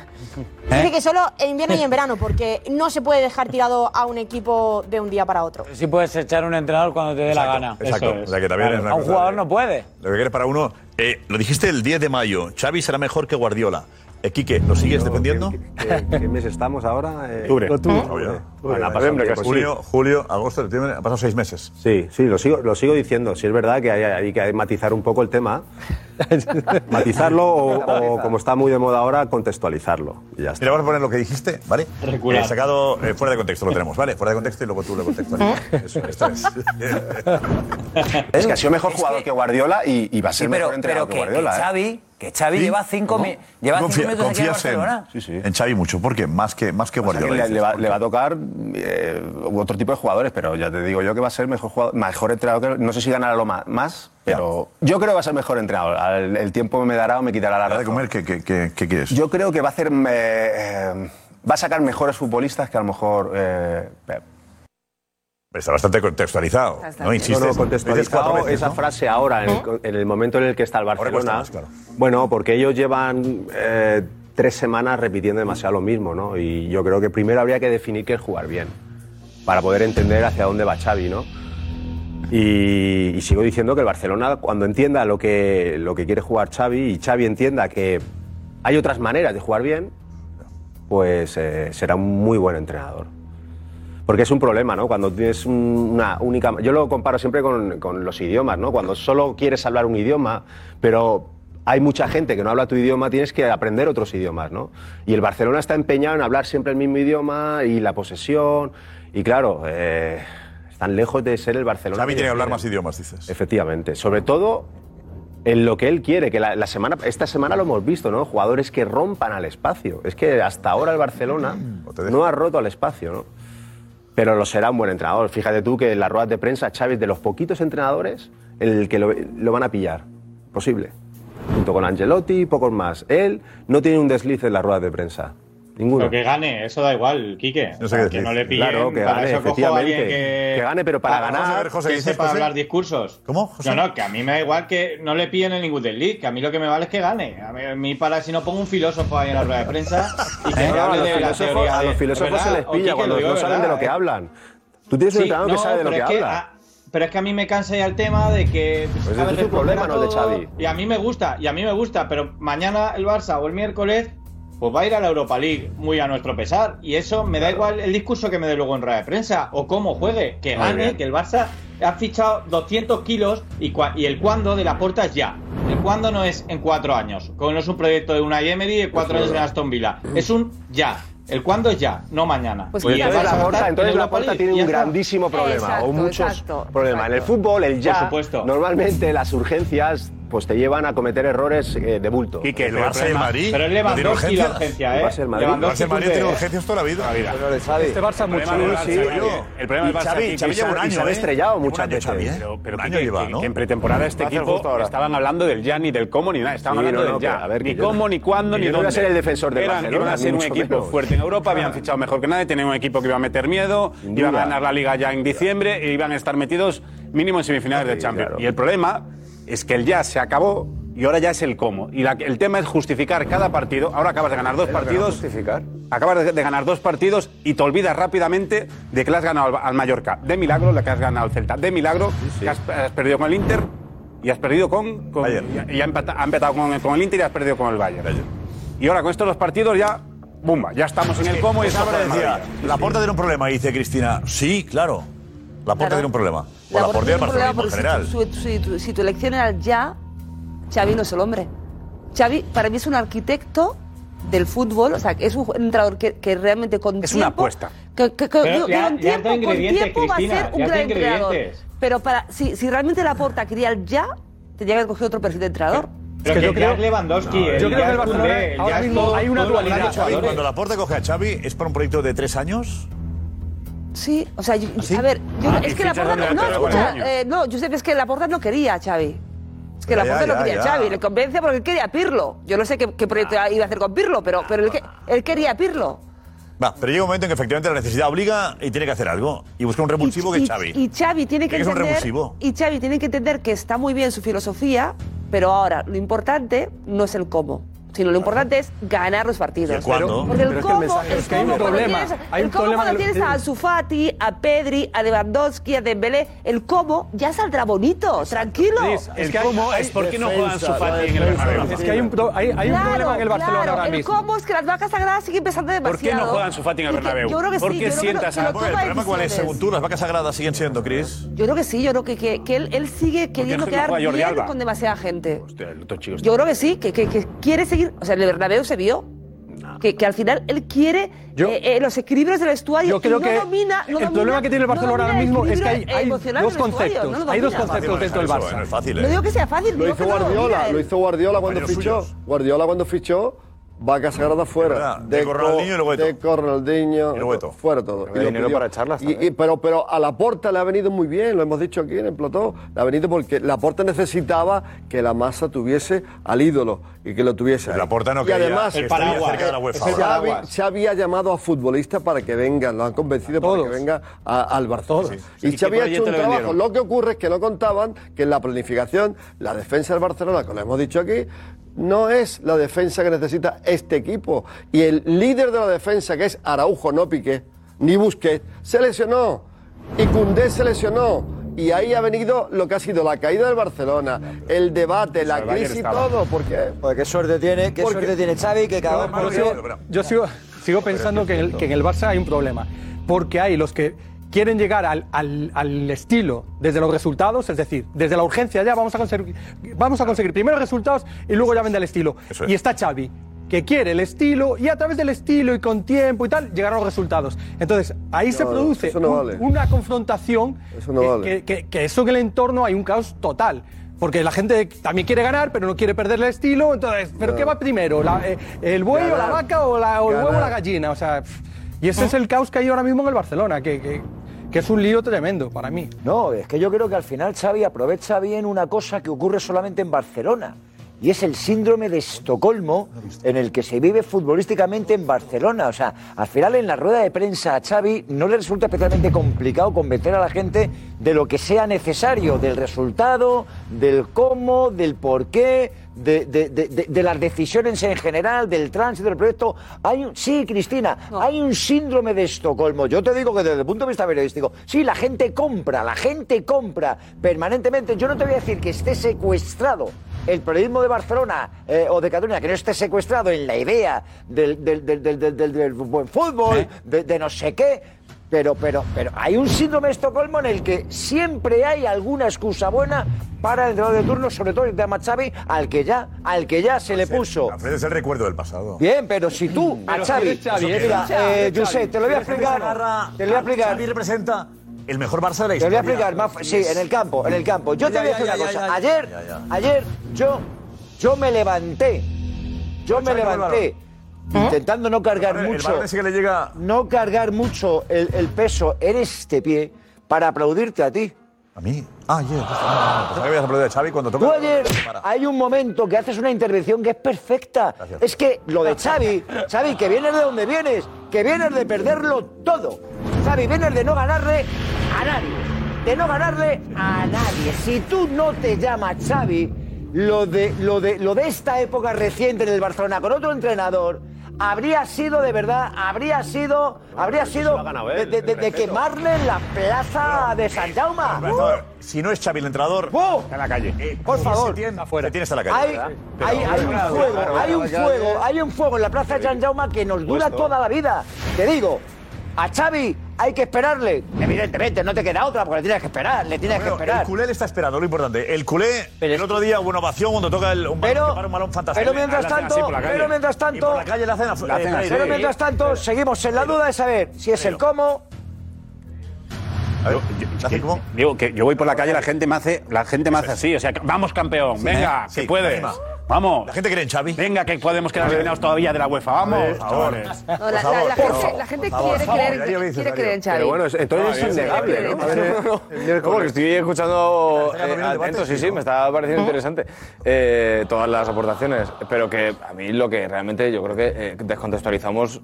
[SPEAKER 2] Dice que solo en invierno y en verano, porque no se puede dejar tirado a un equipo de un día para otro.
[SPEAKER 13] Sí puedes echar un entrenador cuando te dé la gana.
[SPEAKER 9] Exacto.
[SPEAKER 13] Eso es.
[SPEAKER 9] O sea que también
[SPEAKER 13] Claro.
[SPEAKER 9] es una
[SPEAKER 13] a un
[SPEAKER 9] cosa
[SPEAKER 13] jugador no puede.
[SPEAKER 9] Lo que quieres para uno, eh, lo dijiste el 10 de mayo, Xavi será mejor que Guardiola. Eh, Quique, ¿lo sigues defendiendo?
[SPEAKER 6] ¿Qué, qué mes estamos ahora? Eh,
[SPEAKER 9] Octubre. Ah,
[SPEAKER 6] Octubre.
[SPEAKER 9] Octubre.
[SPEAKER 6] Bueno, ha pasado
[SPEAKER 9] Noviembre,
[SPEAKER 6] tiempo,
[SPEAKER 9] casi.
[SPEAKER 6] sí.
[SPEAKER 9] Julio, julio, agosto, septiembre, ha pasado seis meses.
[SPEAKER 6] Sí, sí, lo sigo, lo sigo diciendo. Si es verdad que hay, hay que matizar un poco el tema. matizarlo o, o, como está muy de moda ahora, contextualizarlo. Y ya está.
[SPEAKER 9] Mira, vamos a poner lo que dijiste, ¿vale?
[SPEAKER 6] Recular.
[SPEAKER 9] Eh, sacado eh, fuera de contexto, lo tenemos, ¿vale? Fuera de contexto y luego tú lo contextualizas. Eso, esto es.
[SPEAKER 6] Es que ha sido mejor jugador que, Guardiola y, y va a ser
[SPEAKER 21] Sí,
[SPEAKER 6] mejor
[SPEAKER 21] pero,
[SPEAKER 6] entrenador
[SPEAKER 21] pero que,
[SPEAKER 6] que Guardiola.
[SPEAKER 21] que
[SPEAKER 6] ¿eh?
[SPEAKER 21] Xavi, que Xavi
[SPEAKER 6] Sí.
[SPEAKER 21] lleva cinco,
[SPEAKER 6] ¿Cómo?
[SPEAKER 21] mi- lleva cinco
[SPEAKER 9] Confía-
[SPEAKER 21] minutos aquí en
[SPEAKER 9] confías en,
[SPEAKER 21] Barcelona.
[SPEAKER 9] en Xavi mucho. ¿Por qué? Más que, más que
[SPEAKER 6] O sea, que
[SPEAKER 9] Guardiola.
[SPEAKER 6] le,
[SPEAKER 9] dices.
[SPEAKER 6] le va, le va a tocar eh, otro tipo de jugadores, pero ya te digo yo que va a ser mejor jugador, mejor entrenador. que- no sé si ganará lo ma- más, pero yo creo que va a ser mejor entrenador. Al- el tiempo me dará o me quitará la razón.
[SPEAKER 9] ¿Qué, qué, qué- qué quieres?
[SPEAKER 6] Yo creo que va a hacer. eh, eh, va a sacar mejores futbolistas que a lo mejor. eh, Pep.
[SPEAKER 9] Está bastante contextualizado. No insistes.
[SPEAKER 6] No, no,
[SPEAKER 9] Dices cuatro
[SPEAKER 6] contextualizado
[SPEAKER 9] veces,
[SPEAKER 6] esa
[SPEAKER 9] ¿no?
[SPEAKER 6] frase ahora, en el, co- en el momento en el que está el
[SPEAKER 9] cuesta
[SPEAKER 6] Barcelona.
[SPEAKER 9] más, claro.
[SPEAKER 6] Bueno, porque ellos llevan eh, tres semanas repitiendo demasiado lo mismo, ¿no? Y yo creo que primero habría que definir qué es jugar bien, para poder entender hacia dónde va Xavi, ¿no? Y, y sigo diciendo que el Barcelona, cuando entienda lo que, lo que quiere jugar Xavi y Xavi entienda que hay otras maneras de jugar bien, pues eh, será un muy buen entrenador. Porque es un problema, ¿no? Cuando tienes un- una única... Yo lo comparo siempre con, con los idiomas, ¿no? Cuando solo quieres hablar un idioma, pero hay mucha gente que no habla tu idioma, tienes que aprender otros idiomas, ¿no? Y el Barcelona está empeñado en hablar siempre el mismo idioma y la posesión. Y claro, eh, están lejos de ser el Barcelona.
[SPEAKER 9] Xavi tiene que hablar más
[SPEAKER 6] idiomas, dices. Efectivamente. Sobre todo en lo que él quiere, que la, la semana, esta semana lo hemos visto, ¿no? Jugadores que rompan al espacio. Es que hasta ahora el Barcelona no ha roto al espacio, ¿no? Pero lo será un buen entrenador. Fíjate tú que en las ruedas de prensa, Xavi es de los poquitos entrenadores en el que lo, lo van a pillar. Posible. Junto con Angelotti, pocos más. Él no tiene un desliz en las ruedas de prensa. Ninguno.
[SPEAKER 20] Pero que gane, eso da igual, Quique.
[SPEAKER 6] No
[SPEAKER 20] No
[SPEAKER 6] sé qué
[SPEAKER 20] que
[SPEAKER 6] decir.
[SPEAKER 20] no le pillen.
[SPEAKER 6] Claro, que
[SPEAKER 20] para
[SPEAKER 6] gane,
[SPEAKER 20] eso cojo a alguien
[SPEAKER 6] efectivamente.
[SPEAKER 20] que...
[SPEAKER 6] Que gane, pero para
[SPEAKER 20] Ah, vamos a
[SPEAKER 6] ganar-
[SPEAKER 20] ver, José,
[SPEAKER 6] ¿Qué
[SPEAKER 20] que
[SPEAKER 6] dices,
[SPEAKER 20] sepa
[SPEAKER 6] José?
[SPEAKER 20] hablar discursos.
[SPEAKER 9] ¿Cómo,
[SPEAKER 20] No, no, que a mí me da igual que no le pillen en ningún desliz, que a mí lo que me vale es que gane. A mí, a mí para si no pongo un filósofo ahí en la rueda de prensa y que
[SPEAKER 6] Eh, No,
[SPEAKER 20] me
[SPEAKER 6] a
[SPEAKER 20] hable
[SPEAKER 6] los
[SPEAKER 20] Eh, de la
[SPEAKER 6] filósofos,
[SPEAKER 20] teoría.
[SPEAKER 6] a
[SPEAKER 20] de-
[SPEAKER 6] los
[SPEAKER 20] es
[SPEAKER 6] filósofos
[SPEAKER 20] verdad,
[SPEAKER 6] se les
[SPEAKER 20] o
[SPEAKER 6] pilla
[SPEAKER 20] Quique,
[SPEAKER 6] cuando
[SPEAKER 20] lo
[SPEAKER 6] no
[SPEAKER 20] digo de
[SPEAKER 6] saben de
[SPEAKER 20] verdad,
[SPEAKER 6] lo que
[SPEAKER 20] ¿eh?
[SPEAKER 6] hablan. Tú tienes un
[SPEAKER 20] Sí,
[SPEAKER 6] entrenador que
[SPEAKER 20] no,
[SPEAKER 6] sabe de lo que
[SPEAKER 20] pero es
[SPEAKER 6] habla.
[SPEAKER 20] ah, pero es que a mí me cansa ya el tema de que.
[SPEAKER 6] Pues
[SPEAKER 20] a
[SPEAKER 6] ese es
[SPEAKER 20] veces
[SPEAKER 6] tu problema,
[SPEAKER 20] controla
[SPEAKER 6] no el de
[SPEAKER 20] todo,
[SPEAKER 6] Xavi.
[SPEAKER 20] Y a mí me gusta, y a mí me gusta, pero mañana el Barça o el miércoles. Pues va a ir a la Europa League muy a nuestro pesar. Y eso me da igual el discurso que me dé luego en rueda de prensa o cómo juegue. Que
[SPEAKER 6] Muy
[SPEAKER 20] gane,
[SPEAKER 6] bien.
[SPEAKER 20] que el Barça ha fichado 200 kilos y, cua- y el cuándo de la puerta es ya. El cuándo no es en cuatro años. Como no es un proyecto de una Emery de
[SPEAKER 6] Pues
[SPEAKER 20] cuatro años en Aston Villa. Es un ya. El cuándo es ya, no mañana.
[SPEAKER 6] Pues
[SPEAKER 20] Y el
[SPEAKER 6] entonces
[SPEAKER 20] Barça va
[SPEAKER 6] la
[SPEAKER 20] a estar
[SPEAKER 6] Porta,
[SPEAKER 20] en
[SPEAKER 6] entonces la
[SPEAKER 20] Europa
[SPEAKER 6] Porta
[SPEAKER 20] League, ya
[SPEAKER 6] tiene un
[SPEAKER 20] está.
[SPEAKER 6] grandísimo problema, o
[SPEAKER 20] Exacto,
[SPEAKER 6] muchos
[SPEAKER 20] exacto,
[SPEAKER 6] problemas. En el fútbol, el ya,
[SPEAKER 20] Por supuesto.
[SPEAKER 6] normalmente las urgencias pues te llevan a cometer errores eh, de bulto.
[SPEAKER 9] Quique, El pero Barça y el problema- Madrid Pero el no tiene Lewandowski la urgencias. urgencia, ¿eh?
[SPEAKER 6] El Barça y el Madrid.
[SPEAKER 9] Lewandowski El Barça y el Madrid tiene urgencias toda la vida. Toda la vida. Pero no le sabe. Este Barça
[SPEAKER 6] El problema
[SPEAKER 9] mucho,
[SPEAKER 6] del Barça,
[SPEAKER 9] sí,
[SPEAKER 6] digo
[SPEAKER 9] sí.
[SPEAKER 6] yo.
[SPEAKER 9] El problema del
[SPEAKER 6] Y
[SPEAKER 9] Barça,
[SPEAKER 6] Xavi,
[SPEAKER 9] Quique,
[SPEAKER 6] Xavi lleva un
[SPEAKER 9] y
[SPEAKER 6] año,
[SPEAKER 9] se ha
[SPEAKER 6] ¿eh?
[SPEAKER 9] estrellado muchas
[SPEAKER 6] Un año,
[SPEAKER 9] veces.
[SPEAKER 6] Xavi, ¿eh?
[SPEAKER 12] Pero, pero
[SPEAKER 6] Un
[SPEAKER 12] que-
[SPEAKER 6] año
[SPEAKER 12] que-
[SPEAKER 6] lleva,
[SPEAKER 12] que-
[SPEAKER 6] ¿no?
[SPEAKER 12] que en pretemporada este
[SPEAKER 6] Va a ser
[SPEAKER 12] equipo
[SPEAKER 6] justo ahora.
[SPEAKER 12] estaban hablando del ya ni del cómo ni nada. Estaban
[SPEAKER 6] Sí,
[SPEAKER 12] hablando
[SPEAKER 6] no, no,
[SPEAKER 12] del ya.
[SPEAKER 6] pero a ver, que
[SPEAKER 12] ni
[SPEAKER 6] yo no-
[SPEAKER 12] cómo, ni cuándo,
[SPEAKER 6] que
[SPEAKER 12] ni
[SPEAKER 6] yo no
[SPEAKER 12] dónde.
[SPEAKER 6] voy a ser el defensor del
[SPEAKER 12] Eran-
[SPEAKER 6] Barcelona,
[SPEAKER 12] Iban a
[SPEAKER 6] ni
[SPEAKER 12] ser un
[SPEAKER 6] mucho
[SPEAKER 12] equipo
[SPEAKER 6] menos.
[SPEAKER 12] fuerte en Europa, habían fichado mejor que nadie, tenían un equipo que iba a meter miedo, iban a
[SPEAKER 6] duda.
[SPEAKER 12] ganar la Liga ya en diciembre e iban a estar metidos mínimo en semifinales de Champions. Y el problema es que el ya se acabó y ahora ya es el cómo. Y la- el tema es justificar cada partido. Ahora acabas de ganar dos
[SPEAKER 6] Pero que no
[SPEAKER 12] partidos.
[SPEAKER 6] justificar.
[SPEAKER 12] Acabas de, de ganar dos partidos y te olvidas rápidamente de que le has ganado al, al Mallorca. De milagro la que has ganado al Celta. De milagro que has, has perdido con el Inter y has perdido con... con- y ha empata- ha empatado con, el- con el Inter y has perdido con el Bayern. Y ahora con estos dos partidos ya... Bumba, ya estamos en el cómo
[SPEAKER 9] Pues
[SPEAKER 12] y estamos
[SPEAKER 9] ahora
[SPEAKER 12] en el
[SPEAKER 9] decía,
[SPEAKER 12] Madrid.
[SPEAKER 9] la Porta tiene un problema, y dice Cristina. Sí, claro. Laporte
[SPEAKER 4] Claro.
[SPEAKER 9] tiene un problema. O Laporte tiene el
[SPEAKER 4] problema
[SPEAKER 9] barcelonismo en general.
[SPEAKER 4] porque si, tu- si tu- si tu elección era el ya, Xavi no es el hombre. Xavi para mí es un arquitecto del fútbol, o sea, es un entrenador que, que realmente con
[SPEAKER 12] Es una
[SPEAKER 4] tiempo...
[SPEAKER 12] apuesta.
[SPEAKER 4] Que, que- que-
[SPEAKER 12] Pero
[SPEAKER 4] que
[SPEAKER 12] le ha- le
[SPEAKER 4] con
[SPEAKER 12] has dado
[SPEAKER 4] tiempo, con
[SPEAKER 12] ingredientes,
[SPEAKER 4] tiempo va a
[SPEAKER 12] Cristina,
[SPEAKER 4] ser un
[SPEAKER 12] le has dado
[SPEAKER 4] gran entrenador.
[SPEAKER 12] ingredientes.
[SPEAKER 4] Pero para, si, si realmente Laporta quería el ya, tenía que haber cogido otro perfil de entrenador.
[SPEAKER 20] Pero que ya es Lewandowski, eh, el
[SPEAKER 9] yo creo
[SPEAKER 20] ya
[SPEAKER 9] que el
[SPEAKER 20] es Koundé,
[SPEAKER 9] Barcelona
[SPEAKER 20] el
[SPEAKER 9] ahora
[SPEAKER 20] ya es
[SPEAKER 9] mismo
[SPEAKER 20] todo-
[SPEAKER 9] hay una
[SPEAKER 20] todo lo que
[SPEAKER 9] dualidad.
[SPEAKER 20] han hecho jugadores.
[SPEAKER 9] Cuando Laporte coge a Xavi, ¿es para un proyecto de tres años?
[SPEAKER 4] Sí, o sea, yo- a ver, yo-
[SPEAKER 9] Ah, y
[SPEAKER 4] es que
[SPEAKER 9] fichas
[SPEAKER 4] Laporta...
[SPEAKER 9] un
[SPEAKER 4] No, no,
[SPEAKER 9] delantero
[SPEAKER 4] escucha,
[SPEAKER 9] bueno.
[SPEAKER 4] eh, no, Josep, es que Laporta no quería a Xavi. Es que
[SPEAKER 9] Ya,
[SPEAKER 4] Laporta
[SPEAKER 9] ya,
[SPEAKER 4] no quería a
[SPEAKER 9] ya. Ah.
[SPEAKER 4] Xavi, le convence porque él quería a Pirlo. Yo no sé qué, qué proyecto iba a hacer con Pirlo, pero, pero él, que- él quería a Pirlo.
[SPEAKER 9] Va, pero llega un momento en que efectivamente la necesidad obliga y tiene que hacer algo. Y busca un repulsivo que es Xavi.
[SPEAKER 4] Y Xavi tiene
[SPEAKER 9] Tiene
[SPEAKER 4] que
[SPEAKER 9] que ser un
[SPEAKER 4] entender
[SPEAKER 9] revulsivo.
[SPEAKER 4] y Xavi tiene que entender que está muy bien su filosofía, pero ahora lo importante no es el cómo, sino lo importante es ganar los partidos.
[SPEAKER 9] ¿Y el cuándo?
[SPEAKER 4] Porque
[SPEAKER 9] Pero es
[SPEAKER 4] el
[SPEAKER 9] que el
[SPEAKER 4] cómo,
[SPEAKER 9] mensaje
[SPEAKER 4] el
[SPEAKER 9] es que hay un
[SPEAKER 4] cómo cuando
[SPEAKER 9] problema,
[SPEAKER 4] tienes-
[SPEAKER 9] hay
[SPEAKER 4] el
[SPEAKER 9] un
[SPEAKER 4] cómo
[SPEAKER 9] problema
[SPEAKER 4] cuando
[SPEAKER 9] de los-
[SPEAKER 4] tienes a Ansu Fati, a Pedri, a Lewandowski, a Dembélé, el cómo ya saldrá bonito, tranquilo.
[SPEAKER 5] Liz, es que hay- es por qué no juegan Ansu Fati en el Bernabéu. Es que hay un pro- hay- hay un
[SPEAKER 4] Claro,
[SPEAKER 5] problema en el Barcelona
[SPEAKER 4] claro,
[SPEAKER 5] ahora
[SPEAKER 4] el
[SPEAKER 5] mismo.
[SPEAKER 4] cómo es que las vacas sagradas siguen pensando
[SPEAKER 12] ¿Por
[SPEAKER 4] demasiado.
[SPEAKER 12] qué no juegan su Fati en el
[SPEAKER 4] Y que-
[SPEAKER 12] Bernabéu?
[SPEAKER 4] Yo creo que
[SPEAKER 12] ¿Por
[SPEAKER 4] sí,
[SPEAKER 12] qué
[SPEAKER 4] yo creo que lo-
[SPEAKER 12] sientas
[SPEAKER 4] que
[SPEAKER 12] a
[SPEAKER 4] lo
[SPEAKER 9] Bueno,
[SPEAKER 4] toma
[SPEAKER 9] ¿El problema cuál es?
[SPEAKER 4] decisiones.
[SPEAKER 9] Según tú, las vacas sagradas siguen siendo, Chris.
[SPEAKER 4] Yo creo que sí, yo creo que, que, que él, él sigue queriendo
[SPEAKER 9] no
[SPEAKER 4] quedar
[SPEAKER 9] juega Jordi
[SPEAKER 4] bien
[SPEAKER 9] Alba.
[SPEAKER 4] con demasiada gente.
[SPEAKER 6] El otro chico
[SPEAKER 4] Pues Yo creo que sí, que, que- que quiere seguir. O sea, el Bernabéu se vio. Que, que al final él quiere eh, eh, los equilibrios del vestuario
[SPEAKER 5] Yo creo
[SPEAKER 4] y no
[SPEAKER 5] que
[SPEAKER 4] domina, no
[SPEAKER 5] el
[SPEAKER 4] domina-
[SPEAKER 5] problema que tiene el
[SPEAKER 4] no
[SPEAKER 5] Barcelona ahora
[SPEAKER 4] domina el
[SPEAKER 5] mismo es que hay,
[SPEAKER 4] equilibrio, eh,
[SPEAKER 5] hay
[SPEAKER 4] emocional
[SPEAKER 5] dos
[SPEAKER 4] del vestuario,
[SPEAKER 5] conceptos.
[SPEAKER 4] no lo
[SPEAKER 5] hay dos
[SPEAKER 4] domina.
[SPEAKER 5] conceptos dentro del Barça.
[SPEAKER 4] No digo que sea fácil,
[SPEAKER 11] ¿eh? Lo
[SPEAKER 4] digo
[SPEAKER 11] hizo
[SPEAKER 4] que no lo domina
[SPEAKER 11] Guardiola,
[SPEAKER 4] él.
[SPEAKER 11] lo hizo Guardiola cuando
[SPEAKER 4] Compañeros
[SPEAKER 11] fichó. Guardiola cuando fichó, vaca sagrada fuera.
[SPEAKER 9] verdad, Deco Ronaldinho y luego Eto.
[SPEAKER 11] Deco Ronaldinho,
[SPEAKER 9] Eto.
[SPEAKER 11] fuera todo.
[SPEAKER 9] había dinero para echarlas
[SPEAKER 11] Y- y- pero, pero a Laporta le ha venido muy bien, lo hemos dicho aquí en el plató. Le ha venido porque Laporta necesitaba que la masa tuviese al ídolo y que lo tuviese. Laporta
[SPEAKER 9] no
[SPEAKER 11] y
[SPEAKER 9] quería
[SPEAKER 11] además,
[SPEAKER 9] el paraguas. cerca de la UEFA.
[SPEAKER 11] Xavi-
[SPEAKER 9] Es el paraguas.
[SPEAKER 11] Xavi ha llamado a futbolistas para que vengan, lo han convencido para que venga a- al Barcelona.
[SPEAKER 21] ¿Y
[SPEAKER 11] Y
[SPEAKER 21] qué
[SPEAKER 11] Xavi ha hecho
[SPEAKER 21] proyecto
[SPEAKER 11] un
[SPEAKER 21] le
[SPEAKER 11] trabajo.
[SPEAKER 21] vendieron?
[SPEAKER 11] Lo que ocurre es que no contaban que en la planificación, la defensa del Barcelona, que lo hemos dicho aquí, no es la defensa que necesita este equipo. Y el líder de la defensa, que es Araujo, no Piqué, ni Busquets, se lesionó. Y Cundé se lesionó. Y ahí ha venido lo que ha sido la caída del Barcelona, el debate, la
[SPEAKER 7] Pero el
[SPEAKER 11] crisis,
[SPEAKER 7] Bayern estaba.
[SPEAKER 11] todo. ¿Por qué?
[SPEAKER 7] Pues qué suerte tiene, qué
[SPEAKER 11] Porque-
[SPEAKER 7] suerte tiene Xavi que cada
[SPEAKER 5] Yo sigo- yo sigo, sigo pensando que en, el, que en el Barça hay un problema, porque hay los que quieren llegar al, al- al estilo desde los resultados, es decir, desde la urgencia ya vamos a conseguir, vamos a conseguir primero resultados y luego ya vende el estilo. Y está Xavi que quiere el estilo y a través del estilo y con tiempo y tal llegaron los resultados. Entonces ahí se
[SPEAKER 11] No,
[SPEAKER 5] produce
[SPEAKER 11] eso no
[SPEAKER 5] un-
[SPEAKER 11] vale.
[SPEAKER 5] una confrontación
[SPEAKER 11] Eso no
[SPEAKER 5] que,
[SPEAKER 11] vale.
[SPEAKER 5] que- que- que eso en el entorno hay un caos total. Porque la gente también quiere ganar, pero no quiere perder el estilo. Entonces, ¿pero qué va primero? La- eh, ¿El buey o la
[SPEAKER 11] Ganar.
[SPEAKER 5] vaca o, la- o el huevo o la
[SPEAKER 11] Ganar.
[SPEAKER 5] gallina? O sea, pff, y ese es el caos que hay ahora mismo en el Barcelona, que, que- que es un lío tremendo para mí.
[SPEAKER 7] No, es que yo creo que al final Xavi aprovecha bien una cosa que ocurre solamente en Barcelona. Y es el síndrome de Estocolmo en el que se vive futbolísticamente en Barcelona. O sea, al final en la rueda de prensa a Xavi no le resulta especialmente complicado convencer a la gente de lo que sea necesario, del resultado, del cómo, del por qué, de, de- de- de- de las decisiones en general, del tránsito del proyecto. Hay un- sí, Cristina, hay un síndrome de Estocolmo. Yo te digo que desde el punto de vista periodístico, sí, la gente compra, la gente compra permanentemente. Yo no te voy a decir que esté secuestrado el periodismo de Barcelona eh, o de Cataluña, que no esté secuestrado en la idea del, del- del- del- del- del- del buen fútbol, de, de no sé qué. Pero, pero, pero hay un síndrome de Estocolmo en el que siempre hay alguna excusa buena para el entrenador de turno, sobre todo el de Amachavi, al que ya, al que ya se le puso. Uh,
[SPEAKER 9] Alfredo es el recuerdo del pasado.
[SPEAKER 7] Bien, pero si tú a
[SPEAKER 9] Pero
[SPEAKER 7] Xavi,
[SPEAKER 9] eres Xavi, eres
[SPEAKER 7] mira,
[SPEAKER 9] Xavi,
[SPEAKER 7] eh,
[SPEAKER 9] eres
[SPEAKER 7] Josep,
[SPEAKER 9] Xavi.
[SPEAKER 7] te lo voy a
[SPEAKER 9] De repente se agarra
[SPEAKER 7] explicar, te lo voy a
[SPEAKER 9] a
[SPEAKER 7] explicar.
[SPEAKER 9] Xavi representa el mejor Barça de la
[SPEAKER 7] Te lo voy a
[SPEAKER 9] historia.
[SPEAKER 7] explicar, más, sí, en el campo, en el campo. Yo te
[SPEAKER 9] Ya,
[SPEAKER 7] voy a
[SPEAKER 9] ya,
[SPEAKER 7] decir una
[SPEAKER 9] ya,
[SPEAKER 7] cosa.
[SPEAKER 9] ya, ya.
[SPEAKER 7] Ayer,
[SPEAKER 9] Ya, ya.
[SPEAKER 7] ayer yo, yo me levanté, yo me
[SPEAKER 9] Xavi,
[SPEAKER 7] levanté. Intentando no cargar
[SPEAKER 9] El balón- el
[SPEAKER 7] mucho.
[SPEAKER 9] balón sí que le llega-
[SPEAKER 7] No cargar mucho el, el peso en este pie para aplaudirte a ti.
[SPEAKER 9] ¿A mí? Ah, ayer. Pensaba que habías aplaudido a Xavi cuando toca.
[SPEAKER 7] Tú ayer hay un momento que haces una intervención que es perfecta. Es que lo de Xavi, Xavi, que vienes de donde vienes, que vienes de perderlo todo. Xavi, vienes de no ganarle a nadie, de no ganarle a nadie. Si tú no te llamas Xavi, lo de, lo de, lo de esta época reciente en el Barcelona con otro entrenador habría sido de verdad, habría sido, habría sido de, de- de- de quemarle en la plaza de San Jaume.
[SPEAKER 9] Si no es Xavi el entrenador, está en la calle.
[SPEAKER 7] Eh, Por favor.
[SPEAKER 9] Se tienes a la calle.
[SPEAKER 7] Hay,
[SPEAKER 9] ¿verdad?
[SPEAKER 7] hay-
[SPEAKER 9] Pero-
[SPEAKER 7] hay un fuego, hay un fuego, hay un fuego en la plaza de San Jaume que nos dura toda la vida. Te digo, A Xavi hay que esperarle. Evidentemente, no te queda otra porque le tienes que esperar, le tienes que
[SPEAKER 9] Bueno,
[SPEAKER 7] esperar.
[SPEAKER 9] El culé le está esperando, lo importante. El culé, el otro día hubo una ovación cuando toca el, un balón, que para un balón fantástico.
[SPEAKER 7] Pero mientras
[SPEAKER 9] Le hacen así
[SPEAKER 7] tanto,
[SPEAKER 9] por la calle.
[SPEAKER 7] pero mientras tanto,
[SPEAKER 9] Y por la calle le hacen, af-
[SPEAKER 7] La hacen
[SPEAKER 9] eh,
[SPEAKER 7] así.
[SPEAKER 9] eh,
[SPEAKER 7] pero
[SPEAKER 9] eh.
[SPEAKER 7] mientras tanto, seguimos en la duda de saber si es el cómo.
[SPEAKER 12] Digo que yo voy por la calle, la gente me hace, la gente me hace así, o sea, que- vamos campeón,
[SPEAKER 9] Sí,
[SPEAKER 12] venga,
[SPEAKER 9] ¿eh?
[SPEAKER 12] que
[SPEAKER 9] Sí,
[SPEAKER 12] puedes.
[SPEAKER 9] anima.
[SPEAKER 12] Vamos. La
[SPEAKER 9] gente cree en Xavi.
[SPEAKER 12] Venga, que podemos quedar eliminados todavía de la UEFA. Vamos,
[SPEAKER 9] ver,
[SPEAKER 12] chavales.
[SPEAKER 4] No, la, la- la gente, la gente quiere creer, en- quiere creer en Xavi.
[SPEAKER 6] Pero bueno, es- entonces es innegable, ¿no?
[SPEAKER 19] Porque estoy escuchando eh, atento, sí, sí, me está pareciendo interesante eh, todas las aportaciones, pero que a mí lo que realmente yo creo que eh, descontextualizamos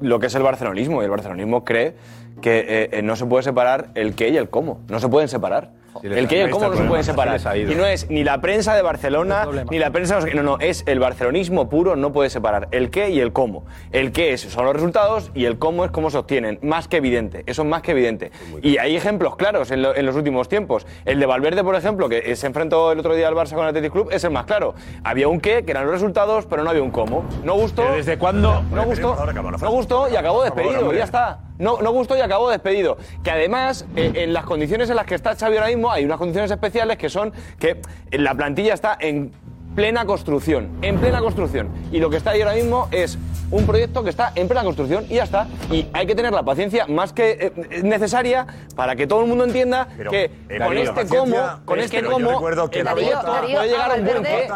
[SPEAKER 19] lo que es el barcelonismo, y el barcelonismo cree que eh, eh, no se puede separar el qué y el cómo, no se pueden separar.
[SPEAKER 6] les-
[SPEAKER 19] el qué y el
[SPEAKER 6] ahí
[SPEAKER 19] cómo
[SPEAKER 6] está
[SPEAKER 19] no
[SPEAKER 6] el
[SPEAKER 19] se pueden
[SPEAKER 6] problema, así
[SPEAKER 19] separar.
[SPEAKER 6] les ha ido.
[SPEAKER 19] Y no es ni la prensa de Barcelona, ni la prensa. No, no, es el barcelonismo puro, no puede separar el qué y el cómo. El qué es, son los resultados y el cómo es cómo se obtienen. Más que evidente, eso es más que evidente. Y hay ejemplos claros en, lo- en los últimos tiempos. El de Valverde, por ejemplo, que eh, se enfrentó el otro día al Barça con el Athletic Club, es el más claro. Había un qué, que eran los resultados, pero no había un cómo. No gustó. ¿Desde cuándo? No gustó. No gustó y acabó despedido,
[SPEAKER 9] hombre.
[SPEAKER 19] y ya está. No, no gustó y acabó despedido. Que además, eh, en las condiciones en las que está Xavi ahora mismo, hay unas condiciones especiales que son que la plantilla está en plena construcción, en plena construcción. Y lo que está ahí ahora mismo es un proyecto que está en plena construcción y ya está. Y hay que tener la paciencia más que eh, necesaria para que todo el mundo entienda que
[SPEAKER 9] eh, Darío,
[SPEAKER 19] con este
[SPEAKER 9] paciencia,
[SPEAKER 19] cómo,
[SPEAKER 9] pero
[SPEAKER 19] con
[SPEAKER 9] es
[SPEAKER 19] este
[SPEAKER 9] que yo
[SPEAKER 19] cómo,
[SPEAKER 9] recuerdo que
[SPEAKER 19] el
[SPEAKER 9] la
[SPEAKER 19] proyecto
[SPEAKER 9] Porta-
[SPEAKER 19] puede llegar a un buen
[SPEAKER 4] Valverde-
[SPEAKER 19] qué.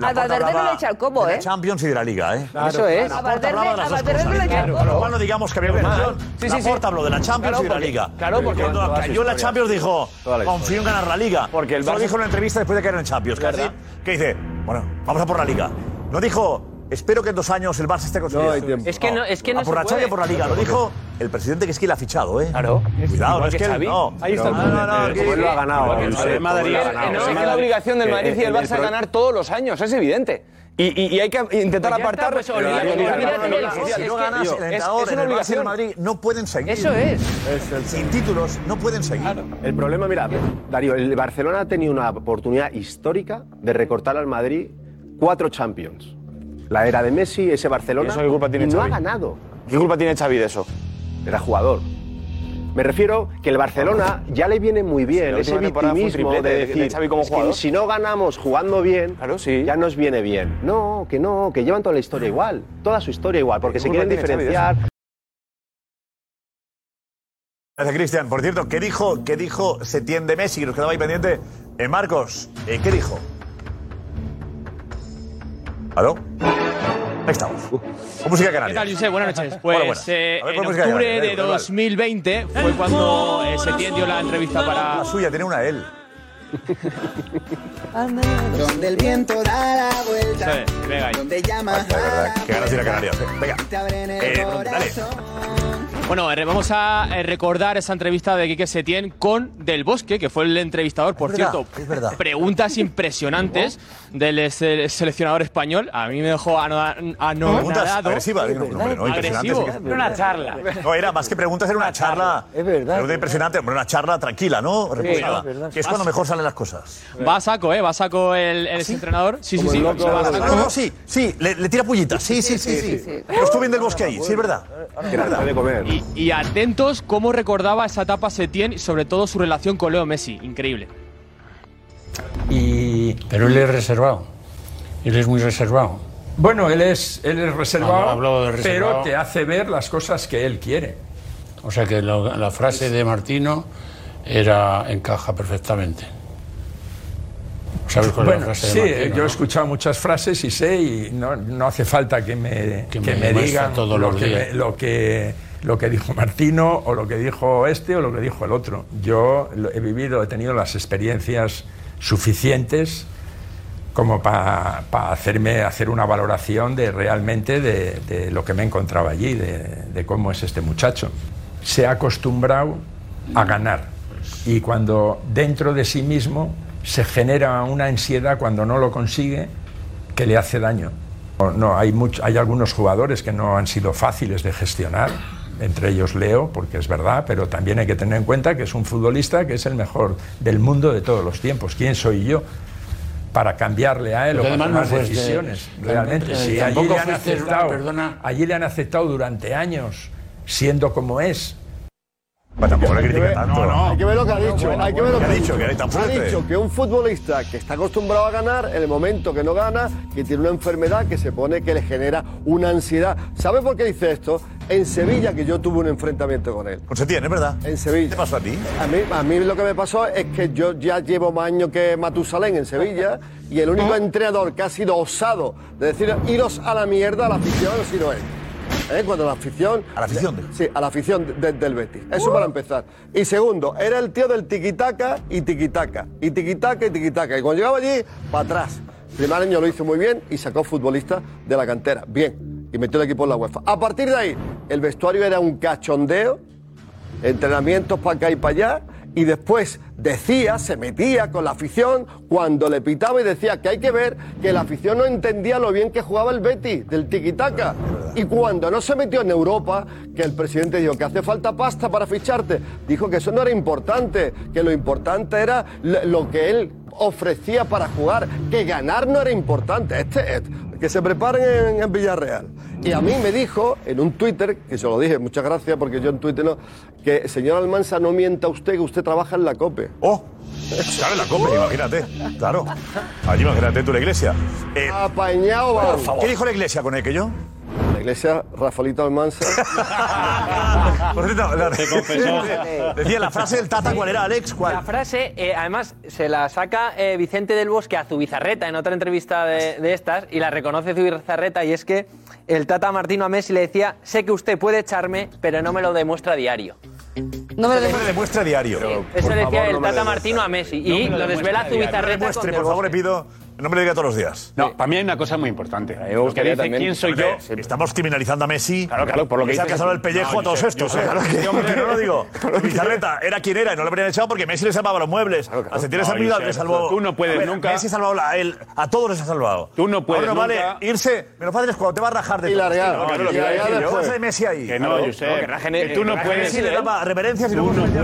[SPEAKER 9] La
[SPEAKER 4] a
[SPEAKER 9] Porta
[SPEAKER 4] Valverde no
[SPEAKER 9] hablaba
[SPEAKER 4] le echa el cómo,
[SPEAKER 9] de
[SPEAKER 4] ¿eh?
[SPEAKER 9] La Champions y de la Liga, ¿eh?
[SPEAKER 19] Claro. Eso es.
[SPEAKER 9] La
[SPEAKER 4] A
[SPEAKER 9] Porta
[SPEAKER 4] Valverde-
[SPEAKER 9] hablaba de
[SPEAKER 4] a
[SPEAKER 9] las dos
[SPEAKER 4] Valverde
[SPEAKER 9] cosas.
[SPEAKER 4] no le echa el
[SPEAKER 9] Con lo
[SPEAKER 4] cómo.
[SPEAKER 9] cual no digamos que había
[SPEAKER 4] Normal.
[SPEAKER 9] confusión.
[SPEAKER 4] Sí,
[SPEAKER 9] la
[SPEAKER 4] sí, sí.
[SPEAKER 9] Porta habló de la Champions
[SPEAKER 4] Claro,
[SPEAKER 9] y de la
[SPEAKER 4] porque-
[SPEAKER 9] Liga.
[SPEAKER 4] claro, porque-
[SPEAKER 9] Cuando cayó
[SPEAKER 4] Todas sus
[SPEAKER 9] la
[SPEAKER 4] historias.
[SPEAKER 9] Champions dijo,
[SPEAKER 4] Toda la
[SPEAKER 9] confío en ganar la Liga.
[SPEAKER 4] Porque el
[SPEAKER 9] Eso lo
[SPEAKER 4] Barça-
[SPEAKER 9] dijo en la entrevista después de caer en Champions. Que
[SPEAKER 4] ¿Verdad?
[SPEAKER 9] dice- que dice, bueno, vamos a por la Liga. No dijo... Espero que en dos años el Barça esté consolidado.
[SPEAKER 4] hay tiempo. Es que no- es que no
[SPEAKER 9] A por
[SPEAKER 4] se
[SPEAKER 9] la Champions y
[SPEAKER 4] puede.
[SPEAKER 9] por la Liga. Lo dijo el presidente que es quien la ha fichado, ¿eh? Claro. Cuidado, no
[SPEAKER 19] Igual
[SPEAKER 9] es
[SPEAKER 19] que
[SPEAKER 9] que él,
[SPEAKER 19] Xavi.
[SPEAKER 9] no.
[SPEAKER 19] Ahí está el
[SPEAKER 9] Ah, No, no, no.
[SPEAKER 19] problema.
[SPEAKER 9] aquí-
[SPEAKER 19] Como él lo ha ganado,
[SPEAKER 9] Igual que
[SPEAKER 19] el Madrid.
[SPEAKER 9] el Madrid.
[SPEAKER 19] Como él lo ha
[SPEAKER 9] Madrid.
[SPEAKER 19] ganado. Es que la obligación del Madrid y el Barça de ganar todos los años, es evidente. Y, y- y hay que intentar
[SPEAKER 9] Pues ya
[SPEAKER 19] apartar.
[SPEAKER 9] está, pues
[SPEAKER 19] Olvídate,
[SPEAKER 9] olvídate, olvídate
[SPEAKER 19] olvídate,
[SPEAKER 9] del
[SPEAKER 19] no,
[SPEAKER 9] fútbol.
[SPEAKER 19] es
[SPEAKER 9] Si no
[SPEAKER 19] que,
[SPEAKER 9] ganas
[SPEAKER 19] tío,
[SPEAKER 9] el
[SPEAKER 19] es-
[SPEAKER 9] entrenador
[SPEAKER 19] es una
[SPEAKER 9] en el Barça y en el
[SPEAKER 19] obligación.
[SPEAKER 9] Madrid no pueden seguir.
[SPEAKER 19] Eso es.
[SPEAKER 9] Sin títulos no pueden seguir.
[SPEAKER 6] El problema, mira, Darío, el Barcelona ha tenido una oportunidad histórica de recortar al Madrid cuatro Champions. La era de Messi, ese Barcelona.
[SPEAKER 19] ¿Y eso qué culpa tiene
[SPEAKER 6] y no
[SPEAKER 19] Xavi?
[SPEAKER 6] ha ganado.
[SPEAKER 19] ¿Qué culpa tiene Xavi de eso?
[SPEAKER 6] Era jugador. Me refiero que el Barcelona ya le viene muy
[SPEAKER 19] Sí,
[SPEAKER 6] bien
[SPEAKER 19] la
[SPEAKER 6] ese
[SPEAKER 19] última temporada fue un
[SPEAKER 6] victimismo de,
[SPEAKER 19] triplete de- de
[SPEAKER 6] decir
[SPEAKER 19] Xavi como
[SPEAKER 6] "Es que
[SPEAKER 19] jugador".
[SPEAKER 6] si no ganamos jugando bien, ya nos viene bien. No, que no, que llevan toda la historia igual, toda su historia igual, porque
[SPEAKER 9] ¿Qué
[SPEAKER 6] se
[SPEAKER 9] culpa
[SPEAKER 6] quieren
[SPEAKER 9] tiene Xavi de eso?
[SPEAKER 6] diferenciar,
[SPEAKER 9] Gracias, Cristian. Por cierto, ¿qué dijo, qué dijo Setién de Messi? Nos quedaba ahí pendiente. Eh, Marcos, eh, ¿qué dijo? ¿Aló? Ahí estamos. Con música
[SPEAKER 21] ¿Qué
[SPEAKER 9] canaria.
[SPEAKER 21] tal, Josep? Buenas noches. Pues
[SPEAKER 9] Hola, buenas.
[SPEAKER 21] eh,
[SPEAKER 9] A ver,
[SPEAKER 21] en
[SPEAKER 9] ¿cómo se llama?
[SPEAKER 21] octubre
[SPEAKER 9] Da
[SPEAKER 21] de
[SPEAKER 9] igual.
[SPEAKER 21] 2020 fue cuando eh, Setién dio la entrevista para... La
[SPEAKER 9] suya, tiene una él.
[SPEAKER 16] Donde el viento da la vuelta. Donde llama
[SPEAKER 9] Qué ganas de ir a Canarias. eh. Venga. Eh, dale.
[SPEAKER 21] Bueno, eh, vamos a eh, recordar esa entrevista de Quique Setién con Del Bosque, que fue el entrevistador, por
[SPEAKER 9] verdad,
[SPEAKER 21] cierto.
[SPEAKER 9] es verdad.
[SPEAKER 21] Preguntas impresionantes del eh, se- seleccionador español. A mí me dejó ano-
[SPEAKER 9] Preguntas
[SPEAKER 21] anonadado.
[SPEAKER 9] agresivas. No, hombre, no, impresionante,
[SPEAKER 21] Agresivo.
[SPEAKER 9] sí que- No, era más que preguntas, era una charla. Es verdad. Era una impresionante, hombre, una charla tranquila, ¿no?
[SPEAKER 21] Sí,
[SPEAKER 9] Reposada.
[SPEAKER 21] es verdad.
[SPEAKER 9] que es cuando mejor salen las cosas.
[SPEAKER 21] Va a saco, ¿eh? Va a saco el, el entrenador. Sí, sí,
[SPEAKER 9] ¿Ah, Como
[SPEAKER 21] sí.
[SPEAKER 9] el loco
[SPEAKER 21] va a
[SPEAKER 9] de
[SPEAKER 21] saco.
[SPEAKER 9] la- No, no, sí, sí, le, le tira pullitas. Sí, sí, sí. sí, Lo estuve viendo el bosque ahí, sí, es verdad. Es verdad.
[SPEAKER 21] Y, y atentos cómo recordaba esa etapa Setién y sobre todo su relación con Leo Messi. Increíble.
[SPEAKER 23] Y, pero él es reservado. Él es muy reservado.
[SPEAKER 24] Bueno, él es, él es reservado,
[SPEAKER 23] Cuando hablo de reservado-
[SPEAKER 24] pero te hace ver las cosas que él quiere.
[SPEAKER 23] O sea que lo- la frase de Martino era encaja perfectamente. ¿Sabes cuál es
[SPEAKER 24] Bueno,
[SPEAKER 23] la frase
[SPEAKER 24] sí,
[SPEAKER 23] de Martino?
[SPEAKER 24] yo he escuchado muchas frases y sé, y no, no hace falta que me, que
[SPEAKER 23] me
[SPEAKER 24] me
[SPEAKER 23] muestre
[SPEAKER 24] digan
[SPEAKER 23] todos
[SPEAKER 24] lo,
[SPEAKER 23] los
[SPEAKER 24] que
[SPEAKER 23] días.
[SPEAKER 24] me- lo, que, lo que dijo Martino, o lo que dijo este, o lo que dijo el otro. Yo lo he vivido, he tenido las experiencias suficientes como para hacerme hacer una valoración de realmente de, de lo que me encontraba allí, de, de cómo es este muchacho. Se ha acostumbrado a ganar y cuando dentro de sí mismo se genera una ansiedad cuando no lo consigue que le hace daño. No, no, hay, much- hay algunos jugadores que no han sido fáciles de gestionar, entre ellos Leo, porque es verdad, pero también hay que tener en cuenta que es un futbolista que es el mejor del mundo de todos los tiempos. ¿Quién soy yo? para cambiarle a él
[SPEAKER 23] Porque
[SPEAKER 24] o para
[SPEAKER 23] además no
[SPEAKER 24] tomar
[SPEAKER 23] fuiste-
[SPEAKER 24] decisiones.
[SPEAKER 23] tam-
[SPEAKER 24] realmente,
[SPEAKER 23] eh,
[SPEAKER 24] sí, allí
[SPEAKER 23] tampoco
[SPEAKER 24] le, han
[SPEAKER 23] fuiste-
[SPEAKER 24] aceptado,
[SPEAKER 23] perdona.
[SPEAKER 24] allí le han aceptado durante años siendo como es.
[SPEAKER 9] tampoco le critiquen tanto.
[SPEAKER 11] Hay que ver lo que ha
[SPEAKER 9] Bueno,
[SPEAKER 11] dicho.
[SPEAKER 9] bueno,
[SPEAKER 11] hay que ver lo
[SPEAKER 9] bueno.
[SPEAKER 11] que
[SPEAKER 9] ¿Qué ha dicho? ¿Que era tan fuerte?
[SPEAKER 11] Ha dicho que un futbolista que está acostumbrado a ganar, en el momento que no gana, que tiene una enfermedad que se pone que le genera una ansiedad. ¿Sabe por qué dice esto? En Sevilla, que yo tuve un enfrentamiento con él.
[SPEAKER 9] Con Setién, Pues ¿es verdad?
[SPEAKER 11] En Sevilla. ¿Qué
[SPEAKER 9] pasó a ti?
[SPEAKER 11] A mí, a mí lo que me pasó es que yo ya llevo más años que Matusalén en Sevilla y el único entrenador que ha sido osado de decir iros a la mierda a la afición ha sido él. ¿eh? Cuando la afición. ¿A la afición? sí, a la afición de- del Betis. Eso para empezar. Y segundo, era el tío del tiquitaca y tiquitaca. Y tiquitaca y tiquitaca. Y cuando llegaba allí, para atrás. Primer año lo hizo muy bien y sacó futbolista de la cantera. Bien. Y metió el equipo en la UEFA. A partir de ahí, el vestuario era un cachondeo entrenamientos para acá y para allá, y después decía, se metía con la afición cuando le pitaba y decía que hay que ver que la afición no entendía lo bien que jugaba el Betis del tiquitaca. Y cuando no se metió en Europa, que el presidente dijo que hace falta pasta para ficharte, dijo que eso no era importante, que lo importante era l- lo que él ofrecía para jugar, que ganar no era importante. Este, este- que se preparen en, en Villarreal. Y a mí me dijo en un Twitter, que se lo dije, muchas gracias porque yo en Twitter no, que señor Almansa no mienta usted que usted trabaja en la COPE.
[SPEAKER 9] ¡Oh! Claro, en la copa, imagínate. Claro. Allí imagínate tú la iglesia. Eh,
[SPEAKER 11] Apañado,
[SPEAKER 9] por
[SPEAKER 11] vamos.
[SPEAKER 9] favor. ¿Qué dijo la iglesia con aquello?
[SPEAKER 11] La iglesia Rafaelito Almansa.
[SPEAKER 9] Por cierto, la-
[SPEAKER 11] Se confesó.
[SPEAKER 9] Decía la frase del Tata, ¿cuál era, Alex? ¿Cuál?
[SPEAKER 14] La frase, eh, además, se la saca eh, Vicente del Bosque a Zubizarreta en otra entrevista de, de estas y la reconoce Zubizarreta y es que el Tata Martino a Messi le decía, sé que usted puede echarme, pero no me lo demuestra a diario.
[SPEAKER 9] No me lo demuestra diario.
[SPEAKER 14] Eso le decía el Tata Martino a Messi y lo desvela
[SPEAKER 9] No me
[SPEAKER 14] Zubizarreta con
[SPEAKER 9] demuestre,
[SPEAKER 14] Del
[SPEAKER 9] por
[SPEAKER 14] Bosque.
[SPEAKER 9] favor, le pido. No me lo diga todos los días.
[SPEAKER 12] No, para mí hay una cosa muy importante. Lo que
[SPEAKER 9] gustaría
[SPEAKER 12] dice
[SPEAKER 9] también-
[SPEAKER 12] quién soy yo.
[SPEAKER 9] Hombre, Estamos criminalizando a Messi.
[SPEAKER 12] Claro, claro, por lo que
[SPEAKER 9] Se ha
[SPEAKER 12] dices-
[SPEAKER 9] casado el pellejo
[SPEAKER 12] No,
[SPEAKER 9] a todos
[SPEAKER 12] yo sé,
[SPEAKER 9] estos.
[SPEAKER 12] yo
[SPEAKER 9] ¿eh?
[SPEAKER 12] sé.
[SPEAKER 9] Claro que-
[SPEAKER 12] Sí, hombre.
[SPEAKER 9] no lo digo. Bizarreta era quien era y no lo habrían echado porque Messi le salvaba los muebles. A Setién le
[SPEAKER 12] No,
[SPEAKER 9] salvó
[SPEAKER 12] Josep,
[SPEAKER 9] le salvó.
[SPEAKER 12] tú no puedes
[SPEAKER 9] A
[SPEAKER 12] nunca-
[SPEAKER 9] Messi ha salvado la- a él. A todos les ha salvado.
[SPEAKER 12] Tú no puedes
[SPEAKER 9] Ahora vale
[SPEAKER 12] nunca-
[SPEAKER 9] irse. Me lo fácil es cuando te vas a rajar de
[SPEAKER 12] Y
[SPEAKER 9] todo.
[SPEAKER 12] largar.
[SPEAKER 9] Sí, no, claro,
[SPEAKER 12] Y
[SPEAKER 9] lo que iba a
[SPEAKER 12] largar
[SPEAKER 9] decir yo.
[SPEAKER 12] después.
[SPEAKER 9] Pasa de Messi ahí.
[SPEAKER 12] Que no,
[SPEAKER 9] Claro.
[SPEAKER 12] Josep.
[SPEAKER 9] que rajen-
[SPEAKER 12] Que tú no
[SPEAKER 9] rajen
[SPEAKER 12] puedes,
[SPEAKER 9] Messi le
[SPEAKER 12] ¿eh?
[SPEAKER 9] daba reverencias y luego
[SPEAKER 12] no puedes.
[SPEAKER 9] Tú no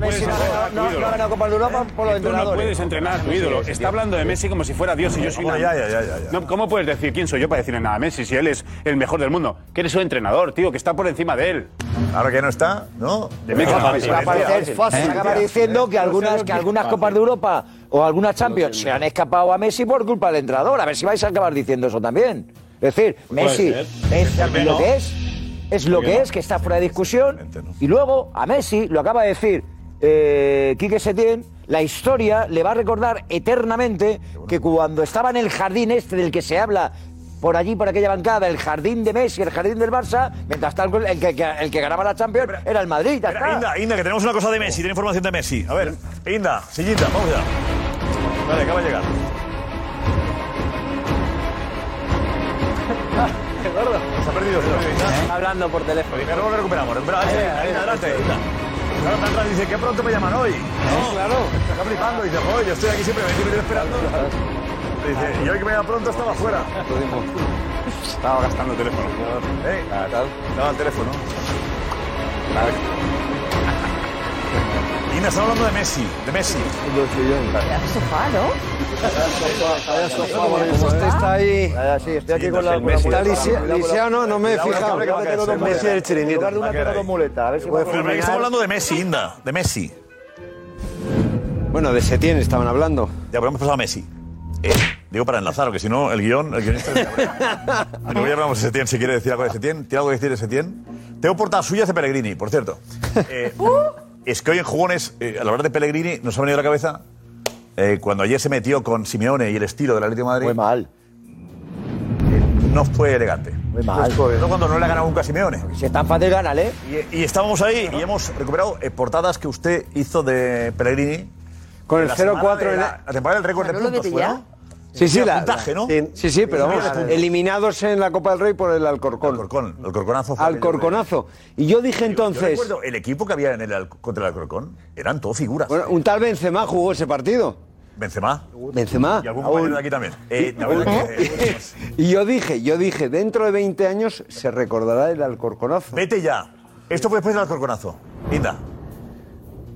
[SPEAKER 9] puedes.
[SPEAKER 12] no, no ha ganado
[SPEAKER 7] Copa de Europa por
[SPEAKER 12] Tú no puedes entrenar a tu ídolo. Está hablando de Messi como si fuera Dios y yo soy
[SPEAKER 9] Bueno,
[SPEAKER 12] nada.
[SPEAKER 9] Ah, ya, ya, ya, ya.
[SPEAKER 12] No, ¿Cómo puedes decir quién soy yo para decirle nada a Messi si él es el mejor del mundo? Que eres su entrenador, tío, que está por encima de él.
[SPEAKER 9] Ahora que no está, ¿no?
[SPEAKER 12] De Messi.
[SPEAKER 7] Va a
[SPEAKER 12] Messi.
[SPEAKER 7] aparecer- va a aparecer-
[SPEAKER 12] Messi.
[SPEAKER 7] va a acabar diciendo que algunas, que algunas Copas de Europa o algunas Champions se han escapado a Messi por culpa del entrenador. A ver si vais a acabar diciendo eso también. Es decir,
[SPEAKER 25] Puede
[SPEAKER 7] Messi
[SPEAKER 25] ser.
[SPEAKER 7] es
[SPEAKER 25] ¿Por qué
[SPEAKER 7] lo
[SPEAKER 25] no?
[SPEAKER 7] que es, es lo
[SPEAKER 25] ¿Por qué
[SPEAKER 7] que
[SPEAKER 25] no?
[SPEAKER 7] es, que está fuera de discusión. Y luego a Messi, lo acaba de decir eh, Quique Setién, la historia le va a recordar eternamente que cuando estaba en el jardín este del que se habla por allí, por aquella bancada, el jardín de Messi, el jardín del Barça, mientras tanto el que, que- el que ganaba la Champions era el Madrid. ya está.
[SPEAKER 25] Ah.
[SPEAKER 9] Inda, Inda, que tenemos una cosa de
[SPEAKER 25] Oh.
[SPEAKER 9] Messi, tiene información de Messi. A ver, Inda, sillita, vamos ya. Vale, acaba de llegar. Se ha perdido, se ha perdido.
[SPEAKER 14] ¿Eh? Hablando por teléfono.
[SPEAKER 9] Pero luego recuperamos, recuperamos. Ahí, ahí, adelante, Inda. Claro, Fran Fran dice, qué pronto me llaman hoy. No, claro. Se está flipando, dice, joder, yo estoy aquí siempre, me estoy esperando. Dice, y hoy que me llama pronto estaba fuera.
[SPEAKER 12] Estaba gastando teléfono.
[SPEAKER 9] Eh,
[SPEAKER 25] Ah,
[SPEAKER 9] estaba el teléfono. Inda, estamos hablando de Messi, de Messi.
[SPEAKER 4] sofá, ¿no?
[SPEAKER 25] Como usted está ahí.
[SPEAKER 7] estoy
[SPEAKER 25] aquí con la- con la Está muleta. lisia- Cuidado, lisiado, no, no me he cuidado, fijado. cuidado, que tengo dos muletas.
[SPEAKER 9] Messi del chiringuito.
[SPEAKER 25] En lugar de una,
[SPEAKER 9] Va a quedar
[SPEAKER 25] tengo dos
[SPEAKER 9] ahí.
[SPEAKER 25] muletas. A ver si puedo
[SPEAKER 9] Pero
[SPEAKER 25] fulminar.
[SPEAKER 9] estamos hablando de Messi, Inda, de Messi.
[SPEAKER 25] Bueno, de Setién estaban hablando.
[SPEAKER 9] Ya, pero hemos pasado a Messi. Eh, digo para enlazar, que si no, el guión. El guionista se abre. Pero voy a hablar de Setién, si quiere decir algo de Setién. ¿Tiene algo que decir de Setién? Tengo portadas suyas de Pellegrini, por cierto. Eh, es que hoy en Jugones, eh, al hablar de Pellegrini, nos ha venido a la cabeza eh, cuando ayer se metió con Simeone y el estilo del Atlético de Madrid. Muy
[SPEAKER 7] mal.
[SPEAKER 9] no fue elegante. Muy
[SPEAKER 7] mal.
[SPEAKER 9] No cuando no le ha ganado nunca a Simeone.
[SPEAKER 7] Si es tan fácil, ¿eh? gánale.
[SPEAKER 9] Y, y estábamos ahí y hemos recuperado eh, portadas que usted hizo de Pellegrini.
[SPEAKER 25] Con el
[SPEAKER 9] La semana
[SPEAKER 25] 0-4
[SPEAKER 9] de
[SPEAKER 25] en
[SPEAKER 9] La, la temporada del récord de
[SPEAKER 25] ¿Habló de
[SPEAKER 9] puntos, ¿fue,
[SPEAKER 25] Villa?
[SPEAKER 9] no?
[SPEAKER 25] Sí, sí,
[SPEAKER 9] Era
[SPEAKER 25] la,
[SPEAKER 9] puntaje, ¿no?
[SPEAKER 25] sí, sí, sí, pero vamos,
[SPEAKER 9] Era puntaje.
[SPEAKER 25] eliminados en la Copa del Rey por el Alcorcón.
[SPEAKER 9] Alcorcón, Alcorconazo.
[SPEAKER 25] Al Corconazo. Y yo dije
[SPEAKER 9] Yo
[SPEAKER 25] entonces,
[SPEAKER 9] recuerdo el equipo que había en el, Al- contra el Alcorcón eran todo figuras.
[SPEAKER 25] bueno, un tal Benzema jugó ese partido.
[SPEAKER 9] Benzema.
[SPEAKER 25] Benzema.
[SPEAKER 9] Y algún
[SPEAKER 25] aún.
[SPEAKER 9] compañero de aquí también. Eh, la verdad que-
[SPEAKER 25] Y yo dije, yo dije, dentro de 20 años se recordará el Alcorconazo.
[SPEAKER 9] Vete ya. Esto fue después del Alcorconazo. Linda.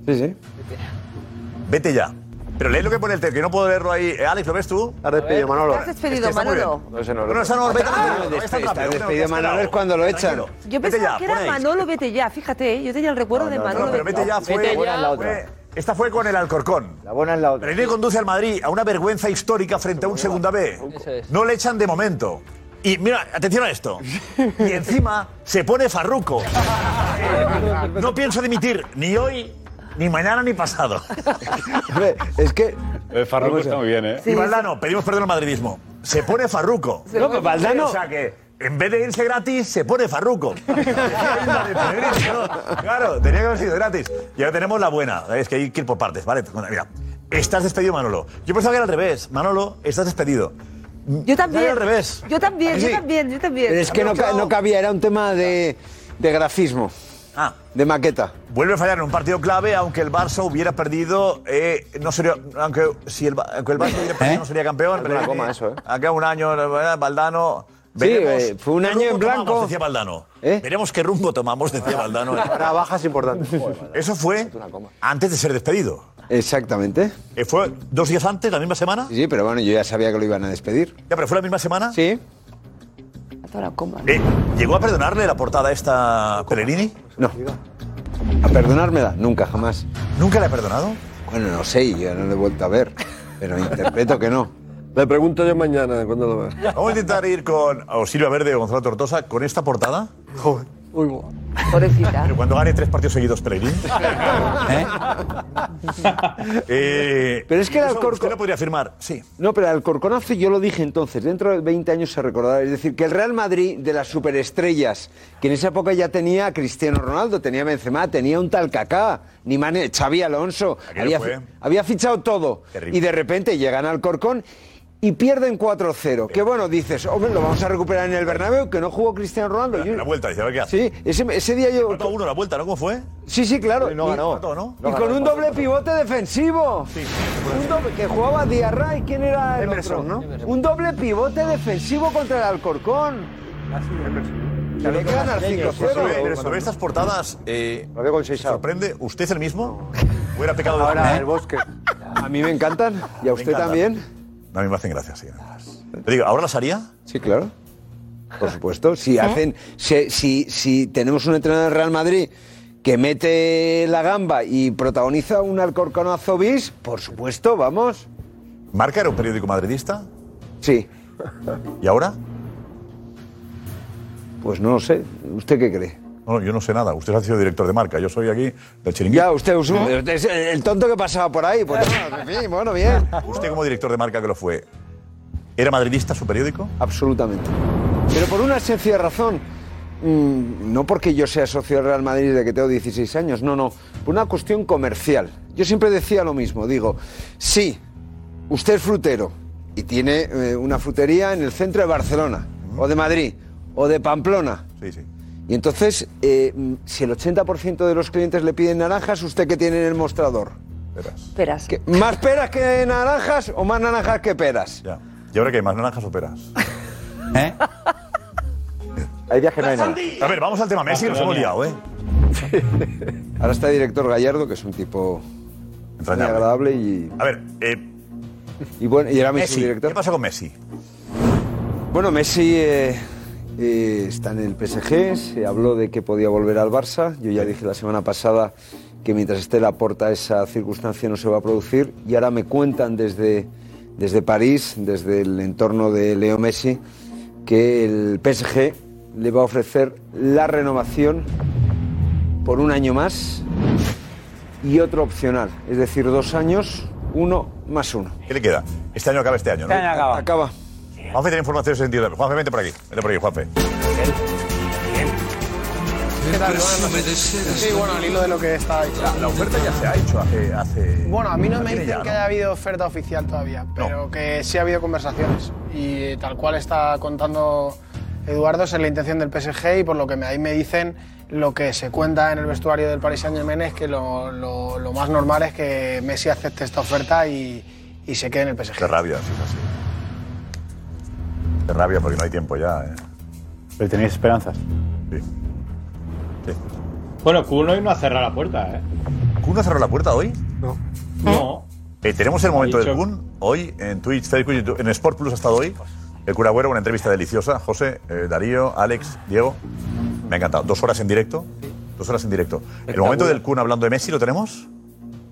[SPEAKER 25] Sí, sí.
[SPEAKER 9] Vete ya. Pero lee lo que pone el texto, que no puedo leerlo ahí. Eh, Alex, ¿lo ves tú? Has
[SPEAKER 3] despedido, Manolo.
[SPEAKER 4] ¿Te has despedido, Manolo?
[SPEAKER 9] No, ese no lo No, esa no, vete
[SPEAKER 25] Ah,
[SPEAKER 9] rápido, esta es
[SPEAKER 25] está
[SPEAKER 9] rápido, tengo que
[SPEAKER 25] despedido
[SPEAKER 9] hacer
[SPEAKER 25] Manolo es
[SPEAKER 9] algo.
[SPEAKER 25] cuando lo echan.
[SPEAKER 9] Tranquilo.
[SPEAKER 4] Yo
[SPEAKER 9] Vete
[SPEAKER 4] pensaba
[SPEAKER 9] ya,
[SPEAKER 4] que era
[SPEAKER 9] pon ahí.
[SPEAKER 4] Manolo, vete ya, fíjate, ¿eh? yo tenía el recuerdo de Manolo.
[SPEAKER 9] No, pero vete ya, fue. fue- Esta fue con el Alcorcón. La buena es la otra. René conduce al Madrid a una vergüenza histórica frente a un segunda B.
[SPEAKER 14] Eso es.
[SPEAKER 9] No le echan de momento. Y mira, atención a esto. Y encima se pone farruco. No pienso dimitir ni hoy, ni mañana, ni pasado.
[SPEAKER 25] es que.
[SPEAKER 9] Farruco
[SPEAKER 25] está muy
[SPEAKER 9] bien,
[SPEAKER 25] ¿eh?
[SPEAKER 9] Y Valdano, pedimos perdón al madridismo. Se pone farruco.
[SPEAKER 25] No, pero Valdano-
[SPEAKER 9] O sea que. En vez de irse gratis, se pone farruco. Claro, tenía que haber sido gratis. Y ahora tenemos la buena. Es que hay que ir por partes, ¿vale? Mira, estás despedido, Manolo. Yo pensaba que era al revés. Manolo, estás despedido.
[SPEAKER 4] Yo también.
[SPEAKER 9] al revés.
[SPEAKER 4] Yo también, yo
[SPEAKER 9] Sí.
[SPEAKER 4] también, yo también.
[SPEAKER 25] Pero es que no, ca- no cabía, era un tema de, de grafismo.
[SPEAKER 9] Ah.
[SPEAKER 25] De maqueta.
[SPEAKER 9] Vuelve a fallar en un partido clave, aunque el Barça hubiera perdido, eh, no sería, aunque si el, Ba- aunque el Barça hubiera perdido no sería campeón. Pero
[SPEAKER 25] una ¿Eh? coma eso, ¿eh?
[SPEAKER 9] Acá un año, eh, Valdano.
[SPEAKER 25] Sí,
[SPEAKER 9] veremos
[SPEAKER 25] eh, fue un
[SPEAKER 9] qué
[SPEAKER 25] año en
[SPEAKER 9] rumbo tomamos,
[SPEAKER 25] blanco. ¿Eh?
[SPEAKER 9] decía Valdano. Veremos qué rumbo tomamos, decía Valdano. eh.
[SPEAKER 3] Ahora bajas importantes.
[SPEAKER 9] Eso fue antes de ser despedido.
[SPEAKER 25] Exactamente.
[SPEAKER 9] eh, ¿Fue dos días antes, la misma semana?
[SPEAKER 25] Sí, sí, pero bueno, yo ya sabía que lo iban a despedir.
[SPEAKER 9] Ya, pero fue la misma semana.
[SPEAKER 25] Sí.
[SPEAKER 9] Eh, ¿Llegó a perdonarle la portada esta Pellerini?
[SPEAKER 25] No. A perdonármela, nunca, jamás.
[SPEAKER 9] ¿Nunca le ha perdonado?
[SPEAKER 25] Bueno, no sé, yo no le he vuelto a ver, pero interpreto que no.
[SPEAKER 11] Le pregunto yo mañana cuando lo vea.
[SPEAKER 9] Vamos a intentar ir con o Silvia Verde o Gonzalo Tortosa con esta portada. Joder.
[SPEAKER 4] Pobrecita.
[SPEAKER 9] Pero cuando gane tres partidos seguidos Pellegrini. Eh,
[SPEAKER 25] Pero es que el
[SPEAKER 9] eso
[SPEAKER 25] Alcorcón-
[SPEAKER 9] Usted lo podría firmar, sí.
[SPEAKER 25] No, pero al Corconazo yo lo dije entonces, dentro de 20 años se recordará. Es decir, que el Real Madrid de las superestrellas, que en esa época ya tenía a Cristiano Ronaldo, tenía a Benzema, tenía un tal Kaká, ni Mane, Xavi Alonso,
[SPEAKER 9] Aquello
[SPEAKER 25] había,
[SPEAKER 9] fue-
[SPEAKER 25] había fichado todo.
[SPEAKER 9] Terrible.
[SPEAKER 25] Y de repente llegan al Corcón y pierden 4-0. Que bueno, dices, hombre, lo vamos a recuperar en el Bernabéu, que no jugó Cristiano Ronaldo. Yo-
[SPEAKER 9] La vuelta, dice, a ver qué hace.
[SPEAKER 25] Sí, ese, ese día yo...
[SPEAKER 9] Faltó uno la vuelta, ¿no? ¿Cómo fue?
[SPEAKER 25] Sí, sí, claro.
[SPEAKER 9] No
[SPEAKER 25] Y-
[SPEAKER 9] ganó. Faltó, ¿no?
[SPEAKER 25] Y
[SPEAKER 9] No
[SPEAKER 25] con
[SPEAKER 9] ganó,
[SPEAKER 25] un doble pivote defensivo. Un doble- que jugaba Diarra y quién era el
[SPEAKER 3] Emerson,
[SPEAKER 25] otro? Un doble pivote defensivo contra el Alcorcón. Se le quedan al 5-0.
[SPEAKER 9] Pero sobre estas portadas, eh, ¿se sorprende usted el mismo? ¿O era pecado de
[SPEAKER 25] Ahora
[SPEAKER 9] Juan?
[SPEAKER 25] el bosque. A mí me encantan y a
[SPEAKER 9] Me
[SPEAKER 25] usted
[SPEAKER 9] encantan.
[SPEAKER 25] también.
[SPEAKER 9] No, A mí me hacen gracia, sí. Te digo, ¿ahora las haría?
[SPEAKER 25] Sí, claro. Por supuesto. Si hacen, si, si, si tenemos un entrenador del Real Madrid que mete la gamba y protagoniza un alcorconazo bis, por supuesto, vamos.
[SPEAKER 9] ¿Marca era un periódico madridista?
[SPEAKER 25] Sí.
[SPEAKER 9] ¿Y ahora?
[SPEAKER 25] Pues no lo sé. ¿Usted qué cree?
[SPEAKER 9] No, yo no sé nada. Usted ha sido director de marca. Yo soy aquí del chiringuito.
[SPEAKER 25] Ya, usted, usted es el tonto que pasaba por ahí. Pues no, en fin, bueno, bien.
[SPEAKER 9] Usted como director de marca que lo fue, ¿era madridista su periódico?
[SPEAKER 25] Absolutamente. Pero por una sencilla razón. Mm, no porque yo sea socio del Real Madrid de que tengo 16 años, no, no. Por una cuestión comercial. Yo siempre decía lo mismo. Digo, sí, usted es frutero y tiene eh, una frutería en el centro de Barcelona, o de Madrid, o de Pamplona.
[SPEAKER 9] Sí, sí.
[SPEAKER 25] Y entonces, eh, mm, si el 80% de los clientes le piden naranjas, ¿usted qué tiene en el mostrador?
[SPEAKER 4] Peras.
[SPEAKER 25] ¿Qué- ¿Más peras que naranjas o más naranjas que peras?
[SPEAKER 9] Ya. ¿Y ahora qué? hay? ¿Más naranjas o peras?
[SPEAKER 25] Hay días que no hay nada.
[SPEAKER 9] A ver, vamos al tema Messi, nos hemos liado, ¿eh?
[SPEAKER 25] Ahora está el director Gallardo, que es un tipo muy agradable y.
[SPEAKER 9] A ver, eh,
[SPEAKER 25] y bueno, y era mi
[SPEAKER 9] Messi,
[SPEAKER 25] subdirector.
[SPEAKER 9] ¿Qué pasa con Messi?
[SPEAKER 25] Bueno, Messi eh, eh, está en el PSG, se habló de que podía volver al Barça. Yo ya dije la semana pasada que mientras esté la porta esa circunstancia no se va a producir y ahora me cuentan desde, desde París, desde el entorno de Leo Messi, que el PSG le va a ofrecer la renovación por un año más y otro opcional, es decir, dos años, uno más uno.
[SPEAKER 9] ¿Qué le queda? Este año acaba este año, ¿no?
[SPEAKER 25] Este año acaba. Acaba.
[SPEAKER 9] Juanfe tiene información en ese sentido. Juanfe, vente por aquí. Vente por aquí, Juanfe.
[SPEAKER 1] Sí, bueno, al hilo de lo que está dicho.
[SPEAKER 9] La oferta ya se ha hecho hace... hace-
[SPEAKER 1] Bueno, a mí no
[SPEAKER 9] la
[SPEAKER 1] me
[SPEAKER 9] tiene
[SPEAKER 1] dicen
[SPEAKER 9] ya,
[SPEAKER 1] que
[SPEAKER 9] ¿no?
[SPEAKER 1] haya habido oferta oficial todavía, pero que sí ha habido conversaciones. Y tal cual está contando Eduardo, esa es la intención del PSG y por lo que me- ahí me dicen, lo que se cuenta en el vestuario del Paris Saint-Germain es que lo, lo- lo más normal es que Messi acepte esta oferta y, y se quede en el PSG.
[SPEAKER 9] Qué rabia, sí, es así. Qué rabia porque no hay tiempo ya, ¿eh?
[SPEAKER 12] Pero tenéis esperanzas.
[SPEAKER 20] Bueno, Kuno hoy no ha cerrado la puerta, ¿eh?
[SPEAKER 9] ¿Kuno cerró la puerta hoy?
[SPEAKER 20] No.
[SPEAKER 9] Eh, tenemos el momento del Kun hoy en Twitch, Facebook, YouTube. En Sport Plus ha estado hoy el Kun Agüero, una entrevista deliciosa. José, eh, Darío, Alex, Diego. Me ha encantado. Dos horas en directo. Dos horas en directo. El momento del Kun hablando de Messi, ¿lo tenemos?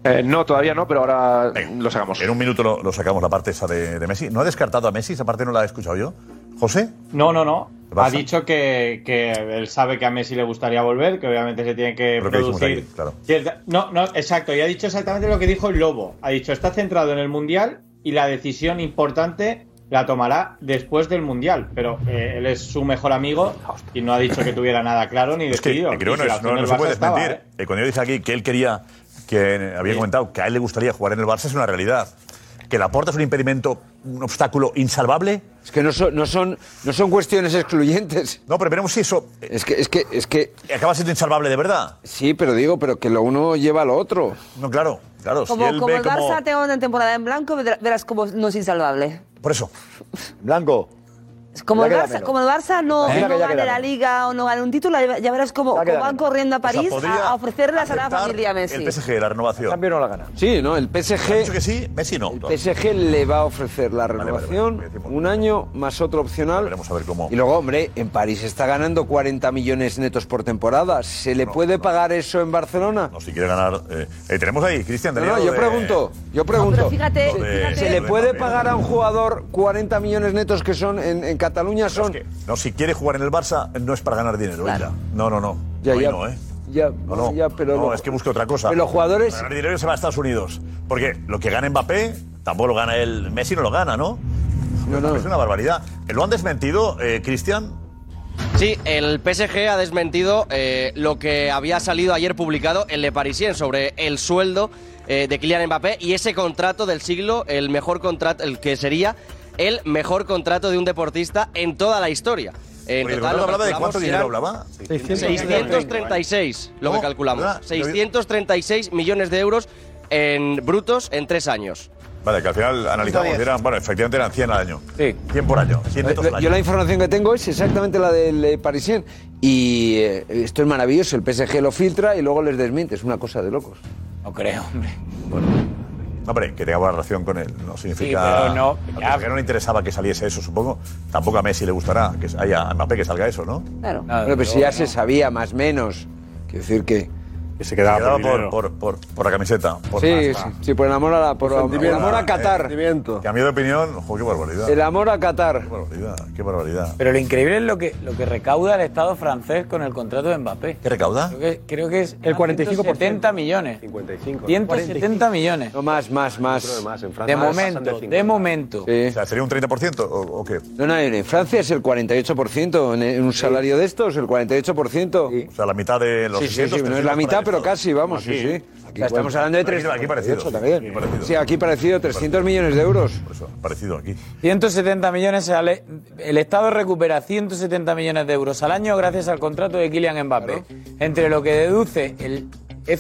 [SPEAKER 8] Eh, no, todavía no, pero ahora lo sacamos.
[SPEAKER 9] En un minuto lo, lo sacamos, la parte esa de, de Messi. ¿No ha descartado a Messi? Esa parte no la he escuchado yo. ¿José?
[SPEAKER 20] No, no, no.
[SPEAKER 9] ¿Qué
[SPEAKER 20] Ha
[SPEAKER 9] pasa?
[SPEAKER 20] dicho que, que él sabe que a Messi le gustaría volver, que obviamente se tiene que
[SPEAKER 9] Lo que dijimos
[SPEAKER 20] producir.
[SPEAKER 9] aquí, claro.
[SPEAKER 20] cierta- No, no, exacto. Y ha dicho exactamente lo que dijo el Lobo. Ha dicho, está centrado en el Mundial y la decisión importante la tomará después del Mundial. Pero eh, él es su mejor amigo y no ha dicho que tuviera nada claro ni
[SPEAKER 9] Es que,
[SPEAKER 20] decidido.
[SPEAKER 9] eh, creo
[SPEAKER 20] Y
[SPEAKER 9] que
[SPEAKER 20] su
[SPEAKER 9] no, es-
[SPEAKER 20] acción
[SPEAKER 9] no-
[SPEAKER 20] en
[SPEAKER 9] no
[SPEAKER 20] el
[SPEAKER 9] se
[SPEAKER 20] Barça
[SPEAKER 9] puede
[SPEAKER 20] estaba,
[SPEAKER 9] desmentir.
[SPEAKER 20] ¿eh?
[SPEAKER 9] Eh, Cuando yo dije aquí que él quería, que había comentado que a él le gustaría jugar en el Barça, es una realidad. Que la porta es un impedimento, un obstáculo insalvable.
[SPEAKER 25] Es que no son, no son, no son cuestiones excluyentes.
[SPEAKER 9] No, pero veremos si eso. eh,
[SPEAKER 25] Es que, es que, es que.
[SPEAKER 9] Acaba siendo insalvable de verdad.
[SPEAKER 25] Sí, pero digo, pero que lo uno lleva a lo otro.
[SPEAKER 9] No, claro, claro.
[SPEAKER 4] Como, como el Barça tenga una temporada en blanco, ver- verás como no es insalvable.
[SPEAKER 9] Por eso.
[SPEAKER 7] Blanco.
[SPEAKER 4] Como
[SPEAKER 7] Ya
[SPEAKER 4] el,
[SPEAKER 7] queda
[SPEAKER 4] Barça,
[SPEAKER 7] menos.
[SPEAKER 4] como el Barça no,
[SPEAKER 7] Ya
[SPEAKER 4] no
[SPEAKER 7] queda- ya
[SPEAKER 4] gane
[SPEAKER 7] queda
[SPEAKER 4] la
[SPEAKER 7] menos.
[SPEAKER 4] Liga o no gane un título, ya ya verás como,
[SPEAKER 7] queda
[SPEAKER 4] como van corriendo a
[SPEAKER 7] O sea,
[SPEAKER 4] París
[SPEAKER 7] podría
[SPEAKER 4] a, a ofrecerlas a la familia Messi.
[SPEAKER 9] El PSG, la renovación.
[SPEAKER 7] También no la gana.
[SPEAKER 25] Sí, no, el PSG.
[SPEAKER 9] ¿Ha dicho que sí? Messi no.
[SPEAKER 25] El PSG le va a ofrecer la renovación, un año más otro opcional.
[SPEAKER 9] Veremos a ver cómo.
[SPEAKER 25] Y luego, hombre, en París está ganando 40 millones netos por temporada. ¿Se le puede pagar eso en Barcelona?
[SPEAKER 9] No, si quiere ganar. eh, eh, tenemos ahí, Cristian. eh,
[SPEAKER 25] No,
[SPEAKER 9] tenía
[SPEAKER 25] no,
[SPEAKER 9] lo
[SPEAKER 25] yo
[SPEAKER 9] de-
[SPEAKER 25] pregunto, yo pregunto.
[SPEAKER 4] fíjate,
[SPEAKER 9] Lo de- fíjate.
[SPEAKER 25] ¿Se le puede pagar a un jugador 40 millones netos que son en, en Cataluña son?
[SPEAKER 9] No, si quiere jugar en el Barça, no es para ganar dinero.
[SPEAKER 25] Claro.
[SPEAKER 9] ya. No, no, no.
[SPEAKER 25] Ya,
[SPEAKER 9] Hoy
[SPEAKER 25] ya.
[SPEAKER 9] no, ¿eh?
[SPEAKER 25] Ya,
[SPEAKER 9] No, no,
[SPEAKER 25] ya, pero
[SPEAKER 9] no,
[SPEAKER 25] lo-
[SPEAKER 9] es que busque otra cosa.
[SPEAKER 25] pero los jugadores-
[SPEAKER 9] Para ganar dinero se va a Estados Unidos. Porque lo que gana Mbappé, tampoco lo gana él. Messi no lo gana, ¿no? Es una barbaridad. ¿Lo han desmentido, eh, Cristian?
[SPEAKER 26] Sí, el PSG ha desmentido eh, lo que había salido ayer publicado en Le Parisien sobre el sueldo eh, de Kylian Mbappé y ese contrato del siglo, el mejor contrato, el que sería el mejor contrato de un deportista en toda la historia. En
[SPEAKER 9] Oye, el
[SPEAKER 26] total,
[SPEAKER 9] contrato
[SPEAKER 26] lo
[SPEAKER 9] hablaba de
[SPEAKER 26] calculamos
[SPEAKER 9] cuánto
[SPEAKER 26] y
[SPEAKER 9] dinero
[SPEAKER 26] eran
[SPEAKER 9] hablaba.
[SPEAKER 26] 636, lo que
[SPEAKER 9] ¿Cómo? Ah,
[SPEAKER 26] calculamos.
[SPEAKER 9] ¿Verdad?
[SPEAKER 26] 636 millones de euros en brutos en tres años.
[SPEAKER 9] Vale, que al final analizamos. Eran, bueno, efectivamente eran 100 al año. Sí. 100 por año. 100 netos al
[SPEAKER 25] Eh, Yo-
[SPEAKER 9] año.
[SPEAKER 25] Yo la información que tengo es exactamente la del eh, Parisien. Y eh, esto es maravilloso, el PSG lo filtra y luego les desmiente, es una cosa de locos.
[SPEAKER 13] No creo, hombre.
[SPEAKER 9] No, hombre, que tenga buena relación con él no significa.
[SPEAKER 13] Sí, pero no,
[SPEAKER 9] Al PSG no le interesaba que saliese eso, supongo. Tampoco a Messi le gustará que haya a Mbappé que salga eso, ¿no?
[SPEAKER 4] Claro.
[SPEAKER 25] Bueno, pero si ya se sabía, más menos. Quiero decir que.
[SPEAKER 9] Que se
[SPEAKER 25] quedaba por
[SPEAKER 9] por,
[SPEAKER 25] dinero.
[SPEAKER 9] por, por, por la camiseta. Por
[SPEAKER 25] sí, sí, sí, por el amor a, la- por, por el amor a Qatar.
[SPEAKER 9] Cambio de opinión, ojo, qué barbaridad.
[SPEAKER 25] El amor a Qatar.
[SPEAKER 9] Qué barbaridad, Ah, qué barbaridad.
[SPEAKER 13] Pero lo increíble es lo que, lo que recauda el Estado francés con el contrato de Mbappé.
[SPEAKER 9] ¿Qué recauda?
[SPEAKER 13] Creo que, creo que es
[SPEAKER 5] El 45%.
[SPEAKER 13] 70 millones.
[SPEAKER 6] 55.
[SPEAKER 13] 170 millones.
[SPEAKER 25] No más, más, más.
[SPEAKER 13] De momento, de momento.
[SPEAKER 9] O sea, ¿sería un 30% o, o qué?
[SPEAKER 25] No, no, en Francia es el 48%. En- En un salario de estos, el 48%.
[SPEAKER 9] O sea, la mitad de los
[SPEAKER 25] Sí, sí,
[SPEAKER 9] 600,
[SPEAKER 25] sí, no es la
[SPEAKER 9] 300
[SPEAKER 25] mitad,
[SPEAKER 9] para
[SPEAKER 25] pero
[SPEAKER 9] esto.
[SPEAKER 25] casi, vamos, sí,
[SPEAKER 9] Aquí.
[SPEAKER 25] sí. O sea, estamos hablando de
[SPEAKER 9] Aquí,
[SPEAKER 25] 300.
[SPEAKER 9] Aquí parecido.
[SPEAKER 25] también. Sí, aquí parecido 300 millones de euros.
[SPEAKER 9] Por eso, parecido aquí.
[SPEAKER 13] 170 millones sale. El Estado recupera 170 millones de euros al año gracias al contrato de Kylian Mbappé. Entre lo que deduce el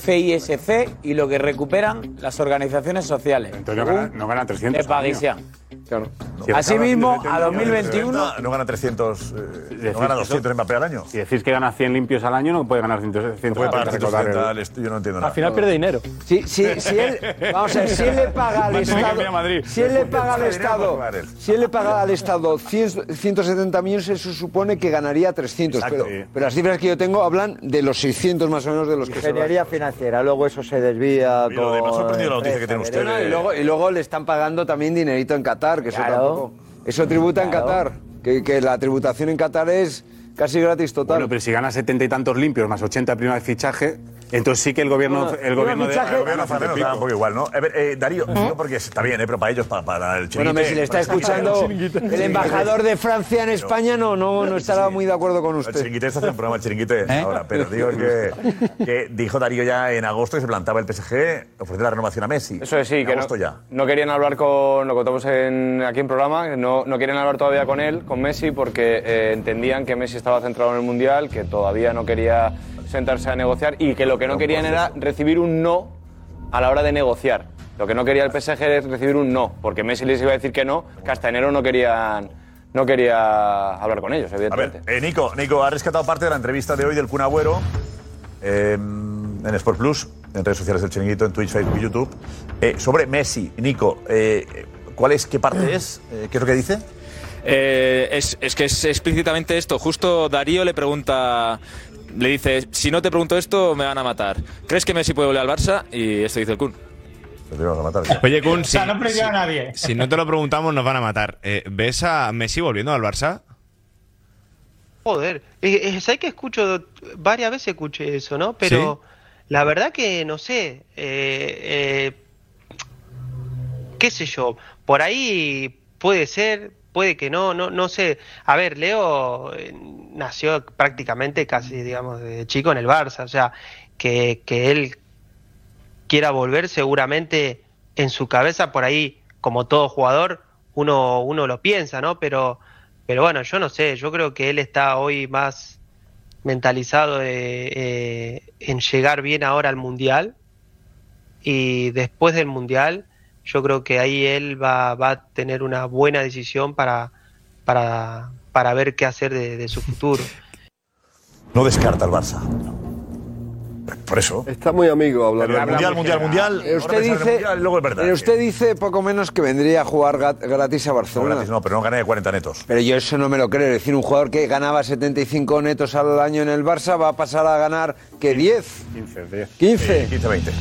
[SPEAKER 13] FISC y lo que recuperan las organizaciones sociales.
[SPEAKER 12] Entonces no gana- no gana 300
[SPEAKER 13] De
[SPEAKER 12] al año.
[SPEAKER 13] Parisian.
[SPEAKER 25] Claro.
[SPEAKER 13] Asimismo, a 2021.
[SPEAKER 9] No gana 300,
[SPEAKER 12] decís
[SPEAKER 9] no gana
[SPEAKER 12] eso.
[SPEAKER 9] 200 Mbappé al año.
[SPEAKER 12] Si decís que gana 100 limpios al año, no puede ganar 100.
[SPEAKER 9] No puede pagar 170
[SPEAKER 12] recordar
[SPEAKER 9] al
[SPEAKER 12] el-
[SPEAKER 9] estudio, no entiendo nada.
[SPEAKER 5] Al final pierde dinero.
[SPEAKER 25] Sí, sí, si él, vamos a ver, si él le paga al
[SPEAKER 9] Va a tener que
[SPEAKER 25] Estado,
[SPEAKER 9] venir a Madrid.
[SPEAKER 25] si él le paga al
[SPEAKER 9] Debería
[SPEAKER 25] Estado,
[SPEAKER 9] pagar él.
[SPEAKER 25] si él le paga al Estado 100 170 millones, eso supone que ganaría 300,
[SPEAKER 7] Exacto.
[SPEAKER 25] pero, pero las cifras que yo tengo hablan de los 600 más o menos de los que se van.
[SPEAKER 7] Ingeniería financiera, luego eso se desvía.
[SPEAKER 25] Y lo de- me ha
[SPEAKER 7] con
[SPEAKER 25] sorprendido la noticia
[SPEAKER 7] empresas,
[SPEAKER 25] que tiene usted eh.
[SPEAKER 7] derechos.
[SPEAKER 25] de- No, y luego- y luego le están pagando también dinerito en Qatar, que
[SPEAKER 7] Claro.
[SPEAKER 25] eso tampoco. Eso tributa en Qatar, que, que la tributación en Qatar es casi gratis total.
[SPEAKER 12] Bueno, pero si gana 70 y tantos limpios más 80 prima de fichaje, entonces sí que el gobierno,
[SPEAKER 25] Bueno,
[SPEAKER 12] el gobierno de-
[SPEAKER 9] el gobierno francés nos da un poco igual, ¿no? A ver, eh, Darío, no porque está bien, eh, pero para ellos, para, para el chiringuito.
[SPEAKER 25] ¿Mm? Bueno, Messi le está escuchando el embajador de Francia en España, no, no, no estará muy de ¿Eh? acuerdo con
[SPEAKER 9] El
[SPEAKER 25] usted.
[SPEAKER 9] chiringuito está haciendo un programa el chiringuite ahora, pero digo que, que dijo Darío ya en agosto que se plantaba el PSG ofrecer la renovación a Messi.
[SPEAKER 19] Eso es, sí,
[SPEAKER 9] En
[SPEAKER 19] que no,
[SPEAKER 9] agosto ya.
[SPEAKER 19] no querían hablar con, lo contamos en, aquí en programa, que no, no quieren hablar todavía con él, con Messi, porque eh, entendían que Messi estaba centrado en el Mundial, que todavía no quería sentarse a negociar y que lo que no querían
[SPEAKER 9] pues
[SPEAKER 19] era recibir un no a la hora de negociar. Lo que no quería el PSG es recibir un no, porque Messi les iba a decir que no, que hasta enero no querían, no quería hablar con ellos,
[SPEAKER 9] A
[SPEAKER 19] evidentemente.
[SPEAKER 9] ver, eh, Nico, Nico, ha rescatado parte de la entrevista de hoy del Kun Agüero eh, en Sport Plus. en redes sociales del Chiringuito, en Twitch, Facebook y YouTube. Eh, sobre Messi, Nico, eh, ¿cuál es, qué parte es? Eh, ¿Qué es lo que dice?
[SPEAKER 2] Eh, es, es que es explícitamente esto. Justo Darío le pregunta, le dice, si no te pregunto esto, me van a matar. ¿Crees que Messi puede volver al Barça? Y esto dice el Kun.
[SPEAKER 10] Oye, Kun,
[SPEAKER 2] O
[SPEAKER 10] si,
[SPEAKER 2] sea, no
[SPEAKER 10] si,
[SPEAKER 2] prendió a nadie.
[SPEAKER 10] si no te lo preguntamos, nos van a matar. Eh, ¿Ves a Messi volviendo al Barça?
[SPEAKER 15] Joder, eh, eh, sabes que escucho, varias veces escuché eso, ¿no? Pero la verdad que no sé, eh, eh, qué sé yo, por ahí puede ser, puede que no, no, no sé. A ver, Leo eh, nació prácticamente casi, digamos, de chico en el Barça, o sea, que, que él quiera volver seguramente en su cabeza por ahí, como todo jugador, uno, uno lo piensa, ¿no? Pero... Pero bueno, yo no sé, yo creo que él está hoy más mentalizado eh, eh, en llegar bien ahora al Mundial y después del Mundial yo creo que ahí él va, va a tener una buena decisión para, para, para ver qué hacer de, de su futuro.
[SPEAKER 9] No descarta el Barça. Por eso.
[SPEAKER 11] Está muy amigo hablando.
[SPEAKER 9] Pero el Mundial, Mundial, Mundial.
[SPEAKER 11] Eh,
[SPEAKER 9] Ahora
[SPEAKER 25] Usted
[SPEAKER 9] pensar en el
[SPEAKER 25] dice,
[SPEAKER 9] Mundial, luego es verdad.
[SPEAKER 25] pero usted dice poco menos que vendría a jugar gat- gratis a Barcelona.
[SPEAKER 9] gratis no, pero no gané de 40 netos.
[SPEAKER 25] Pero yo eso no me lo creo. Es decir, un jugador que ganaba 75 netos al año en el Barça va a pasar a ganar que 10.
[SPEAKER 12] 15, 10.
[SPEAKER 25] 15.
[SPEAKER 9] 15, 20.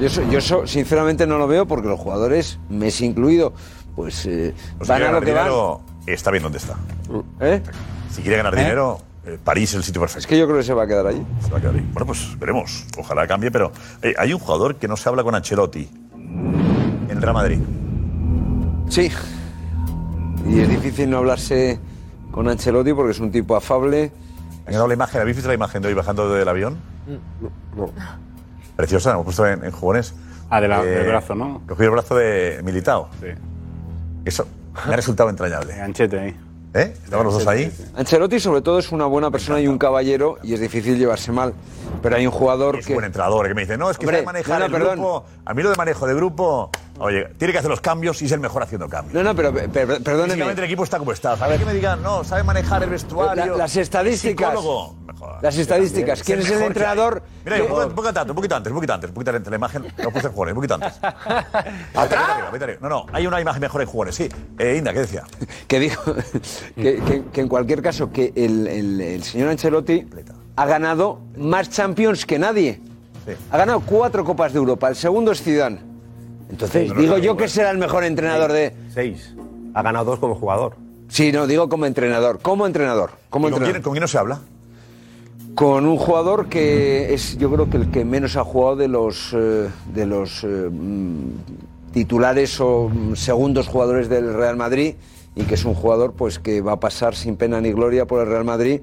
[SPEAKER 25] Yo, eso, yo eso, sinceramente no lo veo porque los jugadores, Messi incluido, pues eh,
[SPEAKER 9] Pues si
[SPEAKER 25] van
[SPEAKER 9] quiere
[SPEAKER 25] a lo
[SPEAKER 9] ganar
[SPEAKER 25] que van.
[SPEAKER 9] dinero, está bien donde está.
[SPEAKER 25] ¿Eh?
[SPEAKER 9] Si quiere ganar
[SPEAKER 25] ¿Eh?
[SPEAKER 9] dinero, eh, París es el sitio perfecto.
[SPEAKER 25] Es que yo creo que se va a quedar allí.
[SPEAKER 9] Se va a quedar ahí. Bueno, pues veremos. Ojalá cambie, pero eh, hay un jugador que no se habla con Ancelotti en Real Madrid.
[SPEAKER 25] Sí. Y es difícil no hablarse con Ancelotti porque es un tipo afable.
[SPEAKER 9] ¿Han ganado la imagen? ¿Habéis visto la imagen de hoy bajando del avión? Preciosa, la hemos puesto en, en jugones.
[SPEAKER 12] Ah, de la- del brazo, ¿no?
[SPEAKER 9] Cogí el brazo de Militao.
[SPEAKER 12] Sí.
[SPEAKER 9] Eso me ha resultado entrañable.
[SPEAKER 12] Anchete ahí.
[SPEAKER 9] ¿Eh? Estaban los dos ahí.
[SPEAKER 25] Ancelotti sobre todo es una buena persona y un caballero y es difícil llevarse mal. Pero hay un jugador que...
[SPEAKER 9] buen entrenador que me dice, no, es que
[SPEAKER 25] Hombre,
[SPEAKER 9] sabe manejar
[SPEAKER 25] no, no,
[SPEAKER 9] el
[SPEAKER 25] perdón.
[SPEAKER 9] grupo. A mí lo de manejo de grupo, oye, tiene que hacer los cambios y es el mejor haciendo cambios.
[SPEAKER 25] No, no, pero, pero- pero perdóneme.
[SPEAKER 9] Físicamente el equipo está como está. A ver que me digan, no, sabe manejar el vestuario.
[SPEAKER 25] La- las
[SPEAKER 9] es
[SPEAKER 25] estadísticas.
[SPEAKER 9] psicólogo.
[SPEAKER 25] Las estadísticas. ¿Quién
[SPEAKER 9] También.
[SPEAKER 25] es el
[SPEAKER 9] mejor que hay.
[SPEAKER 25] entrenador?
[SPEAKER 9] Mira,
[SPEAKER 25] que-
[SPEAKER 9] un poco, un poco tanto, un poquito antes, un poquito antes, un poquito antes. La imagen la puse en jugones, un poquito antes. Ah, vete arriba, vete arriba. No, no, hay una imagen mejor en jugones, sí. Eh, Inda, ¿qué decía?
[SPEAKER 25] que dijo que, que- que en cualquier caso que el, el- el señor Ancelotti ha ganado más Champions que nadie. Ha ganado cuatro Copas de Europa. El segundo es Zidane. Entonces
[SPEAKER 6] No, no,
[SPEAKER 25] digo
[SPEAKER 6] no,
[SPEAKER 25] yo
[SPEAKER 6] igual.
[SPEAKER 25] que será el mejor entrenador de.
[SPEAKER 6] Seis. Ha ganado dos como jugador.
[SPEAKER 25] Sí, no digo como entrenador, como entrenador, como
[SPEAKER 6] ¿Y con
[SPEAKER 25] entrenador.
[SPEAKER 6] quién-
[SPEAKER 9] con quién no se habla?
[SPEAKER 25] Con un jugador que es, yo creo que el que menos ha jugado de los eh, de los eh, mm, titulares o mm, segundos jugadores del Real Madrid y que es un jugador pues que va a pasar sin pena ni gloria por el Real Madrid.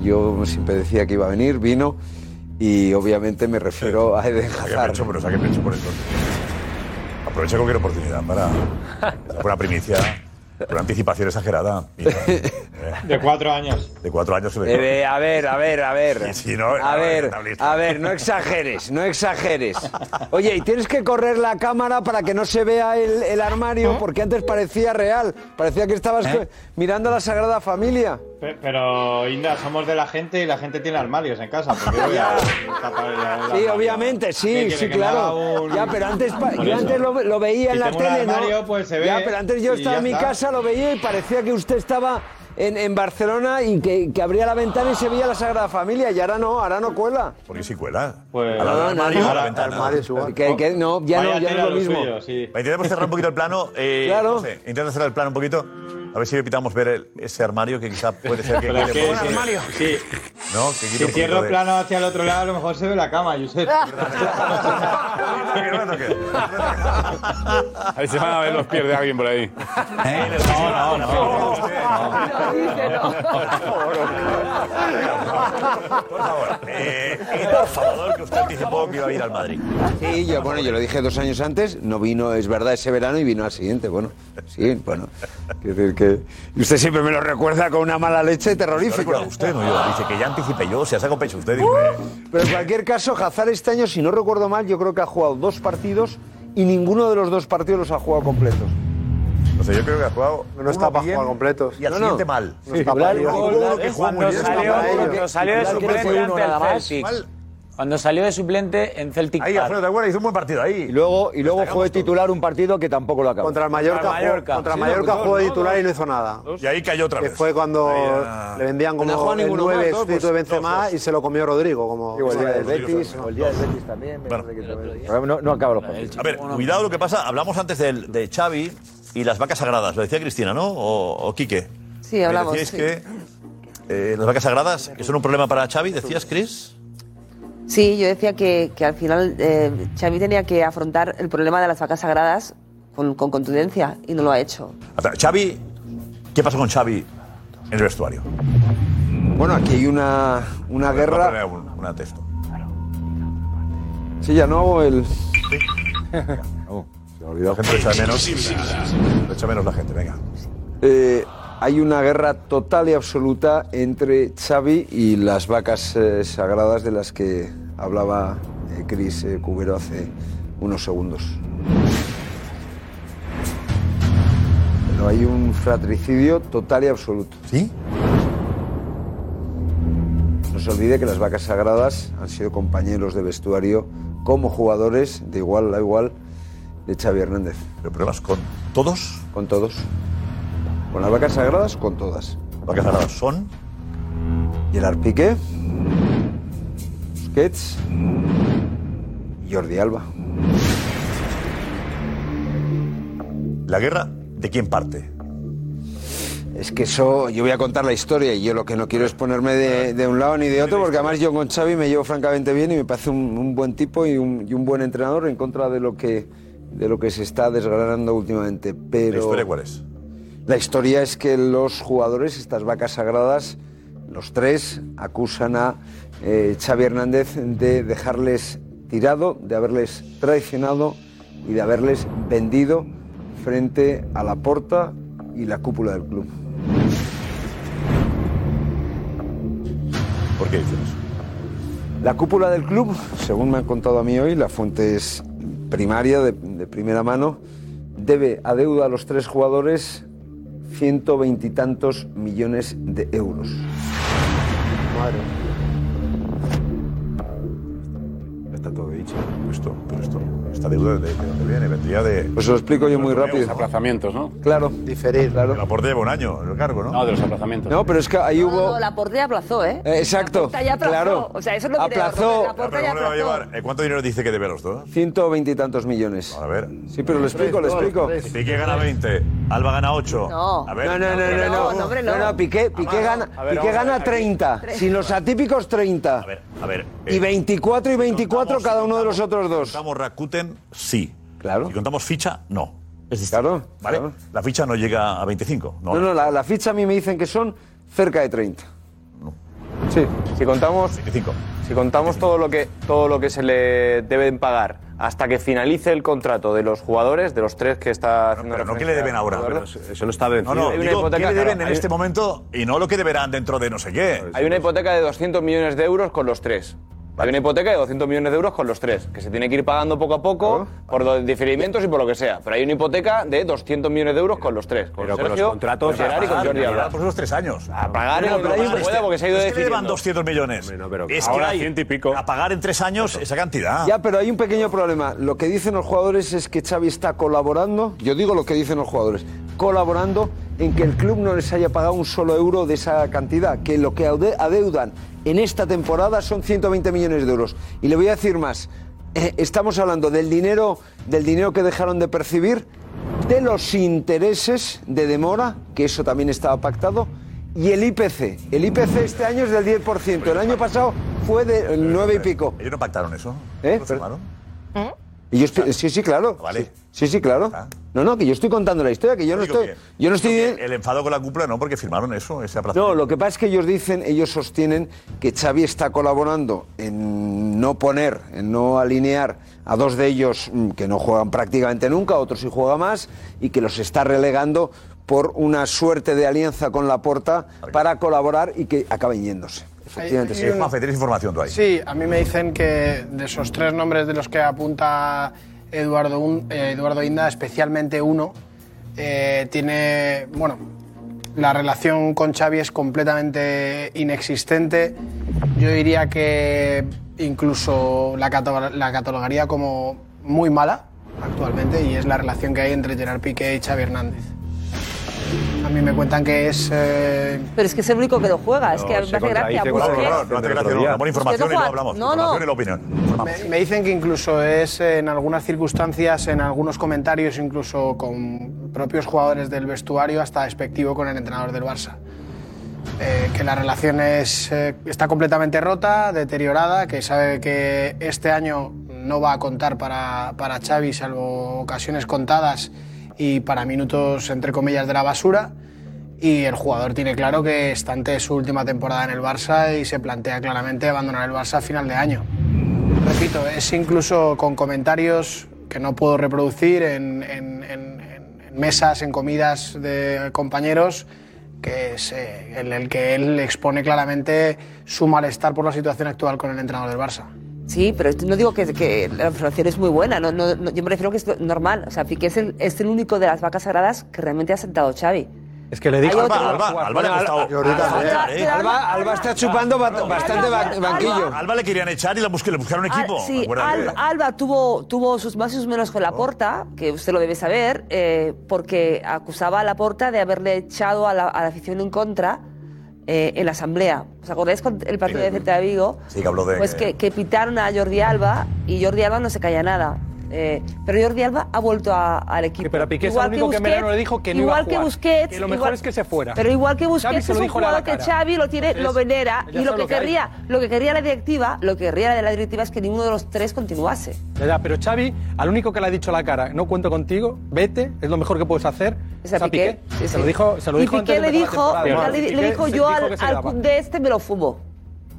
[SPEAKER 25] Yo siempre decía que iba a venir, vino y obviamente me refiero a Eden
[SPEAKER 9] Saqué
[SPEAKER 25] Hazard.
[SPEAKER 9] pecho, pero saqué pecho por eso. Aprovecha cualquier oportunidad para hacer una primicia, una anticipación exagerada. Mira, eh,
[SPEAKER 20] De cuatro años.
[SPEAKER 9] de cuatro años. se
[SPEAKER 20] Eh,
[SPEAKER 9] le-
[SPEAKER 25] Bebé, Eh, a ver, a ver, a ver.
[SPEAKER 9] Sí, sí, no,
[SPEAKER 25] a
[SPEAKER 9] no,
[SPEAKER 25] ver,
[SPEAKER 9] está listo.
[SPEAKER 25] a ver, no exageres, no exageres. Oye, y tienes que correr la cámara para que no se vea el, el
[SPEAKER 20] ¿Eh?
[SPEAKER 25] armario, porque antes parecía real, parecía que estabas co- mirando a la Sagrada Familia.
[SPEAKER 20] Pe- Pero, Inda, somos de la gente y la gente tiene armarios en casa. ¿por qué voy a tapar el- el
[SPEAKER 25] Sí,
[SPEAKER 20] armario?
[SPEAKER 25] obviamente,
[SPEAKER 20] ¿Qué
[SPEAKER 25] sí,
[SPEAKER 20] quiere
[SPEAKER 25] sí,
[SPEAKER 20] que me haga
[SPEAKER 25] claro.
[SPEAKER 20] un-
[SPEAKER 25] Ya, pero antes, pa-
[SPEAKER 20] Por
[SPEAKER 25] yo
[SPEAKER 20] eso.
[SPEAKER 25] antes lo, lo veía
[SPEAKER 20] Si
[SPEAKER 25] en la
[SPEAKER 20] tengo un
[SPEAKER 25] tele,
[SPEAKER 20] armario,
[SPEAKER 25] ¿no?
[SPEAKER 20] pues se
[SPEAKER 25] ya,
[SPEAKER 20] ve
[SPEAKER 25] pero antes yo
[SPEAKER 20] y
[SPEAKER 25] estaba
[SPEAKER 20] ya
[SPEAKER 25] en mi
[SPEAKER 20] está.
[SPEAKER 25] casa, lo veía y parecía que usted estaba en, en Barcelona y que, que abría la ventana y se veía la Sagrada Familia, y ahora no, ahora no cuela.
[SPEAKER 9] Porque si cuela.
[SPEAKER 20] Pues,
[SPEAKER 9] a la del
[SPEAKER 25] No, no,
[SPEAKER 9] armario,
[SPEAKER 25] no.
[SPEAKER 9] a la ventana.
[SPEAKER 25] Armario es igual. Que- que no, ya no- Vaya ya no es tela lo lo mismo. suyo, sí.
[SPEAKER 9] Intentemos cerrar un poquito el plano. Eh, claro. intenta cerrar el plano un poquito. A ver si evitamos ver el- ese armario que quizá puede ser que...
[SPEAKER 20] Pero es
[SPEAKER 9] quite
[SPEAKER 20] que-
[SPEAKER 9] un poco.
[SPEAKER 20] sí, sí.
[SPEAKER 9] No, que quite
[SPEAKER 20] Si
[SPEAKER 9] un poquito
[SPEAKER 20] cierro
[SPEAKER 9] de-
[SPEAKER 20] plano hacia el otro lado, a lo mejor se ve la cama, Josep.
[SPEAKER 12] A ver si van a ver los pies de alguien por ahí.
[SPEAKER 9] No, no, Eh, eh, por favor, que usted anticipó que iba a ir al Madrid.
[SPEAKER 25] Sí, yo, bueno, yo lo dije dos años antes, no vino, es verdad, ese verano y vino al siguiente, bueno, sí, bueno. Quiero decir que... Y usted siempre me lo recuerda con una mala leche terrorífica.
[SPEAKER 9] Pero usted no yo. Dice que ya anticipé yo, se ha sacado pecho usted. Dice,
[SPEAKER 20] ¡Uh!
[SPEAKER 25] Pero en cualquier caso, Hazard este año, si no recuerdo mal, yo creo que ha jugado dos partidos y ninguno de los dos partidos los ha jugado completos.
[SPEAKER 9] no sé, yo creo que ha jugado.
[SPEAKER 3] No está para jugar completos.
[SPEAKER 9] Y al siguiente mal.
[SPEAKER 3] No está para
[SPEAKER 9] Hubo uno que jugó muy bien.
[SPEAKER 3] Cuando salió- cuando salió de suplente ante el Celtic.
[SPEAKER 13] Cuando salió de suplente en Celtic
[SPEAKER 9] Ahí,
[SPEAKER 13] Park.
[SPEAKER 9] Alfredo, ¿te acuerdas? Hizo un buen partido ahí.
[SPEAKER 7] Y luego, y luego fue titular un partido que tampoco lo acabó.
[SPEAKER 3] Contra el Mallorca,
[SPEAKER 7] Contra el Mallorca.
[SPEAKER 3] jugó- Contra el
[SPEAKER 7] Sí,
[SPEAKER 3] Mallorca
[SPEAKER 7] dos,
[SPEAKER 3] jugó de
[SPEAKER 7] ¿no?
[SPEAKER 3] titular y
[SPEAKER 7] Dos.
[SPEAKER 3] no hizo nada.
[SPEAKER 9] Y ahí cayó otra
[SPEAKER 3] Que
[SPEAKER 9] vez.
[SPEAKER 3] fue cuando
[SPEAKER 9] Ahí, ah.
[SPEAKER 3] le vendían
[SPEAKER 9] No
[SPEAKER 3] como
[SPEAKER 9] juega
[SPEAKER 3] el
[SPEAKER 9] ninguno
[SPEAKER 3] 9
[SPEAKER 9] más, dos,
[SPEAKER 3] sustituto de
[SPEAKER 9] pues,
[SPEAKER 3] Benzema
[SPEAKER 9] dos, dos.
[SPEAKER 3] y se lo comió Rodrigo. Como
[SPEAKER 9] Igual día del Betis,
[SPEAKER 7] o el día del Betis también. me parece que también. No, no acaba los partidos.
[SPEAKER 9] A ver, cuidado lo que pasa. Hablamos antes del- de, Xavi y las vacas sagradas. Lo decía Cristina, ¿no? O, o Quique.
[SPEAKER 4] Sí, hablamos,
[SPEAKER 9] Me Decíais
[SPEAKER 4] sí.
[SPEAKER 9] que eh, las vacas sagradas que son un problema para Xavi, decías, Chris.
[SPEAKER 4] Sí, yo decía que, que al final eh, Xavi tenía que afrontar el problema de las vacas sagradas con, con contundencia y no lo ha hecho.
[SPEAKER 9] Xavi, ¿qué pasó con Xavi en el vestuario?
[SPEAKER 25] Bueno, aquí hay una, una
[SPEAKER 9] Voy a
[SPEAKER 25] guerra.
[SPEAKER 9] poner un- una texto.
[SPEAKER 25] Sí, ya no hago el.
[SPEAKER 9] Oh, Se me olvidó. La gente lo echa de menos. Lo echa de menos la gente, venga.
[SPEAKER 25] Eh, hay una guerra total y absoluta entre Xavi y las vacas eh, sagradas de las que hablaba eh, Cris eh, Cubero hace unos segundos. Pero hay un fratricidio total y absoluto.
[SPEAKER 9] ¿Sí?
[SPEAKER 25] No se olvide que las vacas sagradas han sido compañeros de vestuario como jugadores de igual a igual de Xavi Hernández.
[SPEAKER 9] ¿Pero pruebas con todos?
[SPEAKER 25] Con todos. Con las vacas sagradas, con todas.
[SPEAKER 9] Vacas sagradas son.
[SPEAKER 25] Gerard Piqué. Busquets. y Jordi Alba.
[SPEAKER 9] ¿La guerra de quién parte?
[SPEAKER 25] Es que eso, yo voy a contar la historia y yo lo que no quiero es ponerme de, de un lado ni de otro, porque además yo con Xavi me llevo francamente bien y me parece un, un buen tipo y un, y un buen entrenador en contra de lo que, de lo que se está desgranando últimamente. Pero
[SPEAKER 9] ¿La historia cuál es?
[SPEAKER 25] La historia es que los jugadores, estas vacas sagradas, los tres acusan a eh, Xavi Hernández de dejarles tirado, de haberles traicionado y de haberles vendido frente a la porta y la cúpula del club.
[SPEAKER 9] ¿Por qué dicen eso?
[SPEAKER 25] La cúpula del club, según me han contado a mí hoy, la fuente es primaria, de, de primera mano, debe adeuda a los tres jugadores ciento veintitantos millones de euros.
[SPEAKER 9] Está todo dicho. Esto, pero esto, esta deuda de, de dónde viene, vendría de.
[SPEAKER 25] Pues lo explico yo muy rápido.
[SPEAKER 12] aplazamientos, ¿no?
[SPEAKER 25] Claro. Diferir, claro.
[SPEAKER 9] La porte lleva un año, el cargo, ¿no?
[SPEAKER 12] No, de los aplazamientos.
[SPEAKER 25] No, pero es que ahí hubo.
[SPEAKER 4] No, la porte aplazó, ¿eh?
[SPEAKER 25] Eh, exacto.
[SPEAKER 4] Laporta ya aplazó.
[SPEAKER 25] Claro.
[SPEAKER 4] O sea, eso es lo que
[SPEAKER 25] Aplazó.
[SPEAKER 4] te La porta ya
[SPEAKER 9] ¿Cómo le va a
[SPEAKER 4] aplazó.
[SPEAKER 9] llevar? Eh, ¿Cuánto dinero dice que debe a los dos?
[SPEAKER 25] Ciento veintitantos millones. A
[SPEAKER 9] ver.
[SPEAKER 25] Sí, pero lo explico, lo explico.
[SPEAKER 9] Piqué gana 20, Alba gana 8.
[SPEAKER 25] No.
[SPEAKER 9] A ver,
[SPEAKER 25] No, no, no, no, no. No, hombre, no. No, no, Piqué, Piqué gana,
[SPEAKER 9] Ah, a ver,
[SPEAKER 25] Piqué
[SPEAKER 9] vamos a
[SPEAKER 25] gana
[SPEAKER 9] ver, aquí.
[SPEAKER 25] 30. Sin los atípicos 30.
[SPEAKER 9] A ver,
[SPEAKER 25] y 24 y 24 cada uno de los otros dos.
[SPEAKER 9] contamos Rakuten, sí.
[SPEAKER 25] Claro.
[SPEAKER 9] Si contamos ficha, no.
[SPEAKER 25] Es claro.
[SPEAKER 9] ¿Vale? La ficha no llega a 25. No,
[SPEAKER 25] No, no, la, la ficha a mí me dicen que son cerca de 30.
[SPEAKER 21] Sí, si contamos,
[SPEAKER 19] si contamos todo lo que todo lo que se le deben pagar hasta que finalice el contrato de los jugadores, de los tres que está haciendo
[SPEAKER 9] pero no que le deben ahora.
[SPEAKER 19] Eso no está
[SPEAKER 9] No, no,
[SPEAKER 19] Hay una
[SPEAKER 9] digo, ¿qué
[SPEAKER 19] hipoteca,
[SPEAKER 9] le deben
[SPEAKER 19] claro,
[SPEAKER 9] en
[SPEAKER 19] hay-
[SPEAKER 9] este momento y no lo que deberán dentro de no sé qué?
[SPEAKER 25] Pues
[SPEAKER 19] Hay una hipoteca de 200 millones de euros con los tres. Hay una hipoteca de 200 millones de euros con los tres, que se tiene que ir pagando poco a poco por los diferimientos y por lo que sea. Pero hay una hipoteca de 200 millones de euros con los tres. Con
[SPEAKER 6] pero con los
[SPEAKER 19] Sergio,
[SPEAKER 6] contratos
[SPEAKER 19] con Gerard y con
[SPEAKER 6] a pagar,
[SPEAKER 19] Jordi
[SPEAKER 6] a
[SPEAKER 19] Alba.
[SPEAKER 6] pagar
[SPEAKER 9] por esos tres años.
[SPEAKER 19] A pagar
[SPEAKER 9] No,
[SPEAKER 19] en
[SPEAKER 9] pero hay un-
[SPEAKER 19] lo que pueda porque se ha ido
[SPEAKER 9] es que le deban
[SPEAKER 19] decidiendo.
[SPEAKER 9] 200 millones. es
[SPEAKER 19] ahora
[SPEAKER 9] que hay y pico. a pagar en tres años esa cantidad.
[SPEAKER 25] Ya, pero hay un pequeño problema. Lo que dicen los jugadores es que Xavi está colaborando, yo digo lo que dicen los jugadores, colaborando en que el club no les haya pagado un solo euro de esa cantidad, que lo que ade- adeudan en esta temporada son 120 millones de euros. Y le voy a decir más, eh, estamos hablando del dinero, del dinero que dejaron de percibir, de los intereses de demora, que eso también estaba pactado, y el IPC. El IPC este año es del 10%, el año pasado fue del 9 y pico.
[SPEAKER 9] ¿Ellos no pactaron eso?
[SPEAKER 25] ¿Eh?
[SPEAKER 9] ¿Lo firmaron?
[SPEAKER 25] Y yo estoy- sí, sí,
[SPEAKER 9] Ah,
[SPEAKER 25] claro. Sí, sí, sí, claro. No, no, que yo estoy contando la historia, que yo no
[SPEAKER 9] Digo
[SPEAKER 25] estoy...
[SPEAKER 9] que-
[SPEAKER 25] Yo no estoy...
[SPEAKER 9] digo que El enfado con la cúpula no, porque firmaron eso, ese aplazamiento.
[SPEAKER 25] No, lo que pasa es que ellos dicen, ellos sostienen que Xavi está colaborando en no poner, en no alinear a dos de ellos mm, que no juegan prácticamente nunca, otro sí juega más, y que los está relegando por una suerte de alianza con la porta para colaborar y que acaben yéndose. Efectivamente,
[SPEAKER 1] Hay-
[SPEAKER 25] sí.
[SPEAKER 1] hay un- Juanfe,
[SPEAKER 9] tienes información tú
[SPEAKER 1] Sí, a mí me dicen que de esos tres nombres de los que apunta Eduardo, Un- eh, Eduardo Inda, especialmente uno, eh, tiene, bueno, la relación con Xavi es completamente inexistente. Yo diría que incluso la, catalog- la catalogaría como muy mala actualmente y es la relación que hay entre Gerard Piqué y Xavi Hernández. A mí me cuentan que es... eh,
[SPEAKER 4] Pero es que es el único que lo juega, es que me hace gracia.
[SPEAKER 9] No,
[SPEAKER 4] Busquets.
[SPEAKER 9] no, no, no hace gracia, no. Damos información y
[SPEAKER 4] juega-
[SPEAKER 9] lo hablamos.
[SPEAKER 4] no, no.
[SPEAKER 9] Información y la opinión.
[SPEAKER 1] Me, me dicen que incluso es eh, en algunas circunstancias, en algunos comentarios, incluso con propios jugadores del vestuario, hasta despectivo con el entrenador del Barça. Eh, que la relación es, eh, está completamente rota, deteriorada, que sabe que este año no va a contar para, para Xavi, salvo ocasiones contadas y para minutos, entre comillas, de la basura. Y el jugador tiene claro que está ante su última temporada en el Barça y se plantea claramente abandonar el Barça a final de año. Repito, es incluso con comentarios que no puedo reproducir en, en- en- en- en mesas, en comidas de compañeros, que es eh, en el que él expone claramente su malestar por la situación actual con el entrenador del Barça.
[SPEAKER 4] Sí, pero no digo que, que la información es muy buena, no, no, no, yo me refiero que es lo- normal. O sea, Piqué es el, es el único de las vacas sagradas que realmente ha sentado Xavi.
[SPEAKER 3] Es que le digo.
[SPEAKER 4] Hay otro-
[SPEAKER 3] Alba, Alba, Alba le ha costado.
[SPEAKER 25] Alba, Alba está chupando ba- bastante ba- banquillo.
[SPEAKER 9] Alba, le querían echar y la busque- le buscaron
[SPEAKER 4] Al-
[SPEAKER 9] equipo.
[SPEAKER 4] Ah,
[SPEAKER 9] Ah,
[SPEAKER 4] sí,
[SPEAKER 9] ¿recuerdas?
[SPEAKER 4] Alba, Alba tuvo, tuvo sus más y sus menos con
[SPEAKER 3] Oh.
[SPEAKER 4] la porta, que usted lo debe saber, eh, porque acusaba a la porta de haberle echado a la, a la afición en contra eh, en la asamblea. ¿Os acordáis cuando el partido de Celta de Vigo?
[SPEAKER 9] Sí, que habló de.
[SPEAKER 4] Pues que, que pitaron a Jordi Alba y Jordi Alba no se calla nada. Eh, pero Jordi Alba ha vuelto a- al equipo.
[SPEAKER 5] Pero a Piqué es el único que en verano le dijo que no
[SPEAKER 4] igual
[SPEAKER 5] iba a jugar.
[SPEAKER 4] que Busquets,
[SPEAKER 5] Que lo mejor
[SPEAKER 4] igual-
[SPEAKER 5] es que se fuera.
[SPEAKER 4] Pero igual que
[SPEAKER 5] Xavi
[SPEAKER 4] Busquets
[SPEAKER 5] se lo
[SPEAKER 4] es un
[SPEAKER 5] dijo a la
[SPEAKER 4] jugador que
[SPEAKER 5] cara.
[SPEAKER 4] Xavi lo tiene, lo
[SPEAKER 5] Entonces,
[SPEAKER 4] venera
[SPEAKER 5] ya
[SPEAKER 4] y lo
[SPEAKER 5] sabe
[SPEAKER 4] que,
[SPEAKER 5] lo que hay.
[SPEAKER 4] querría, lo que quería la directiva, lo que querría de la directiva es que ninguno de los tres continuase.
[SPEAKER 5] Ya, ya, pero Xavi, al único que le ha dicho a la cara, no cuento contigo, vete, es lo mejor que puedes hacer.
[SPEAKER 4] Es a Piqué. Sí,
[SPEAKER 5] Se
[SPEAKER 4] sí.
[SPEAKER 5] lo dijo, se lo
[SPEAKER 4] y
[SPEAKER 5] dijo
[SPEAKER 4] Piqué
[SPEAKER 5] antes de
[SPEAKER 4] le
[SPEAKER 5] empezar
[SPEAKER 4] dijo,
[SPEAKER 5] la
[SPEAKER 4] ya
[SPEAKER 5] temporada.
[SPEAKER 4] le, le
[SPEAKER 5] Piqué
[SPEAKER 4] dijo
[SPEAKER 5] se
[SPEAKER 4] yo
[SPEAKER 5] dijo
[SPEAKER 4] al,
[SPEAKER 5] que se
[SPEAKER 4] al
[SPEAKER 5] daba.
[SPEAKER 4] de este me lo fumo.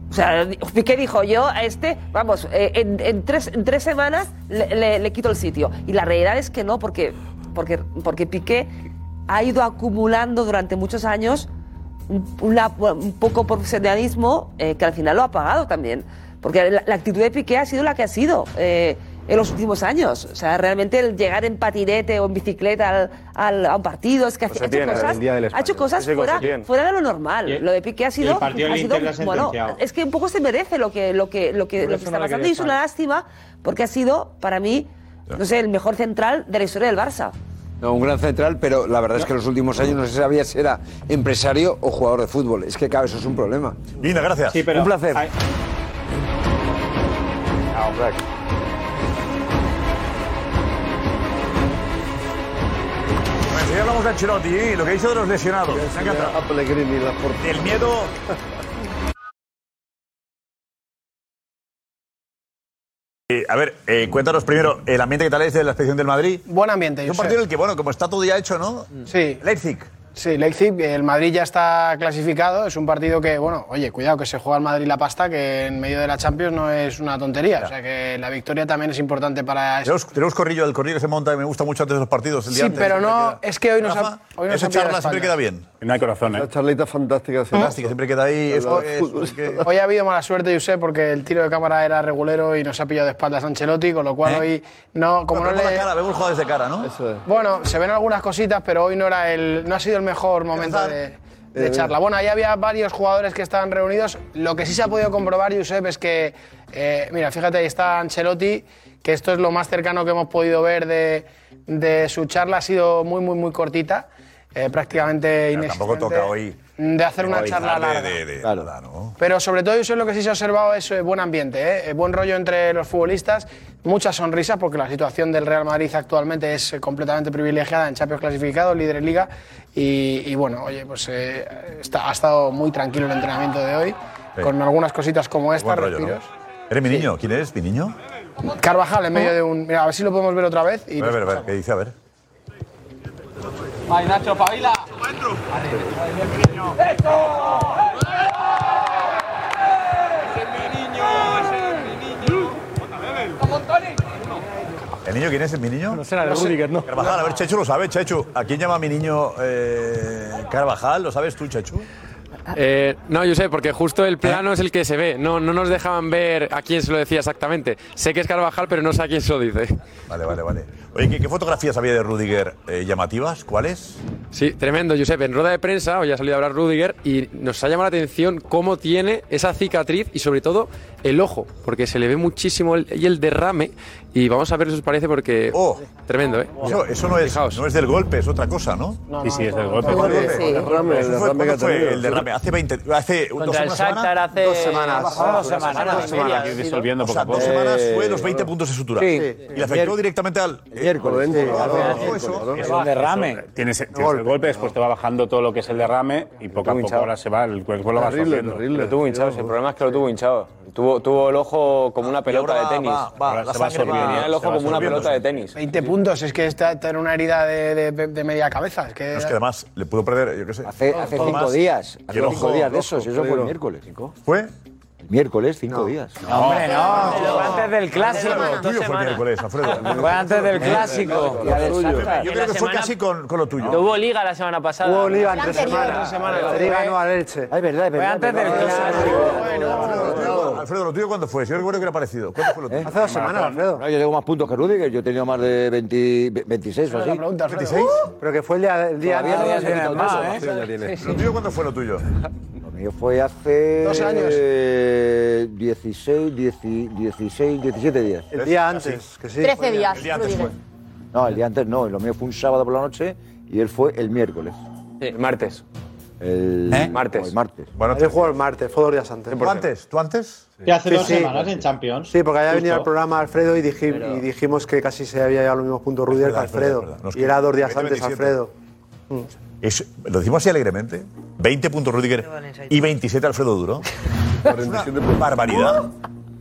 [SPEAKER 4] O sea, Piqué dijo yo a este, vamos, eh, en, en tres, en tres semanas le, le- le quito el sitio. Y la realidad es que no, porque, porque, porque Piqué ha ido acumulando durante muchos años un, una- un poco profesionalismo eh, que al final lo ha pagado también. Porque la, la actitud de Piqué ha sido la que ha sido eh, en los últimos años. O sea, realmente el llegar en patinete o en bicicleta al- al- a un partido es que ha,
[SPEAKER 6] Pues se
[SPEAKER 4] ha hecho
[SPEAKER 6] tiene,
[SPEAKER 4] cosas,
[SPEAKER 6] el día del
[SPEAKER 4] ha hecho
[SPEAKER 6] español.
[SPEAKER 4] cosas
[SPEAKER 6] Ese cosa
[SPEAKER 4] fuera,
[SPEAKER 6] se tiene.
[SPEAKER 4] fuera de lo normal.
[SPEAKER 6] Y el-
[SPEAKER 4] lo de Piqué ha
[SPEAKER 6] y el
[SPEAKER 4] sido,
[SPEAKER 6] partido
[SPEAKER 4] ha
[SPEAKER 6] del
[SPEAKER 4] sido
[SPEAKER 6] Inter lo ha
[SPEAKER 4] bueno,
[SPEAKER 6] sentenciado.
[SPEAKER 4] es que un poco se merece lo que, lo que, lo que,
[SPEAKER 6] Por
[SPEAKER 4] lo
[SPEAKER 6] eso no
[SPEAKER 4] que está
[SPEAKER 6] la
[SPEAKER 4] pasando
[SPEAKER 6] quería
[SPEAKER 4] y es una
[SPEAKER 6] estar.
[SPEAKER 4] lástima porque ha sido, para mí, no sé, el mejor central de la historia del Barça.
[SPEAKER 25] No, un gran central, pero la verdad es que en los últimos años no se sabía si era empresario o jugador de fútbol. Es que, claro, eso es un problema.
[SPEAKER 9] Linda, gracias.
[SPEAKER 20] Sí, pero
[SPEAKER 25] un placer.
[SPEAKER 20] hay-
[SPEAKER 9] Bueno, enseguida Pues hablamos de Ancelotti ¿eh? y lo que hizo de los lesionados. Me encanta. El miedo. Eh, a ver, eh, cuéntanos primero el ambiente que tal es de la expedición del Madrid.
[SPEAKER 1] Buen ambiente.
[SPEAKER 9] Es un
[SPEAKER 1] Josep.
[SPEAKER 9] partido en el que, bueno, como está todo ya hecho, ¿no?
[SPEAKER 1] Sí.
[SPEAKER 9] Leipzig.
[SPEAKER 1] Sí, Leipzig. El Madrid ya está clasificado. Es un partido que, bueno, oye, cuidado que se juega al Madrid la pasta, que en medio de la Champions no es una tontería. O sea que la victoria también es importante para
[SPEAKER 9] Tenemos, tenemos corrillo, el corrillo que se monta y me gusta mucho antes de los partidos. El día
[SPEAKER 1] Sí,
[SPEAKER 9] antes,
[SPEAKER 1] pero
[SPEAKER 9] siempre
[SPEAKER 1] no,
[SPEAKER 9] queda.
[SPEAKER 1] es que hoy nos
[SPEAKER 9] Rafa,
[SPEAKER 1] ha, hoy nos
[SPEAKER 9] esa
[SPEAKER 1] ha pillado
[SPEAKER 9] charla
[SPEAKER 1] España.
[SPEAKER 9] siempre queda bien.
[SPEAKER 12] No hay corazón,
[SPEAKER 9] ¿eh?
[SPEAKER 11] Esa charlita fantástica. que se
[SPEAKER 9] Fantástica, siempre queda ahí. Esto
[SPEAKER 11] Hablar de
[SPEAKER 9] es,
[SPEAKER 11] fútbol.
[SPEAKER 1] Hoy ha habido mala suerte, yo sé, porque el tiro de cámara era regulero y nos ha pillado de espaldas Ancelotti, con lo cual
[SPEAKER 9] ¿Eh?
[SPEAKER 1] hoy no, como no,
[SPEAKER 9] vemos
[SPEAKER 1] le.
[SPEAKER 9] la cara, vemos el juego desde cara, ¿no?
[SPEAKER 1] Bueno, se ven algunas cositas, pero hoy no era el, no ha sido el mejor momento de,
[SPEAKER 9] Eh,
[SPEAKER 1] de charla. Bueno, ahí había varios jugadores que estaban reunidos. Lo que sí se ha podido comprobar, Josep, es que, eh, mira, fíjate, ahí está Ancelotti, que esto es lo más cercano que hemos podido ver de, de su charla. Ha sido muy, muy, muy cortita, eh, prácticamente inexistente.
[SPEAKER 9] Tampoco toca hoy.
[SPEAKER 1] De hacer una
[SPEAKER 9] hoy
[SPEAKER 1] charla
[SPEAKER 9] hablar
[SPEAKER 1] larga.
[SPEAKER 9] de- de- de- nada, ¿no?
[SPEAKER 1] Pero sobre todo eso es lo que sí se ha observado es eh, buen ambiente, ¿eh? Eh, buen rollo entre los futbolistas, muchas sonrisas porque la situación del Real Madrid actualmente es eh, completamente privilegiada en Champions clasificados, líder en Liga y, y bueno, oye, pues eh, está- ha estado muy tranquilo el entrenamiento de hoy
[SPEAKER 9] Sí.
[SPEAKER 1] con algunas cositas como esta,
[SPEAKER 9] Buen rollo, ¿no?
[SPEAKER 1] respiros.
[SPEAKER 9] ¿Eres mi niño? ¿Quién eres? ¿Mi niño?
[SPEAKER 1] Carvajal en medio de un, mira, a ver si lo podemos ver otra vez y
[SPEAKER 9] A ver, a ver, a ver, ¿qué dice? A ver.
[SPEAKER 13] Ay, Nacho, pabila.
[SPEAKER 9] ¿El niño quién es? ¿Mi niño? No
[SPEAKER 5] será de Rüdiger, no.
[SPEAKER 9] Carvajal, a ver, Chechu lo sabe, Chechu. ¿A quién llama mi niño eh, Carvajal? ¿Lo sabes tú, Chechu?
[SPEAKER 21] Eh, no, yo sé, porque justo
[SPEAKER 9] ¿Eh?
[SPEAKER 21] el plano es el que se ve. No, no nos dejaban ver a quién se lo decía exactamente. Sé que es Carvajal, pero no sé a quién se lo dice.
[SPEAKER 9] Vale, vale, vale. Oye, ¿qué, qué fotografías había de Rudiger eh, llamativas? ¿Cuáles?
[SPEAKER 21] Sí, tremendo, Josep. En rueda de prensa, hoy ha salido a hablar Rudiger y nos ha llamado la atención cómo tiene esa cicatriz y sobre todo el ojo, porque se le ve muchísimo el, y el derrame. Y vamos a ver si os parece porque...
[SPEAKER 9] Oh.
[SPEAKER 21] Tremendo, ¿eh?
[SPEAKER 9] Eso, eso no, es, no es del golpe, es otra cosa, ¿no?
[SPEAKER 21] Sí, sí, es del golpe.
[SPEAKER 9] ¿Cuál golpe?
[SPEAKER 21] Sí.
[SPEAKER 9] ¿Cuál golpe?
[SPEAKER 21] El derrame, el
[SPEAKER 9] Eso fue- ¿cuándo
[SPEAKER 21] derrame que
[SPEAKER 9] fue
[SPEAKER 21] ha tenido.
[SPEAKER 9] el derrame? Hace 20, hace dos,
[SPEAKER 14] Contra el
[SPEAKER 9] una semana?
[SPEAKER 14] Shakhtar hace
[SPEAKER 9] dos semanas.
[SPEAKER 14] dos semanas.
[SPEAKER 9] Dos semanas.
[SPEAKER 14] Ha ido
[SPEAKER 9] disolviendo o sea,
[SPEAKER 14] poco a
[SPEAKER 9] dos
[SPEAKER 14] poco.
[SPEAKER 9] semanas
[SPEAKER 14] Eh,
[SPEAKER 9] fue los 20 puntos de sutura.
[SPEAKER 14] Sí.
[SPEAKER 9] Y le afectó directamente al...
[SPEAKER 11] Miércoles.
[SPEAKER 9] sí.
[SPEAKER 12] Es
[SPEAKER 13] un derrame.
[SPEAKER 12] Tienes, tienes el golpe, después te va bajando todo lo que es el derrame y poco a poco ahora se va, el cuerpo lo va
[SPEAKER 19] Terrible,
[SPEAKER 12] absorbiendo.
[SPEAKER 19] Lo tuvo hinchado, el problema es que lo tuvo hinchado. Tuvo, tuvo el ojo como una pelota de tenis.
[SPEAKER 12] va, la
[SPEAKER 19] Se va
[SPEAKER 12] sangre va-
[SPEAKER 19] Tenía el
[SPEAKER 12] se
[SPEAKER 19] ojo
[SPEAKER 12] va
[SPEAKER 19] como una
[SPEAKER 12] absorbiendo,
[SPEAKER 19] pelota de tenis.
[SPEAKER 1] 20 puntos, es que está, está en una herida de, de- de media cabeza. Es que,
[SPEAKER 9] No, es que además le pudo perder, yo qué sé.
[SPEAKER 7] Hace, hace
[SPEAKER 9] Todo
[SPEAKER 7] cinco
[SPEAKER 9] más.
[SPEAKER 7] días.
[SPEAKER 9] Y
[SPEAKER 7] Hace
[SPEAKER 9] el
[SPEAKER 7] cinco
[SPEAKER 9] ojo,
[SPEAKER 7] días de
[SPEAKER 9] el
[SPEAKER 7] eso.
[SPEAKER 9] ojo,
[SPEAKER 7] Eso fue el
[SPEAKER 9] digo.
[SPEAKER 7] miércoles.
[SPEAKER 9] ¿Fue?
[SPEAKER 7] Miércoles, cinco días.
[SPEAKER 13] No, hombre, no. Fue antes del clásico.
[SPEAKER 9] Alfredo, tuyo fue el miércoles, Alfredo.
[SPEAKER 13] Fue antes del
[SPEAKER 9] Yo
[SPEAKER 13] clásico.
[SPEAKER 9] creo
[SPEAKER 14] En
[SPEAKER 9] que
[SPEAKER 14] la
[SPEAKER 9] fue
[SPEAKER 14] semana-
[SPEAKER 9] casi con, con lo tuyo.
[SPEAKER 14] Hubo liga la semana pasada.
[SPEAKER 3] Hubo liga entre semanas. Le ganó al Elche.
[SPEAKER 7] Ah, Es verdad, es
[SPEAKER 3] verdad.
[SPEAKER 14] antes
[SPEAKER 3] del
[SPEAKER 9] Alfredo, ¿lo tuyo cuándo fue? Yo recuerdo que era parecido. ¿Cuándo fue lo
[SPEAKER 3] Eh,
[SPEAKER 9] tuyo?
[SPEAKER 7] Hace dos semanas, Alfredo. No, yo tengo más puntos que Rudiger. Yo he tenido más de 20 ve- 26 o así.
[SPEAKER 6] Uh.
[SPEAKER 3] Pero que fue el día, el día
[SPEAKER 7] Todavía
[SPEAKER 3] antes.
[SPEAKER 7] no tienes más, ¿eh?
[SPEAKER 9] ¿Lo tuyo cuándo fue lo tuyo?
[SPEAKER 7] Lo mío fue hace...
[SPEAKER 9] 12 años.
[SPEAKER 7] eh, 16, 10 16, 17 días.
[SPEAKER 3] El
[SPEAKER 9] Ah,
[SPEAKER 3] día antes, que sí.
[SPEAKER 22] 13 días. Rudiger.
[SPEAKER 7] No, el día antes no. Lo mío fue un sábado por la noche y él fue el miércoles.
[SPEAKER 19] El martes.
[SPEAKER 7] El
[SPEAKER 6] ¿Eh?
[SPEAKER 19] martes.
[SPEAKER 7] El martes.
[SPEAKER 9] Bueno,
[SPEAKER 3] te jugó el martes, fue dos días antes.
[SPEAKER 9] ¿Tú antes? ¿Tú antes?
[SPEAKER 3] Y hace Sí, dos sí. semanas
[SPEAKER 20] en Champions.
[SPEAKER 3] Sí, porque había
[SPEAKER 20] Justo.
[SPEAKER 3] venido al programa Alfredo y, dijim- y dijimos que casi se había llegado a los mismos puntos Rudiger que
[SPEAKER 9] verdad, es verdad,
[SPEAKER 3] Alfredo.
[SPEAKER 9] es verdad. Nos
[SPEAKER 3] Y era dos días
[SPEAKER 9] quedan
[SPEAKER 3] antes
[SPEAKER 9] 27.
[SPEAKER 3] Alfredo.
[SPEAKER 9] Es- lo decimos así alegremente. 20 puntos Rudiger y 27 Alfredo Duro. Es una barbaridad.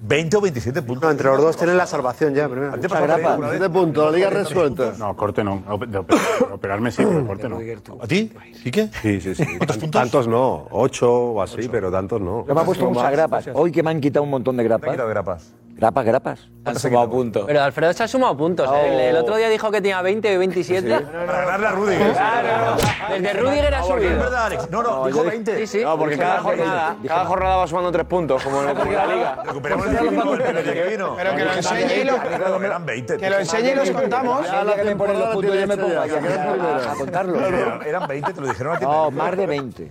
[SPEAKER 9] 20 o 27 puntos. No,
[SPEAKER 3] entre los dos tienen la salvación ya. Primero.
[SPEAKER 9] Mucha grapa.
[SPEAKER 11] puntos, la liga resuelta.
[SPEAKER 12] No, corte no. De oper- de operarme sí, pero corte no.
[SPEAKER 9] ¿A ti? ¿Y qué?
[SPEAKER 6] Sí, sí, sí. Tan- Tantos no, ocho o así, pero tantos no.
[SPEAKER 7] Yo me ha puesto muchas grapas. Hoy que me han quitado un montón de grapas.
[SPEAKER 9] grapas?
[SPEAKER 7] Grapas, grapas.
[SPEAKER 6] Han sumado puntos.
[SPEAKER 14] Pero Alfredo se ha sumado puntos. ¿eh? El, el otro día dijo que tenía 20 o 27.
[SPEAKER 9] Para ganarle a Rudiger. Claro.
[SPEAKER 14] Desde Rudiger ha subido.
[SPEAKER 9] Es verdad, Alex. No, no, dijo 20.
[SPEAKER 14] Sí, sí.
[SPEAKER 19] No, porque cada jornada, cada jornada va sumando tres puntos, como en como en la liga.
[SPEAKER 9] Recuperemos el título del primer día que vino.
[SPEAKER 1] Pero que lo enseñe y lo-
[SPEAKER 9] Eran 20.
[SPEAKER 1] que lo enseñe y los contamos.
[SPEAKER 7] Ya la temporada tiene hecha ya, que quedan primeros.
[SPEAKER 9] Eran- Eran 20, te lo dijeron a ti.
[SPEAKER 7] No, más de 20.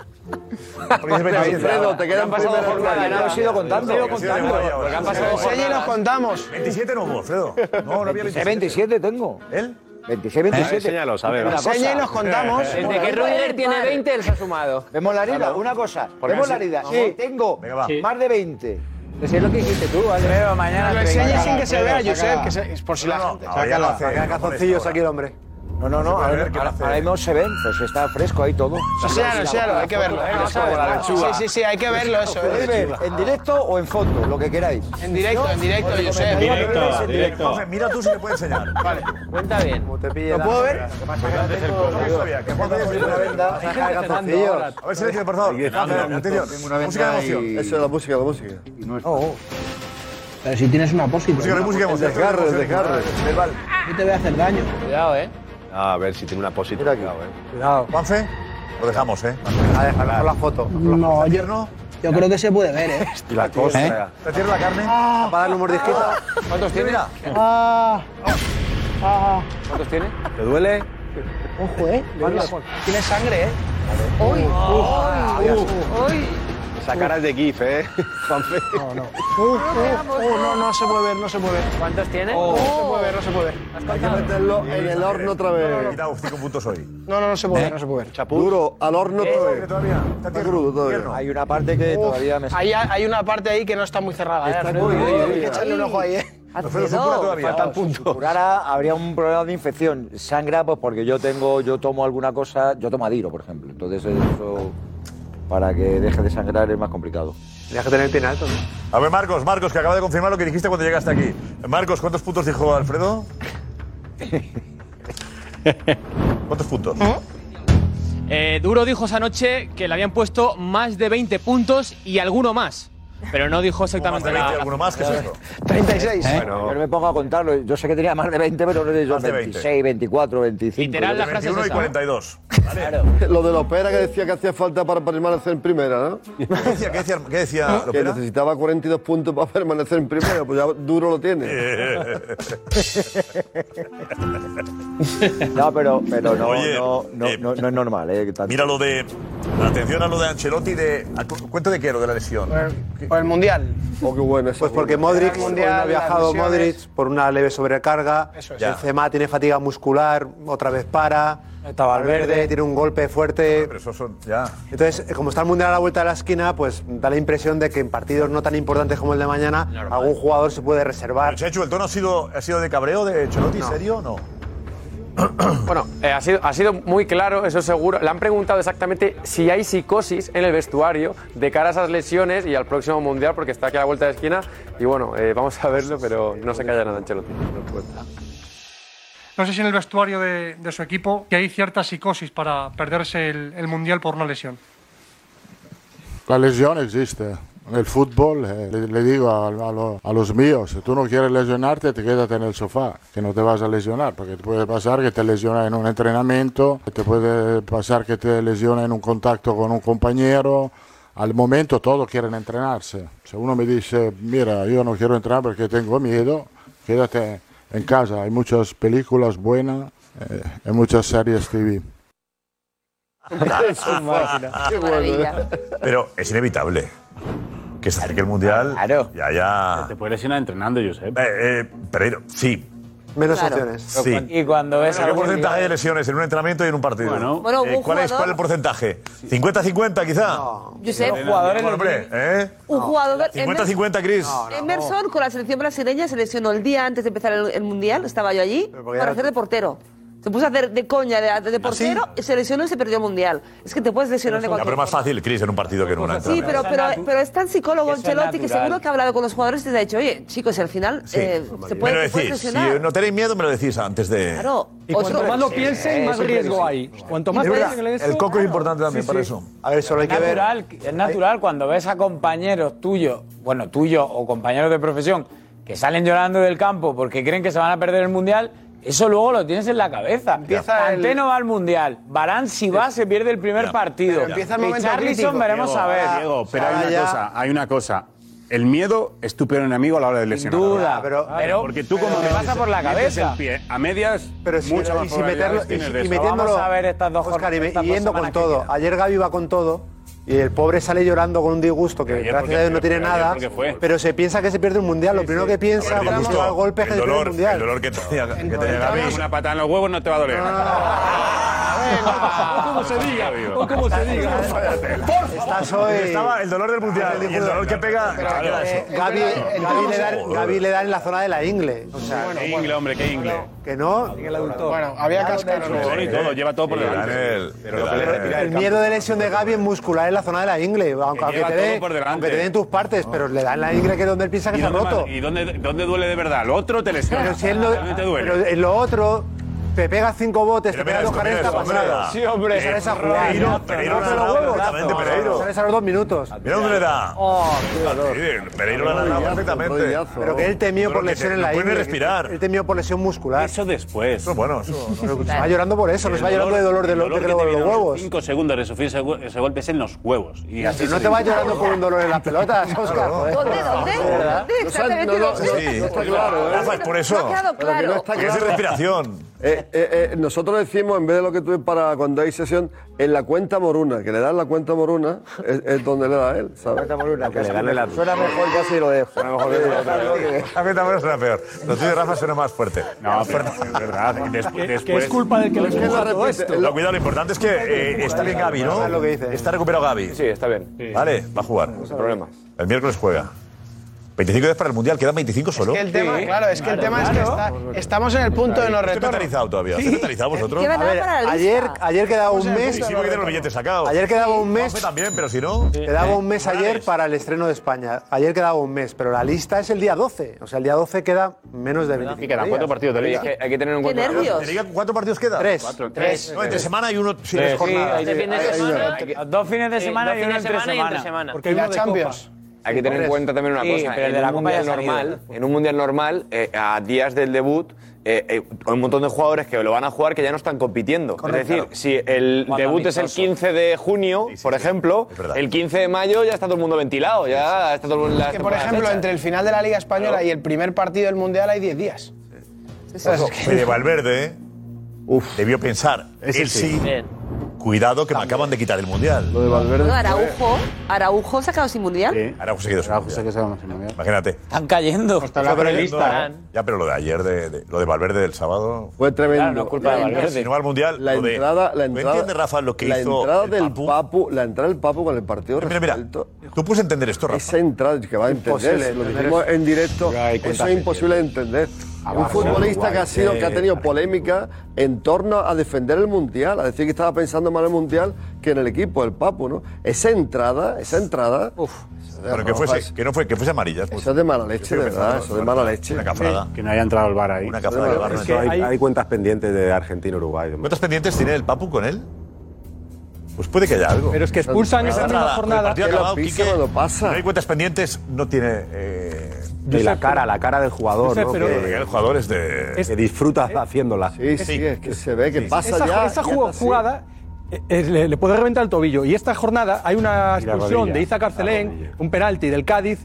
[SPEAKER 9] Alfredo,
[SPEAKER 7] te quedan pasado jornadas. No he ido contando.
[SPEAKER 9] Porque han pasado
[SPEAKER 1] enseñe y los contamos.
[SPEAKER 9] 27 no hubo, Alfredo. No, no había
[SPEAKER 7] 26,
[SPEAKER 9] 27.
[SPEAKER 7] 27 tengo.
[SPEAKER 9] ¿Él?
[SPEAKER 7] 26, 27.
[SPEAKER 6] enséñalos, a ver.
[SPEAKER 7] Una cosa. Eh,
[SPEAKER 6] Enseña y nos contamos.
[SPEAKER 14] Desde que Rudiger tiene 20, él se ha sumado.
[SPEAKER 7] Vemos la herida, una cosa.
[SPEAKER 14] Porque
[SPEAKER 7] Vemos
[SPEAKER 14] así-
[SPEAKER 7] la herida.
[SPEAKER 14] Vamos.
[SPEAKER 7] Sí, tengo
[SPEAKER 14] Venga, va.
[SPEAKER 7] más de 20. Eso es lo que dijiste tú, ¿vale?
[SPEAKER 13] Creo, mañana
[SPEAKER 1] Lo
[SPEAKER 13] te-
[SPEAKER 1] enseñe
[SPEAKER 13] Sácala,
[SPEAKER 1] sin que se
[SPEAKER 13] Alfredo,
[SPEAKER 1] vea, Josep,
[SPEAKER 13] sácala.
[SPEAKER 1] que se- es por si la gente.
[SPEAKER 7] Ahora ya lo hace,
[SPEAKER 3] Saca
[SPEAKER 7] no
[SPEAKER 3] calzoncillos aquí el hombre.
[SPEAKER 7] No, no, no. Ahora, ahora- ahora mismo se ven. Pues está fresco ahí todo.
[SPEAKER 1] Enséñalo, enséñalo, hay que verlo. eh, vamos a verlo. Sí, sí, sí, hay que verlo eso. eh.
[SPEAKER 7] Podéis ver ¿En directo o en foto? Lo que queráis.
[SPEAKER 1] En directo, en directo,
[SPEAKER 7] Yo-
[SPEAKER 1] Josep.
[SPEAKER 7] En directo,
[SPEAKER 1] Directo,
[SPEAKER 7] en directo.
[SPEAKER 9] Juanfe, Mira tú si te puede enseñar. Vale.
[SPEAKER 14] Cuenta bien.
[SPEAKER 9] ¿Lo
[SPEAKER 3] la-
[SPEAKER 9] puedo ver? No sabía, que Juanfe ya se la venda. A ver, silencio, por favor. Juanfe, Atención. Música de emoción.
[SPEAKER 11] Eso es la música, la música. Oh,
[SPEAKER 16] Pero si tienes una pósito.
[SPEAKER 9] Música de música de
[SPEAKER 11] El
[SPEAKER 9] emoción.
[SPEAKER 11] desgarre, el desgarre.
[SPEAKER 16] Yo te voy a hacer daño.
[SPEAKER 14] Cuidado, eh.
[SPEAKER 6] Ah, a ver si tiene una positiva. cuidado, eh.
[SPEAKER 9] Cuidado. Juanfe, lo dejamos, ¿eh?
[SPEAKER 3] A dejar por la foto.
[SPEAKER 16] No, yo, yo creo que se puede ver, ¿eh?
[SPEAKER 6] Y la cosa.
[SPEAKER 9] ¿Te tiro la carne?
[SPEAKER 3] Para darle un mordisquito.
[SPEAKER 6] ¿Cuántos tiene?
[SPEAKER 16] Ah, ah,
[SPEAKER 6] ¿Cuántos tiene? ¿Te duele?
[SPEAKER 16] ojo, ¿eh?
[SPEAKER 1] Tiene sangre, ¿eh?
[SPEAKER 16] Uy,
[SPEAKER 6] Esa cara es de GIF, ¿eh? Juanfe. No, no.
[SPEAKER 1] Uh, uh, uh, no, no se puede ver, no se puede ver.
[SPEAKER 14] ¿Cuántos tiene?
[SPEAKER 1] No
[SPEAKER 16] Oh.
[SPEAKER 1] se puede ver, no se puede ver.
[SPEAKER 11] Hay que meterlo en el horno otra
[SPEAKER 9] He
[SPEAKER 11] vez.
[SPEAKER 9] quitado 5 puntos hoy.
[SPEAKER 1] No, no, no se puede ver, no se puede ver.
[SPEAKER 11] Eh, Duro, al horno otra vez.
[SPEAKER 9] Está crudo
[SPEAKER 11] todavía.
[SPEAKER 7] Hay una parte que todavía me...
[SPEAKER 1] Ahí hay hay una parte ahí que no está muy cerrada, ¿eh? Alfredo?
[SPEAKER 7] muy-
[SPEAKER 1] Hay
[SPEAKER 7] uy,
[SPEAKER 1] que
[SPEAKER 7] uy.
[SPEAKER 1] echarle un ojo ahí, ¿eh?
[SPEAKER 7] Alfredo, supura todavía.
[SPEAKER 1] Faltan
[SPEAKER 7] No, si supurara, habría un problema de infección. Sangra, pues porque yo tengo, yo tomo alguna cosa, yo tomo adiro, por ejemplo. Entonces eso para que deje de sangrar es más complicado.
[SPEAKER 3] Tienes que tener el pie en alto, ¿no?
[SPEAKER 9] A ver, Marcos, Marcos, que acaba de confirmar lo que dijiste cuando llegaste aquí. Marcos, ¿cuántos puntos dijo Alfredo? ¿Cuántos puntos?
[SPEAKER 23] Eh, Duro dijo esa noche que le habían puesto más de 20 puntos y alguno más. Pero no dijo exactamente
[SPEAKER 9] ¿Más de 20
[SPEAKER 23] nada.
[SPEAKER 9] alguno más? ¿Qué es eso?
[SPEAKER 1] 36.
[SPEAKER 7] ¿Eh? Yo no me pongo a contarlo. Yo sé que tenía más de 20, pero no sé si son
[SPEAKER 9] Más de 20.
[SPEAKER 7] 26, 24, 25.
[SPEAKER 23] Literal,
[SPEAKER 7] Yo
[SPEAKER 23] la
[SPEAKER 7] creo que
[SPEAKER 23] frase es
[SPEAKER 7] 21 y
[SPEAKER 23] esa.
[SPEAKER 7] 42.
[SPEAKER 11] Lo de Lopera que decía que hacía falta para permanecer en primera, ¿no? ¿Qué
[SPEAKER 9] decía, qué decía, qué decía
[SPEAKER 11] Que
[SPEAKER 9] Lopera?
[SPEAKER 11] necesitaba 42 puntos para permanecer en primera, pues ya duro lo tiene.
[SPEAKER 7] No, pero, pero no,
[SPEAKER 9] Oye,
[SPEAKER 7] no, no, no- no es normal. ¿eh? que tanto-
[SPEAKER 9] Mira lo de. Atención a lo de Ancelotti de. a cu- ¿Cuento de qué? Lo de la lesión.
[SPEAKER 3] Por el Mundial.
[SPEAKER 11] Oh, qué bueno eso.
[SPEAKER 3] Pues porque Modric hoy no ha viajado Modric por una leve sobrecarga.
[SPEAKER 11] Eso
[SPEAKER 3] Eso
[SPEAKER 11] es. Ya.
[SPEAKER 3] Benzema tiene fatiga muscular, otra vez para. Está
[SPEAKER 9] Valverde.
[SPEAKER 3] Tiene un golpe fuerte.
[SPEAKER 9] Pero eso son. Ya.
[SPEAKER 3] Entonces, eh, como está el Mundial a la vuelta de la esquina, pues da la impresión de que en partidos no tan importantes como el de mañana, algún jugador se puede reservar.
[SPEAKER 9] Chechu, ¿el tono ha sido, Oh, ha sido de cabreo de Ancelotti?
[SPEAKER 3] No.
[SPEAKER 9] ¿Serio o no?
[SPEAKER 12] Bueno, eh, ha, sido, ha sido muy claro, eso seguro. Le han preguntado exactamente si hay psicosis en el vestuario de cara a esas lesiones y al próximo Mundial, porque está aquí a la vuelta de esquina. Y bueno, eh, vamos a verlo, pero no se calla nada Ancelotti.
[SPEAKER 8] No sé si en el vestuario de, de su equipo que hay cierta psicosis para perderse el, el Mundial por una lesión.
[SPEAKER 26] La lesión existe. En el fútbol, eh, le, le digo a, a lo- a los míos, si tú no quieres lesionarte, te quédate en el sofá, que no te vas a lesionar, porque te puede pasar que te lesiona en un entrenamiento, te puede pasar que te lesiona en un contacto con un compañero. Al momento todos quieren entrenarse. Si uno me dice, mira, yo no quiero entrenar porque tengo miedo, quédate en casa. Hay muchas películas buenas, eh, hay muchas series TV.
[SPEAKER 11] Es un máquina. Qué bueno, ¿eh?
[SPEAKER 9] Pero es inevitable. Que se acerque el mundial. Claro. Ya, ya. Te
[SPEAKER 12] puedes lesionar entrenando, Josep.
[SPEAKER 9] Eh, eh, Pereiro, sí.
[SPEAKER 3] Menos
[SPEAKER 9] Claro.
[SPEAKER 3] opciones.
[SPEAKER 9] Sí.
[SPEAKER 13] Y cuando ves
[SPEAKER 9] Bueno, ¿Qué
[SPEAKER 13] a los
[SPEAKER 9] porcentaje
[SPEAKER 13] rivales-
[SPEAKER 9] de lesiones en un entrenamiento y en un partido?
[SPEAKER 13] Bueno. Bueno, hubo
[SPEAKER 9] Eh,
[SPEAKER 13] un
[SPEAKER 9] ¿cuál, es,
[SPEAKER 13] jugador-
[SPEAKER 9] ¿Cuál es el porcentaje? ¿50-50 quizá? No.
[SPEAKER 4] Josep, Los jugadores
[SPEAKER 9] Bueno, hombre, ¿eh?
[SPEAKER 4] Un jugador.
[SPEAKER 9] 50-50, Chris.
[SPEAKER 4] Emerson con la selección brasileña se lesionó el día antes de empezar el, el mundial, estaba yo allí,
[SPEAKER 9] porque
[SPEAKER 4] para
[SPEAKER 9] era-
[SPEAKER 4] hacer de portero. Se puso a hacer de coña de, de portero, y se lesionó y se perdió el mundial. Es que te puedes lesionar de
[SPEAKER 9] Ya, pero
[SPEAKER 4] cualquier
[SPEAKER 9] es más fácil, Chris, en un partido que en un
[SPEAKER 4] Sí,
[SPEAKER 9] entrenamiento.
[SPEAKER 4] pero, pero, pero es tan psicólogo
[SPEAKER 9] Eso es
[SPEAKER 4] Ancelotti que
[SPEAKER 9] natural.
[SPEAKER 4] seguro que ha hablado con los jugadores y les ha dicho, oye, chicos, al final
[SPEAKER 9] Sí.
[SPEAKER 4] eh, se
[SPEAKER 9] me lo
[SPEAKER 4] puede, se puede
[SPEAKER 9] decís. Si
[SPEAKER 4] lesionar".
[SPEAKER 9] no tenéis miedo, me lo decís antes de.
[SPEAKER 4] Claro.
[SPEAKER 5] Y cuanto
[SPEAKER 4] Otro-
[SPEAKER 5] más lo
[SPEAKER 4] Sí,
[SPEAKER 5] piensen, más
[SPEAKER 4] eso es
[SPEAKER 5] riesgo hay.
[SPEAKER 4] previsible.
[SPEAKER 5] Cuanto más
[SPEAKER 9] Es verdad,
[SPEAKER 5] piensen en eso-
[SPEAKER 9] el coco es importante también para eso.
[SPEAKER 3] A ver, solo hay que ver.
[SPEAKER 13] natural, Es natural cuando ves a compañeros tuyos, bueno, tuyos o compañeros de profesión, que salen llorando del campo porque creen que se van a perder el mundial. Eso luego lo tienes en la cabeza.
[SPEAKER 1] Empieza el-
[SPEAKER 13] Kanté no va al mundial. Barán, si va, se pierde el primer partido.
[SPEAKER 1] Pero empieza el
[SPEAKER 13] Y
[SPEAKER 1] momento
[SPEAKER 13] Charlison,
[SPEAKER 1] crítico.
[SPEAKER 13] veremos
[SPEAKER 1] Diego,
[SPEAKER 13] a ver.
[SPEAKER 1] ahora-
[SPEAKER 12] Diego, pero hay
[SPEAKER 1] ahora
[SPEAKER 12] una
[SPEAKER 1] ya-
[SPEAKER 12] cosa, hay una cosa. El miedo es tu peor enemigo a la hora de lesionar.
[SPEAKER 13] duda,
[SPEAKER 12] pero,
[SPEAKER 13] pero-
[SPEAKER 12] porque tú
[SPEAKER 13] pero
[SPEAKER 12] como
[SPEAKER 13] te
[SPEAKER 12] te
[SPEAKER 13] pasa por la
[SPEAKER 12] metes
[SPEAKER 13] cabeza.
[SPEAKER 12] el pie a medias,
[SPEAKER 3] Pero si,
[SPEAKER 12] mucho más
[SPEAKER 3] y si meterlo,
[SPEAKER 12] probabilidades
[SPEAKER 3] y,
[SPEAKER 12] tienes de
[SPEAKER 3] y
[SPEAKER 12] eso.
[SPEAKER 3] metiéndolo, Oscar, y, me-
[SPEAKER 12] estas
[SPEAKER 3] y
[SPEAKER 12] dos
[SPEAKER 3] yendo con
[SPEAKER 12] semanas que
[SPEAKER 3] todo. Ayer Gaby va con todo y el pobre sale llorando con un disgusto que
[SPEAKER 12] Ayer
[SPEAKER 3] gracias
[SPEAKER 12] porque-
[SPEAKER 3] a Dios no
[SPEAKER 12] pero
[SPEAKER 3] tiene
[SPEAKER 12] ayer
[SPEAKER 3] nada,
[SPEAKER 12] porque fue.
[SPEAKER 3] pero se piensa que se pierde un mundial. Lo primero que piensa
[SPEAKER 12] Hombre, el
[SPEAKER 3] cuando se va al
[SPEAKER 12] disgusto,
[SPEAKER 3] golpe es que
[SPEAKER 12] el
[SPEAKER 3] se pierde
[SPEAKER 12] dolor,
[SPEAKER 3] un mundial.
[SPEAKER 9] El dolor que tenía, que tenía Gaby.
[SPEAKER 12] Gaby, una patada en los huevos no te va a doler.
[SPEAKER 3] Ah,
[SPEAKER 5] como se diga, o como se diga.
[SPEAKER 3] Estás hoy-
[SPEAKER 9] Estaba el dolor del mundial y el dolor que pega.
[SPEAKER 3] Pero,
[SPEAKER 9] claro,
[SPEAKER 3] eh,
[SPEAKER 9] eso.
[SPEAKER 3] Gaby, Gaby le da,
[SPEAKER 9] Joder.
[SPEAKER 3] Gaby le da en la zona de la ingle. O sea,
[SPEAKER 12] Ah, Qué ingle, hombre, qué ingle.
[SPEAKER 3] que no.
[SPEAKER 1] Bueno, había
[SPEAKER 12] Sudor y todo, lleva todo por
[SPEAKER 9] Sí,
[SPEAKER 12] delante.
[SPEAKER 9] Daniel,
[SPEAKER 12] Pero lo que le
[SPEAKER 9] Daniel.
[SPEAKER 12] retira
[SPEAKER 3] El
[SPEAKER 12] del campo.
[SPEAKER 3] miedo de lesión de Gaby es muscular en la zona de la ingle, aunque,
[SPEAKER 12] Que
[SPEAKER 3] aunque
[SPEAKER 12] lleva
[SPEAKER 3] te,
[SPEAKER 12] todo
[SPEAKER 3] den,
[SPEAKER 12] por delante.
[SPEAKER 3] aunque te den tus partes, pero le dan la ingle que es donde él piensa que
[SPEAKER 12] ¿Y
[SPEAKER 3] se ha
[SPEAKER 12] dónde
[SPEAKER 3] roto.
[SPEAKER 12] más- ¿Y dónde, dónde duele de verdad? Lo otro te lesiona.
[SPEAKER 3] Pero si él no,
[SPEAKER 12] Realmente te duele.
[SPEAKER 3] pero en lo otro te pega cinco botes, te
[SPEAKER 12] mira
[SPEAKER 3] pega dos
[SPEAKER 12] esto,
[SPEAKER 3] caras
[SPEAKER 12] mira
[SPEAKER 3] está
[SPEAKER 12] esto,
[SPEAKER 3] pasado.
[SPEAKER 12] hombre. Sí, hombre. Eh,
[SPEAKER 3] Y sales a jugar.
[SPEAKER 12] Pereiro,
[SPEAKER 3] No, pero
[SPEAKER 12] Pereiro
[SPEAKER 3] no
[SPEAKER 12] le ha
[SPEAKER 3] te lo
[SPEAKER 12] dado
[SPEAKER 3] huevos.
[SPEAKER 9] perfectamente, Pereiro.
[SPEAKER 3] Sales a los dos minutos.
[SPEAKER 9] Mira dónde le da.
[SPEAKER 3] Oh, qué dolor.
[SPEAKER 9] Sí, Pereiro lo ha narrado perfectamente.
[SPEAKER 3] Pero que él temió
[SPEAKER 9] Pero
[SPEAKER 3] por
[SPEAKER 9] que
[SPEAKER 3] lesión
[SPEAKER 9] te-
[SPEAKER 3] en la
[SPEAKER 9] No
[SPEAKER 3] ingle.
[SPEAKER 9] puede respirar.
[SPEAKER 3] Él temió por lesión muscular.
[SPEAKER 12] Eso después.
[SPEAKER 9] Eso, bueno, eso.
[SPEAKER 3] Pero
[SPEAKER 12] Ah,
[SPEAKER 3] que se va llorando por eso, no se va llorando de dolor de, lo- de que le- de los huevos.
[SPEAKER 12] 5 segundos de sufrir ese, gu- ese golpe es en los huevos. Y así
[SPEAKER 3] Pero no
[SPEAKER 12] se
[SPEAKER 3] te vas
[SPEAKER 12] dice.
[SPEAKER 3] llorando por un dolor en las pelotas, Oscar. joder.
[SPEAKER 4] ¿Dónde? Exactamente, ¿dónde?
[SPEAKER 9] Sí,
[SPEAKER 16] ¿eh?
[SPEAKER 11] ¿eh?
[SPEAKER 9] Rafa, es por eso.
[SPEAKER 11] Pero que no está
[SPEAKER 9] Que es
[SPEAKER 11] claro.
[SPEAKER 9] respiración.
[SPEAKER 11] Eh, eh, eh, nosotros decimos, en vez de lo que tú para cuando hay sesión, en la cuenta moruna, que le dan la cuenta moruna, es, es donde le da a él, ¿sabes? La cuenta moruna,
[SPEAKER 9] que le dan el lápiz.
[SPEAKER 11] Suena mejor, casi lo dejo. Suena mejor
[SPEAKER 9] La meta menos era peor. Lo tuyo, Rafa, suena más fuerte. No,
[SPEAKER 12] más fuerte. Es verdad. Y despu- después.
[SPEAKER 9] No, cuidado, lo importante es que eh, está bien Gaby, ¿no? Está recuperado Gaby. Sí, está bien. Vale, va a jugar. No problema. El miércoles juega. 25 días para el Mundial, quedan 25 solo.
[SPEAKER 1] Que el tema, claro, es que el tema es que está- estamos en el punto de no
[SPEAKER 9] ¿Estáis mentalizados
[SPEAKER 1] retorno.
[SPEAKER 9] todavía?
[SPEAKER 1] Sí.
[SPEAKER 9] ¿Estáis mentalizados vosotros?
[SPEAKER 1] Queda nada A ver, para la lista.
[SPEAKER 3] ayer- ayer quedaba un mes-
[SPEAKER 9] Sí, porque los billetes sacados.
[SPEAKER 3] Ayer quedaba un mes.
[SPEAKER 9] Juanfe también, pero si no...
[SPEAKER 3] Quedaba un mes ayer para el estreno de España. Ayer quedaba un mes, pero la lista es el día 12. O sea, el día 12 queda menos de 25 días.
[SPEAKER 19] Hay que- hay que tener en cuenta.
[SPEAKER 3] nervios.
[SPEAKER 9] Liga, ¿Cuántos partidos quedan?
[SPEAKER 3] Tres.
[SPEAKER 9] Cuatro,
[SPEAKER 3] Tres.
[SPEAKER 9] No, entre semana y uno...
[SPEAKER 3] Sí,
[SPEAKER 9] Sí, es
[SPEAKER 3] sí,
[SPEAKER 9] jornada.
[SPEAKER 3] hay de fin de
[SPEAKER 9] Hay- hay-
[SPEAKER 3] semana.
[SPEAKER 9] hay-
[SPEAKER 13] Dos fines de
[SPEAKER 3] Sí,
[SPEAKER 13] semana
[SPEAKER 3] dos
[SPEAKER 13] y uno
[SPEAKER 3] fines de
[SPEAKER 13] entre
[SPEAKER 3] semana y
[SPEAKER 13] semana.
[SPEAKER 3] entre semana. Porque hay uno de Copa.
[SPEAKER 19] Hay que tener en cuenta también una
[SPEAKER 6] Sí,
[SPEAKER 19] cosa.
[SPEAKER 6] pero el de
[SPEAKER 19] en
[SPEAKER 6] la
[SPEAKER 19] un
[SPEAKER 6] Copa ya
[SPEAKER 19] mundial
[SPEAKER 6] ha salido.
[SPEAKER 19] normal, en un mundial normal, eh, a días del debut, eh, eh, hay un montón de jugadores que lo van a jugar que ya no están compitiendo.
[SPEAKER 6] Correcto.
[SPEAKER 19] es decir, si el
[SPEAKER 6] Cuando
[SPEAKER 19] debut es el
[SPEAKER 6] amistoso.
[SPEAKER 19] 15 de junio, por ejemplo, el 15 de mayo ya está todo el mundo ventilado, ya está todo el mundo en las
[SPEAKER 1] Que, por
[SPEAKER 19] temporadas
[SPEAKER 1] ejemplo,
[SPEAKER 19] hechas.
[SPEAKER 1] entre el final de la Liga Española y el primer partido del Mundial hay 10 días. Entonces, es que-
[SPEAKER 9] Fede Valverde debió pensar,
[SPEAKER 1] Ese
[SPEAKER 9] él
[SPEAKER 1] sí.
[SPEAKER 9] sí, cuidado que me acaban de quitar el Mundial. Lo de
[SPEAKER 4] Bueno, Araujo, Araujo se ha quedado sin mundial.
[SPEAKER 9] Araujo se quedó sin Mundial. Imagínate.
[SPEAKER 13] Están cayendo.
[SPEAKER 9] O sea, pero- Ya, pero lo de ayer, de, de- lo de Valverde del sábado.
[SPEAKER 11] Fue tremendo. La
[SPEAKER 9] Si no va al mundial,
[SPEAKER 11] La
[SPEAKER 9] lo de-
[SPEAKER 11] entrada, la
[SPEAKER 9] ¿No
[SPEAKER 11] entrada.
[SPEAKER 9] entiende, Rafa, lo que
[SPEAKER 11] la
[SPEAKER 9] hizo
[SPEAKER 11] entrada
[SPEAKER 9] el
[SPEAKER 11] del papu? La entrada del Papu con el partido
[SPEAKER 9] Mira, mira, tú puedes entender esto, Rafa.
[SPEAKER 11] Esa entrada que va a entender.
[SPEAKER 9] Imposible
[SPEAKER 11] Lo
[SPEAKER 9] entender
[SPEAKER 11] dijimos
[SPEAKER 9] eso.
[SPEAKER 11] en directo.
[SPEAKER 9] Ya hay
[SPEAKER 11] Eso es
[SPEAKER 9] cuántas
[SPEAKER 11] imposible de entender. Un
[SPEAKER 9] Abajo,
[SPEAKER 11] futbolista que ha
[SPEAKER 9] Uruguay,
[SPEAKER 11] sido,
[SPEAKER 9] eh,
[SPEAKER 11] que ha tenido polémica en torno a defender el mundial, a decir que estaba pensando más en el mundial que en el equipo, el Papu, ¿no? Esa entrada, esa entrada.
[SPEAKER 9] Pero que fuese, que no fue, que fuese pues. amarilla.
[SPEAKER 11] Eso es de mala leche, de verdad. Eso es de mala leche.
[SPEAKER 9] Una cafrada.
[SPEAKER 11] Sí.
[SPEAKER 9] Que no haya entrado el bar ahí. Una cafrada del bar. no
[SPEAKER 6] Es que
[SPEAKER 9] entró.
[SPEAKER 6] hay, hay cuentas pendientes de Argentina-Uruguay.
[SPEAKER 9] ¿Cuántas pendientes tiene el Papu con él? Pues puede que haya algo.
[SPEAKER 5] Pero es que expulsan esa misma
[SPEAKER 9] Nada,
[SPEAKER 5] jornada.
[SPEAKER 9] El partido
[SPEAKER 5] Que lo
[SPEAKER 9] acabado,
[SPEAKER 5] pisa
[SPEAKER 9] Quique,
[SPEAKER 5] cuando
[SPEAKER 9] no hay cuentas pendientes, no tiene... eh,
[SPEAKER 12] Eh,
[SPEAKER 6] eh, Y la cara, la cara del jugador,
[SPEAKER 9] Josep,
[SPEAKER 6] ¿no?
[SPEAKER 9] pero-
[SPEAKER 6] que,
[SPEAKER 9] el jugador es de...
[SPEAKER 6] que disfruta haciéndola.
[SPEAKER 11] Sí, sí, es que se ve que pasa
[SPEAKER 5] esa,
[SPEAKER 11] ya.
[SPEAKER 5] esa
[SPEAKER 11] y
[SPEAKER 5] jugada,
[SPEAKER 11] es así.
[SPEAKER 5] jugada, eh, eh, le, le puede reventar el tobillo. Y esta jornada hay una
[SPEAKER 6] Y la
[SPEAKER 5] expulsión
[SPEAKER 6] rodilla,
[SPEAKER 5] de Iza Carcelén, un penalti del Cádiz,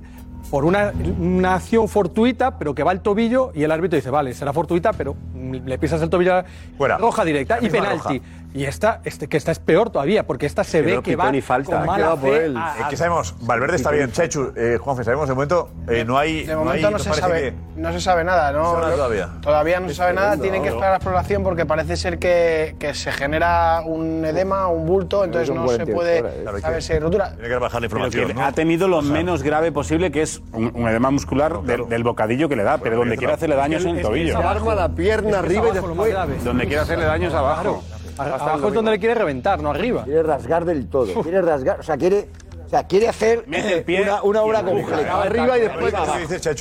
[SPEAKER 5] por una, una acción fortuita, pero que va al tobillo y el árbitro dice, vale, será fortuita, pero mm, le pisas el tobillo roja directa
[SPEAKER 6] La
[SPEAKER 5] y
[SPEAKER 6] misma
[SPEAKER 5] penalti.
[SPEAKER 6] roja.
[SPEAKER 5] Y esta, este, que esta es peor todavía, porque esta se ve que va con mala fe a-
[SPEAKER 9] Eh,
[SPEAKER 5] a-
[SPEAKER 9] ¿Qué sabemos? Valverde está bien. Chechu, eh, Juanfe, sabemos de momento, eh, no hay...
[SPEAKER 1] De momento
[SPEAKER 9] hay-
[SPEAKER 1] no,
[SPEAKER 9] nos
[SPEAKER 1] se
[SPEAKER 9] parece
[SPEAKER 1] sabe,
[SPEAKER 9] que-
[SPEAKER 1] no se sabe nada,
[SPEAKER 9] No
[SPEAKER 1] ¿no?
[SPEAKER 9] se sabe nada
[SPEAKER 1] Lo-
[SPEAKER 9] todavía.
[SPEAKER 1] Todavía no se
[SPEAKER 9] Es
[SPEAKER 1] sabe nada,
[SPEAKER 9] tremendo,
[SPEAKER 1] tienen que
[SPEAKER 9] ¿no?
[SPEAKER 1] esperar a la exploración porque parece ser que, que se genera un edema, un bulto, entonces
[SPEAKER 12] son
[SPEAKER 1] no se
[SPEAKER 12] 48
[SPEAKER 1] puede
[SPEAKER 12] horas, ¿eh? Claro, hay
[SPEAKER 1] saber
[SPEAKER 12] que-
[SPEAKER 1] si hay rotura.
[SPEAKER 9] Tiene que bajar la información,
[SPEAKER 12] Pero que
[SPEAKER 9] ¿no?
[SPEAKER 12] ha tenido lo menos grave posible, que es un, un edema muscular del- del, bocadillo que le da, pero donde quiere hacerle daño es en el tobillo.
[SPEAKER 11] Abajo a la pierna, arriba y después.
[SPEAKER 12] Donde quiere hacerle daño es abajo.
[SPEAKER 5] abajo es donde le quiere reventar, no arriba.
[SPEAKER 7] Quiere rasgar del todo. Quiere rasgar. O sea, quiere. O sea, quiere hacer eh,
[SPEAKER 11] Mete el pie
[SPEAKER 7] una, una obra
[SPEAKER 11] y el pie.
[SPEAKER 7] completa.
[SPEAKER 11] Arriba y después abajo.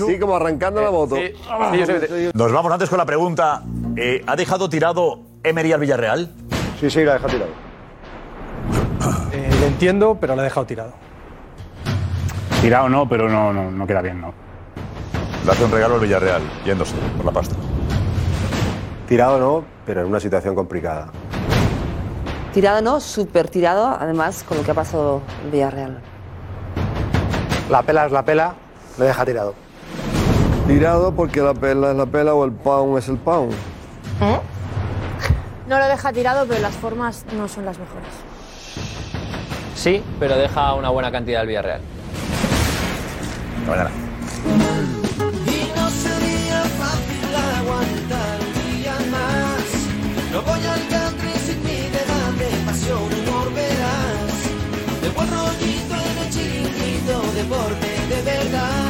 [SPEAKER 11] Sí, como arrancando la moto.
[SPEAKER 9] Eh,
[SPEAKER 5] Ah,
[SPEAKER 9] Nos vamos antes con la pregunta. eh, ¿Ha dejado tirado Emery al Villarreal?
[SPEAKER 11] Sí, sí, la deja tirado.
[SPEAKER 5] Eh, le entiendo, pero la ha dejado tirado.
[SPEAKER 12] Tirado no, pero no, no, no queda bien, no.
[SPEAKER 9] Le hace un regalo al Villarreal, yéndose por la pasta.
[SPEAKER 6] Tirado no, pero en una situación complicada.
[SPEAKER 4] Tirado no, súper tirado, además con lo que ha pasado en Villarreal.
[SPEAKER 27] La pela es la pela, le deja tirado.
[SPEAKER 11] Tirado porque la pela es la pela o el pound es el pound.
[SPEAKER 2] No lo deja tirado, pero las formas no son las mejores.
[SPEAKER 14] Sí, pero deja una buena cantidad al Villarreal.
[SPEAKER 16] Y no sería fácil aguantar un día más. No voy al country sin mi de pasión, humor verás. De buen rollito en el chiringuito, deporte de verdad.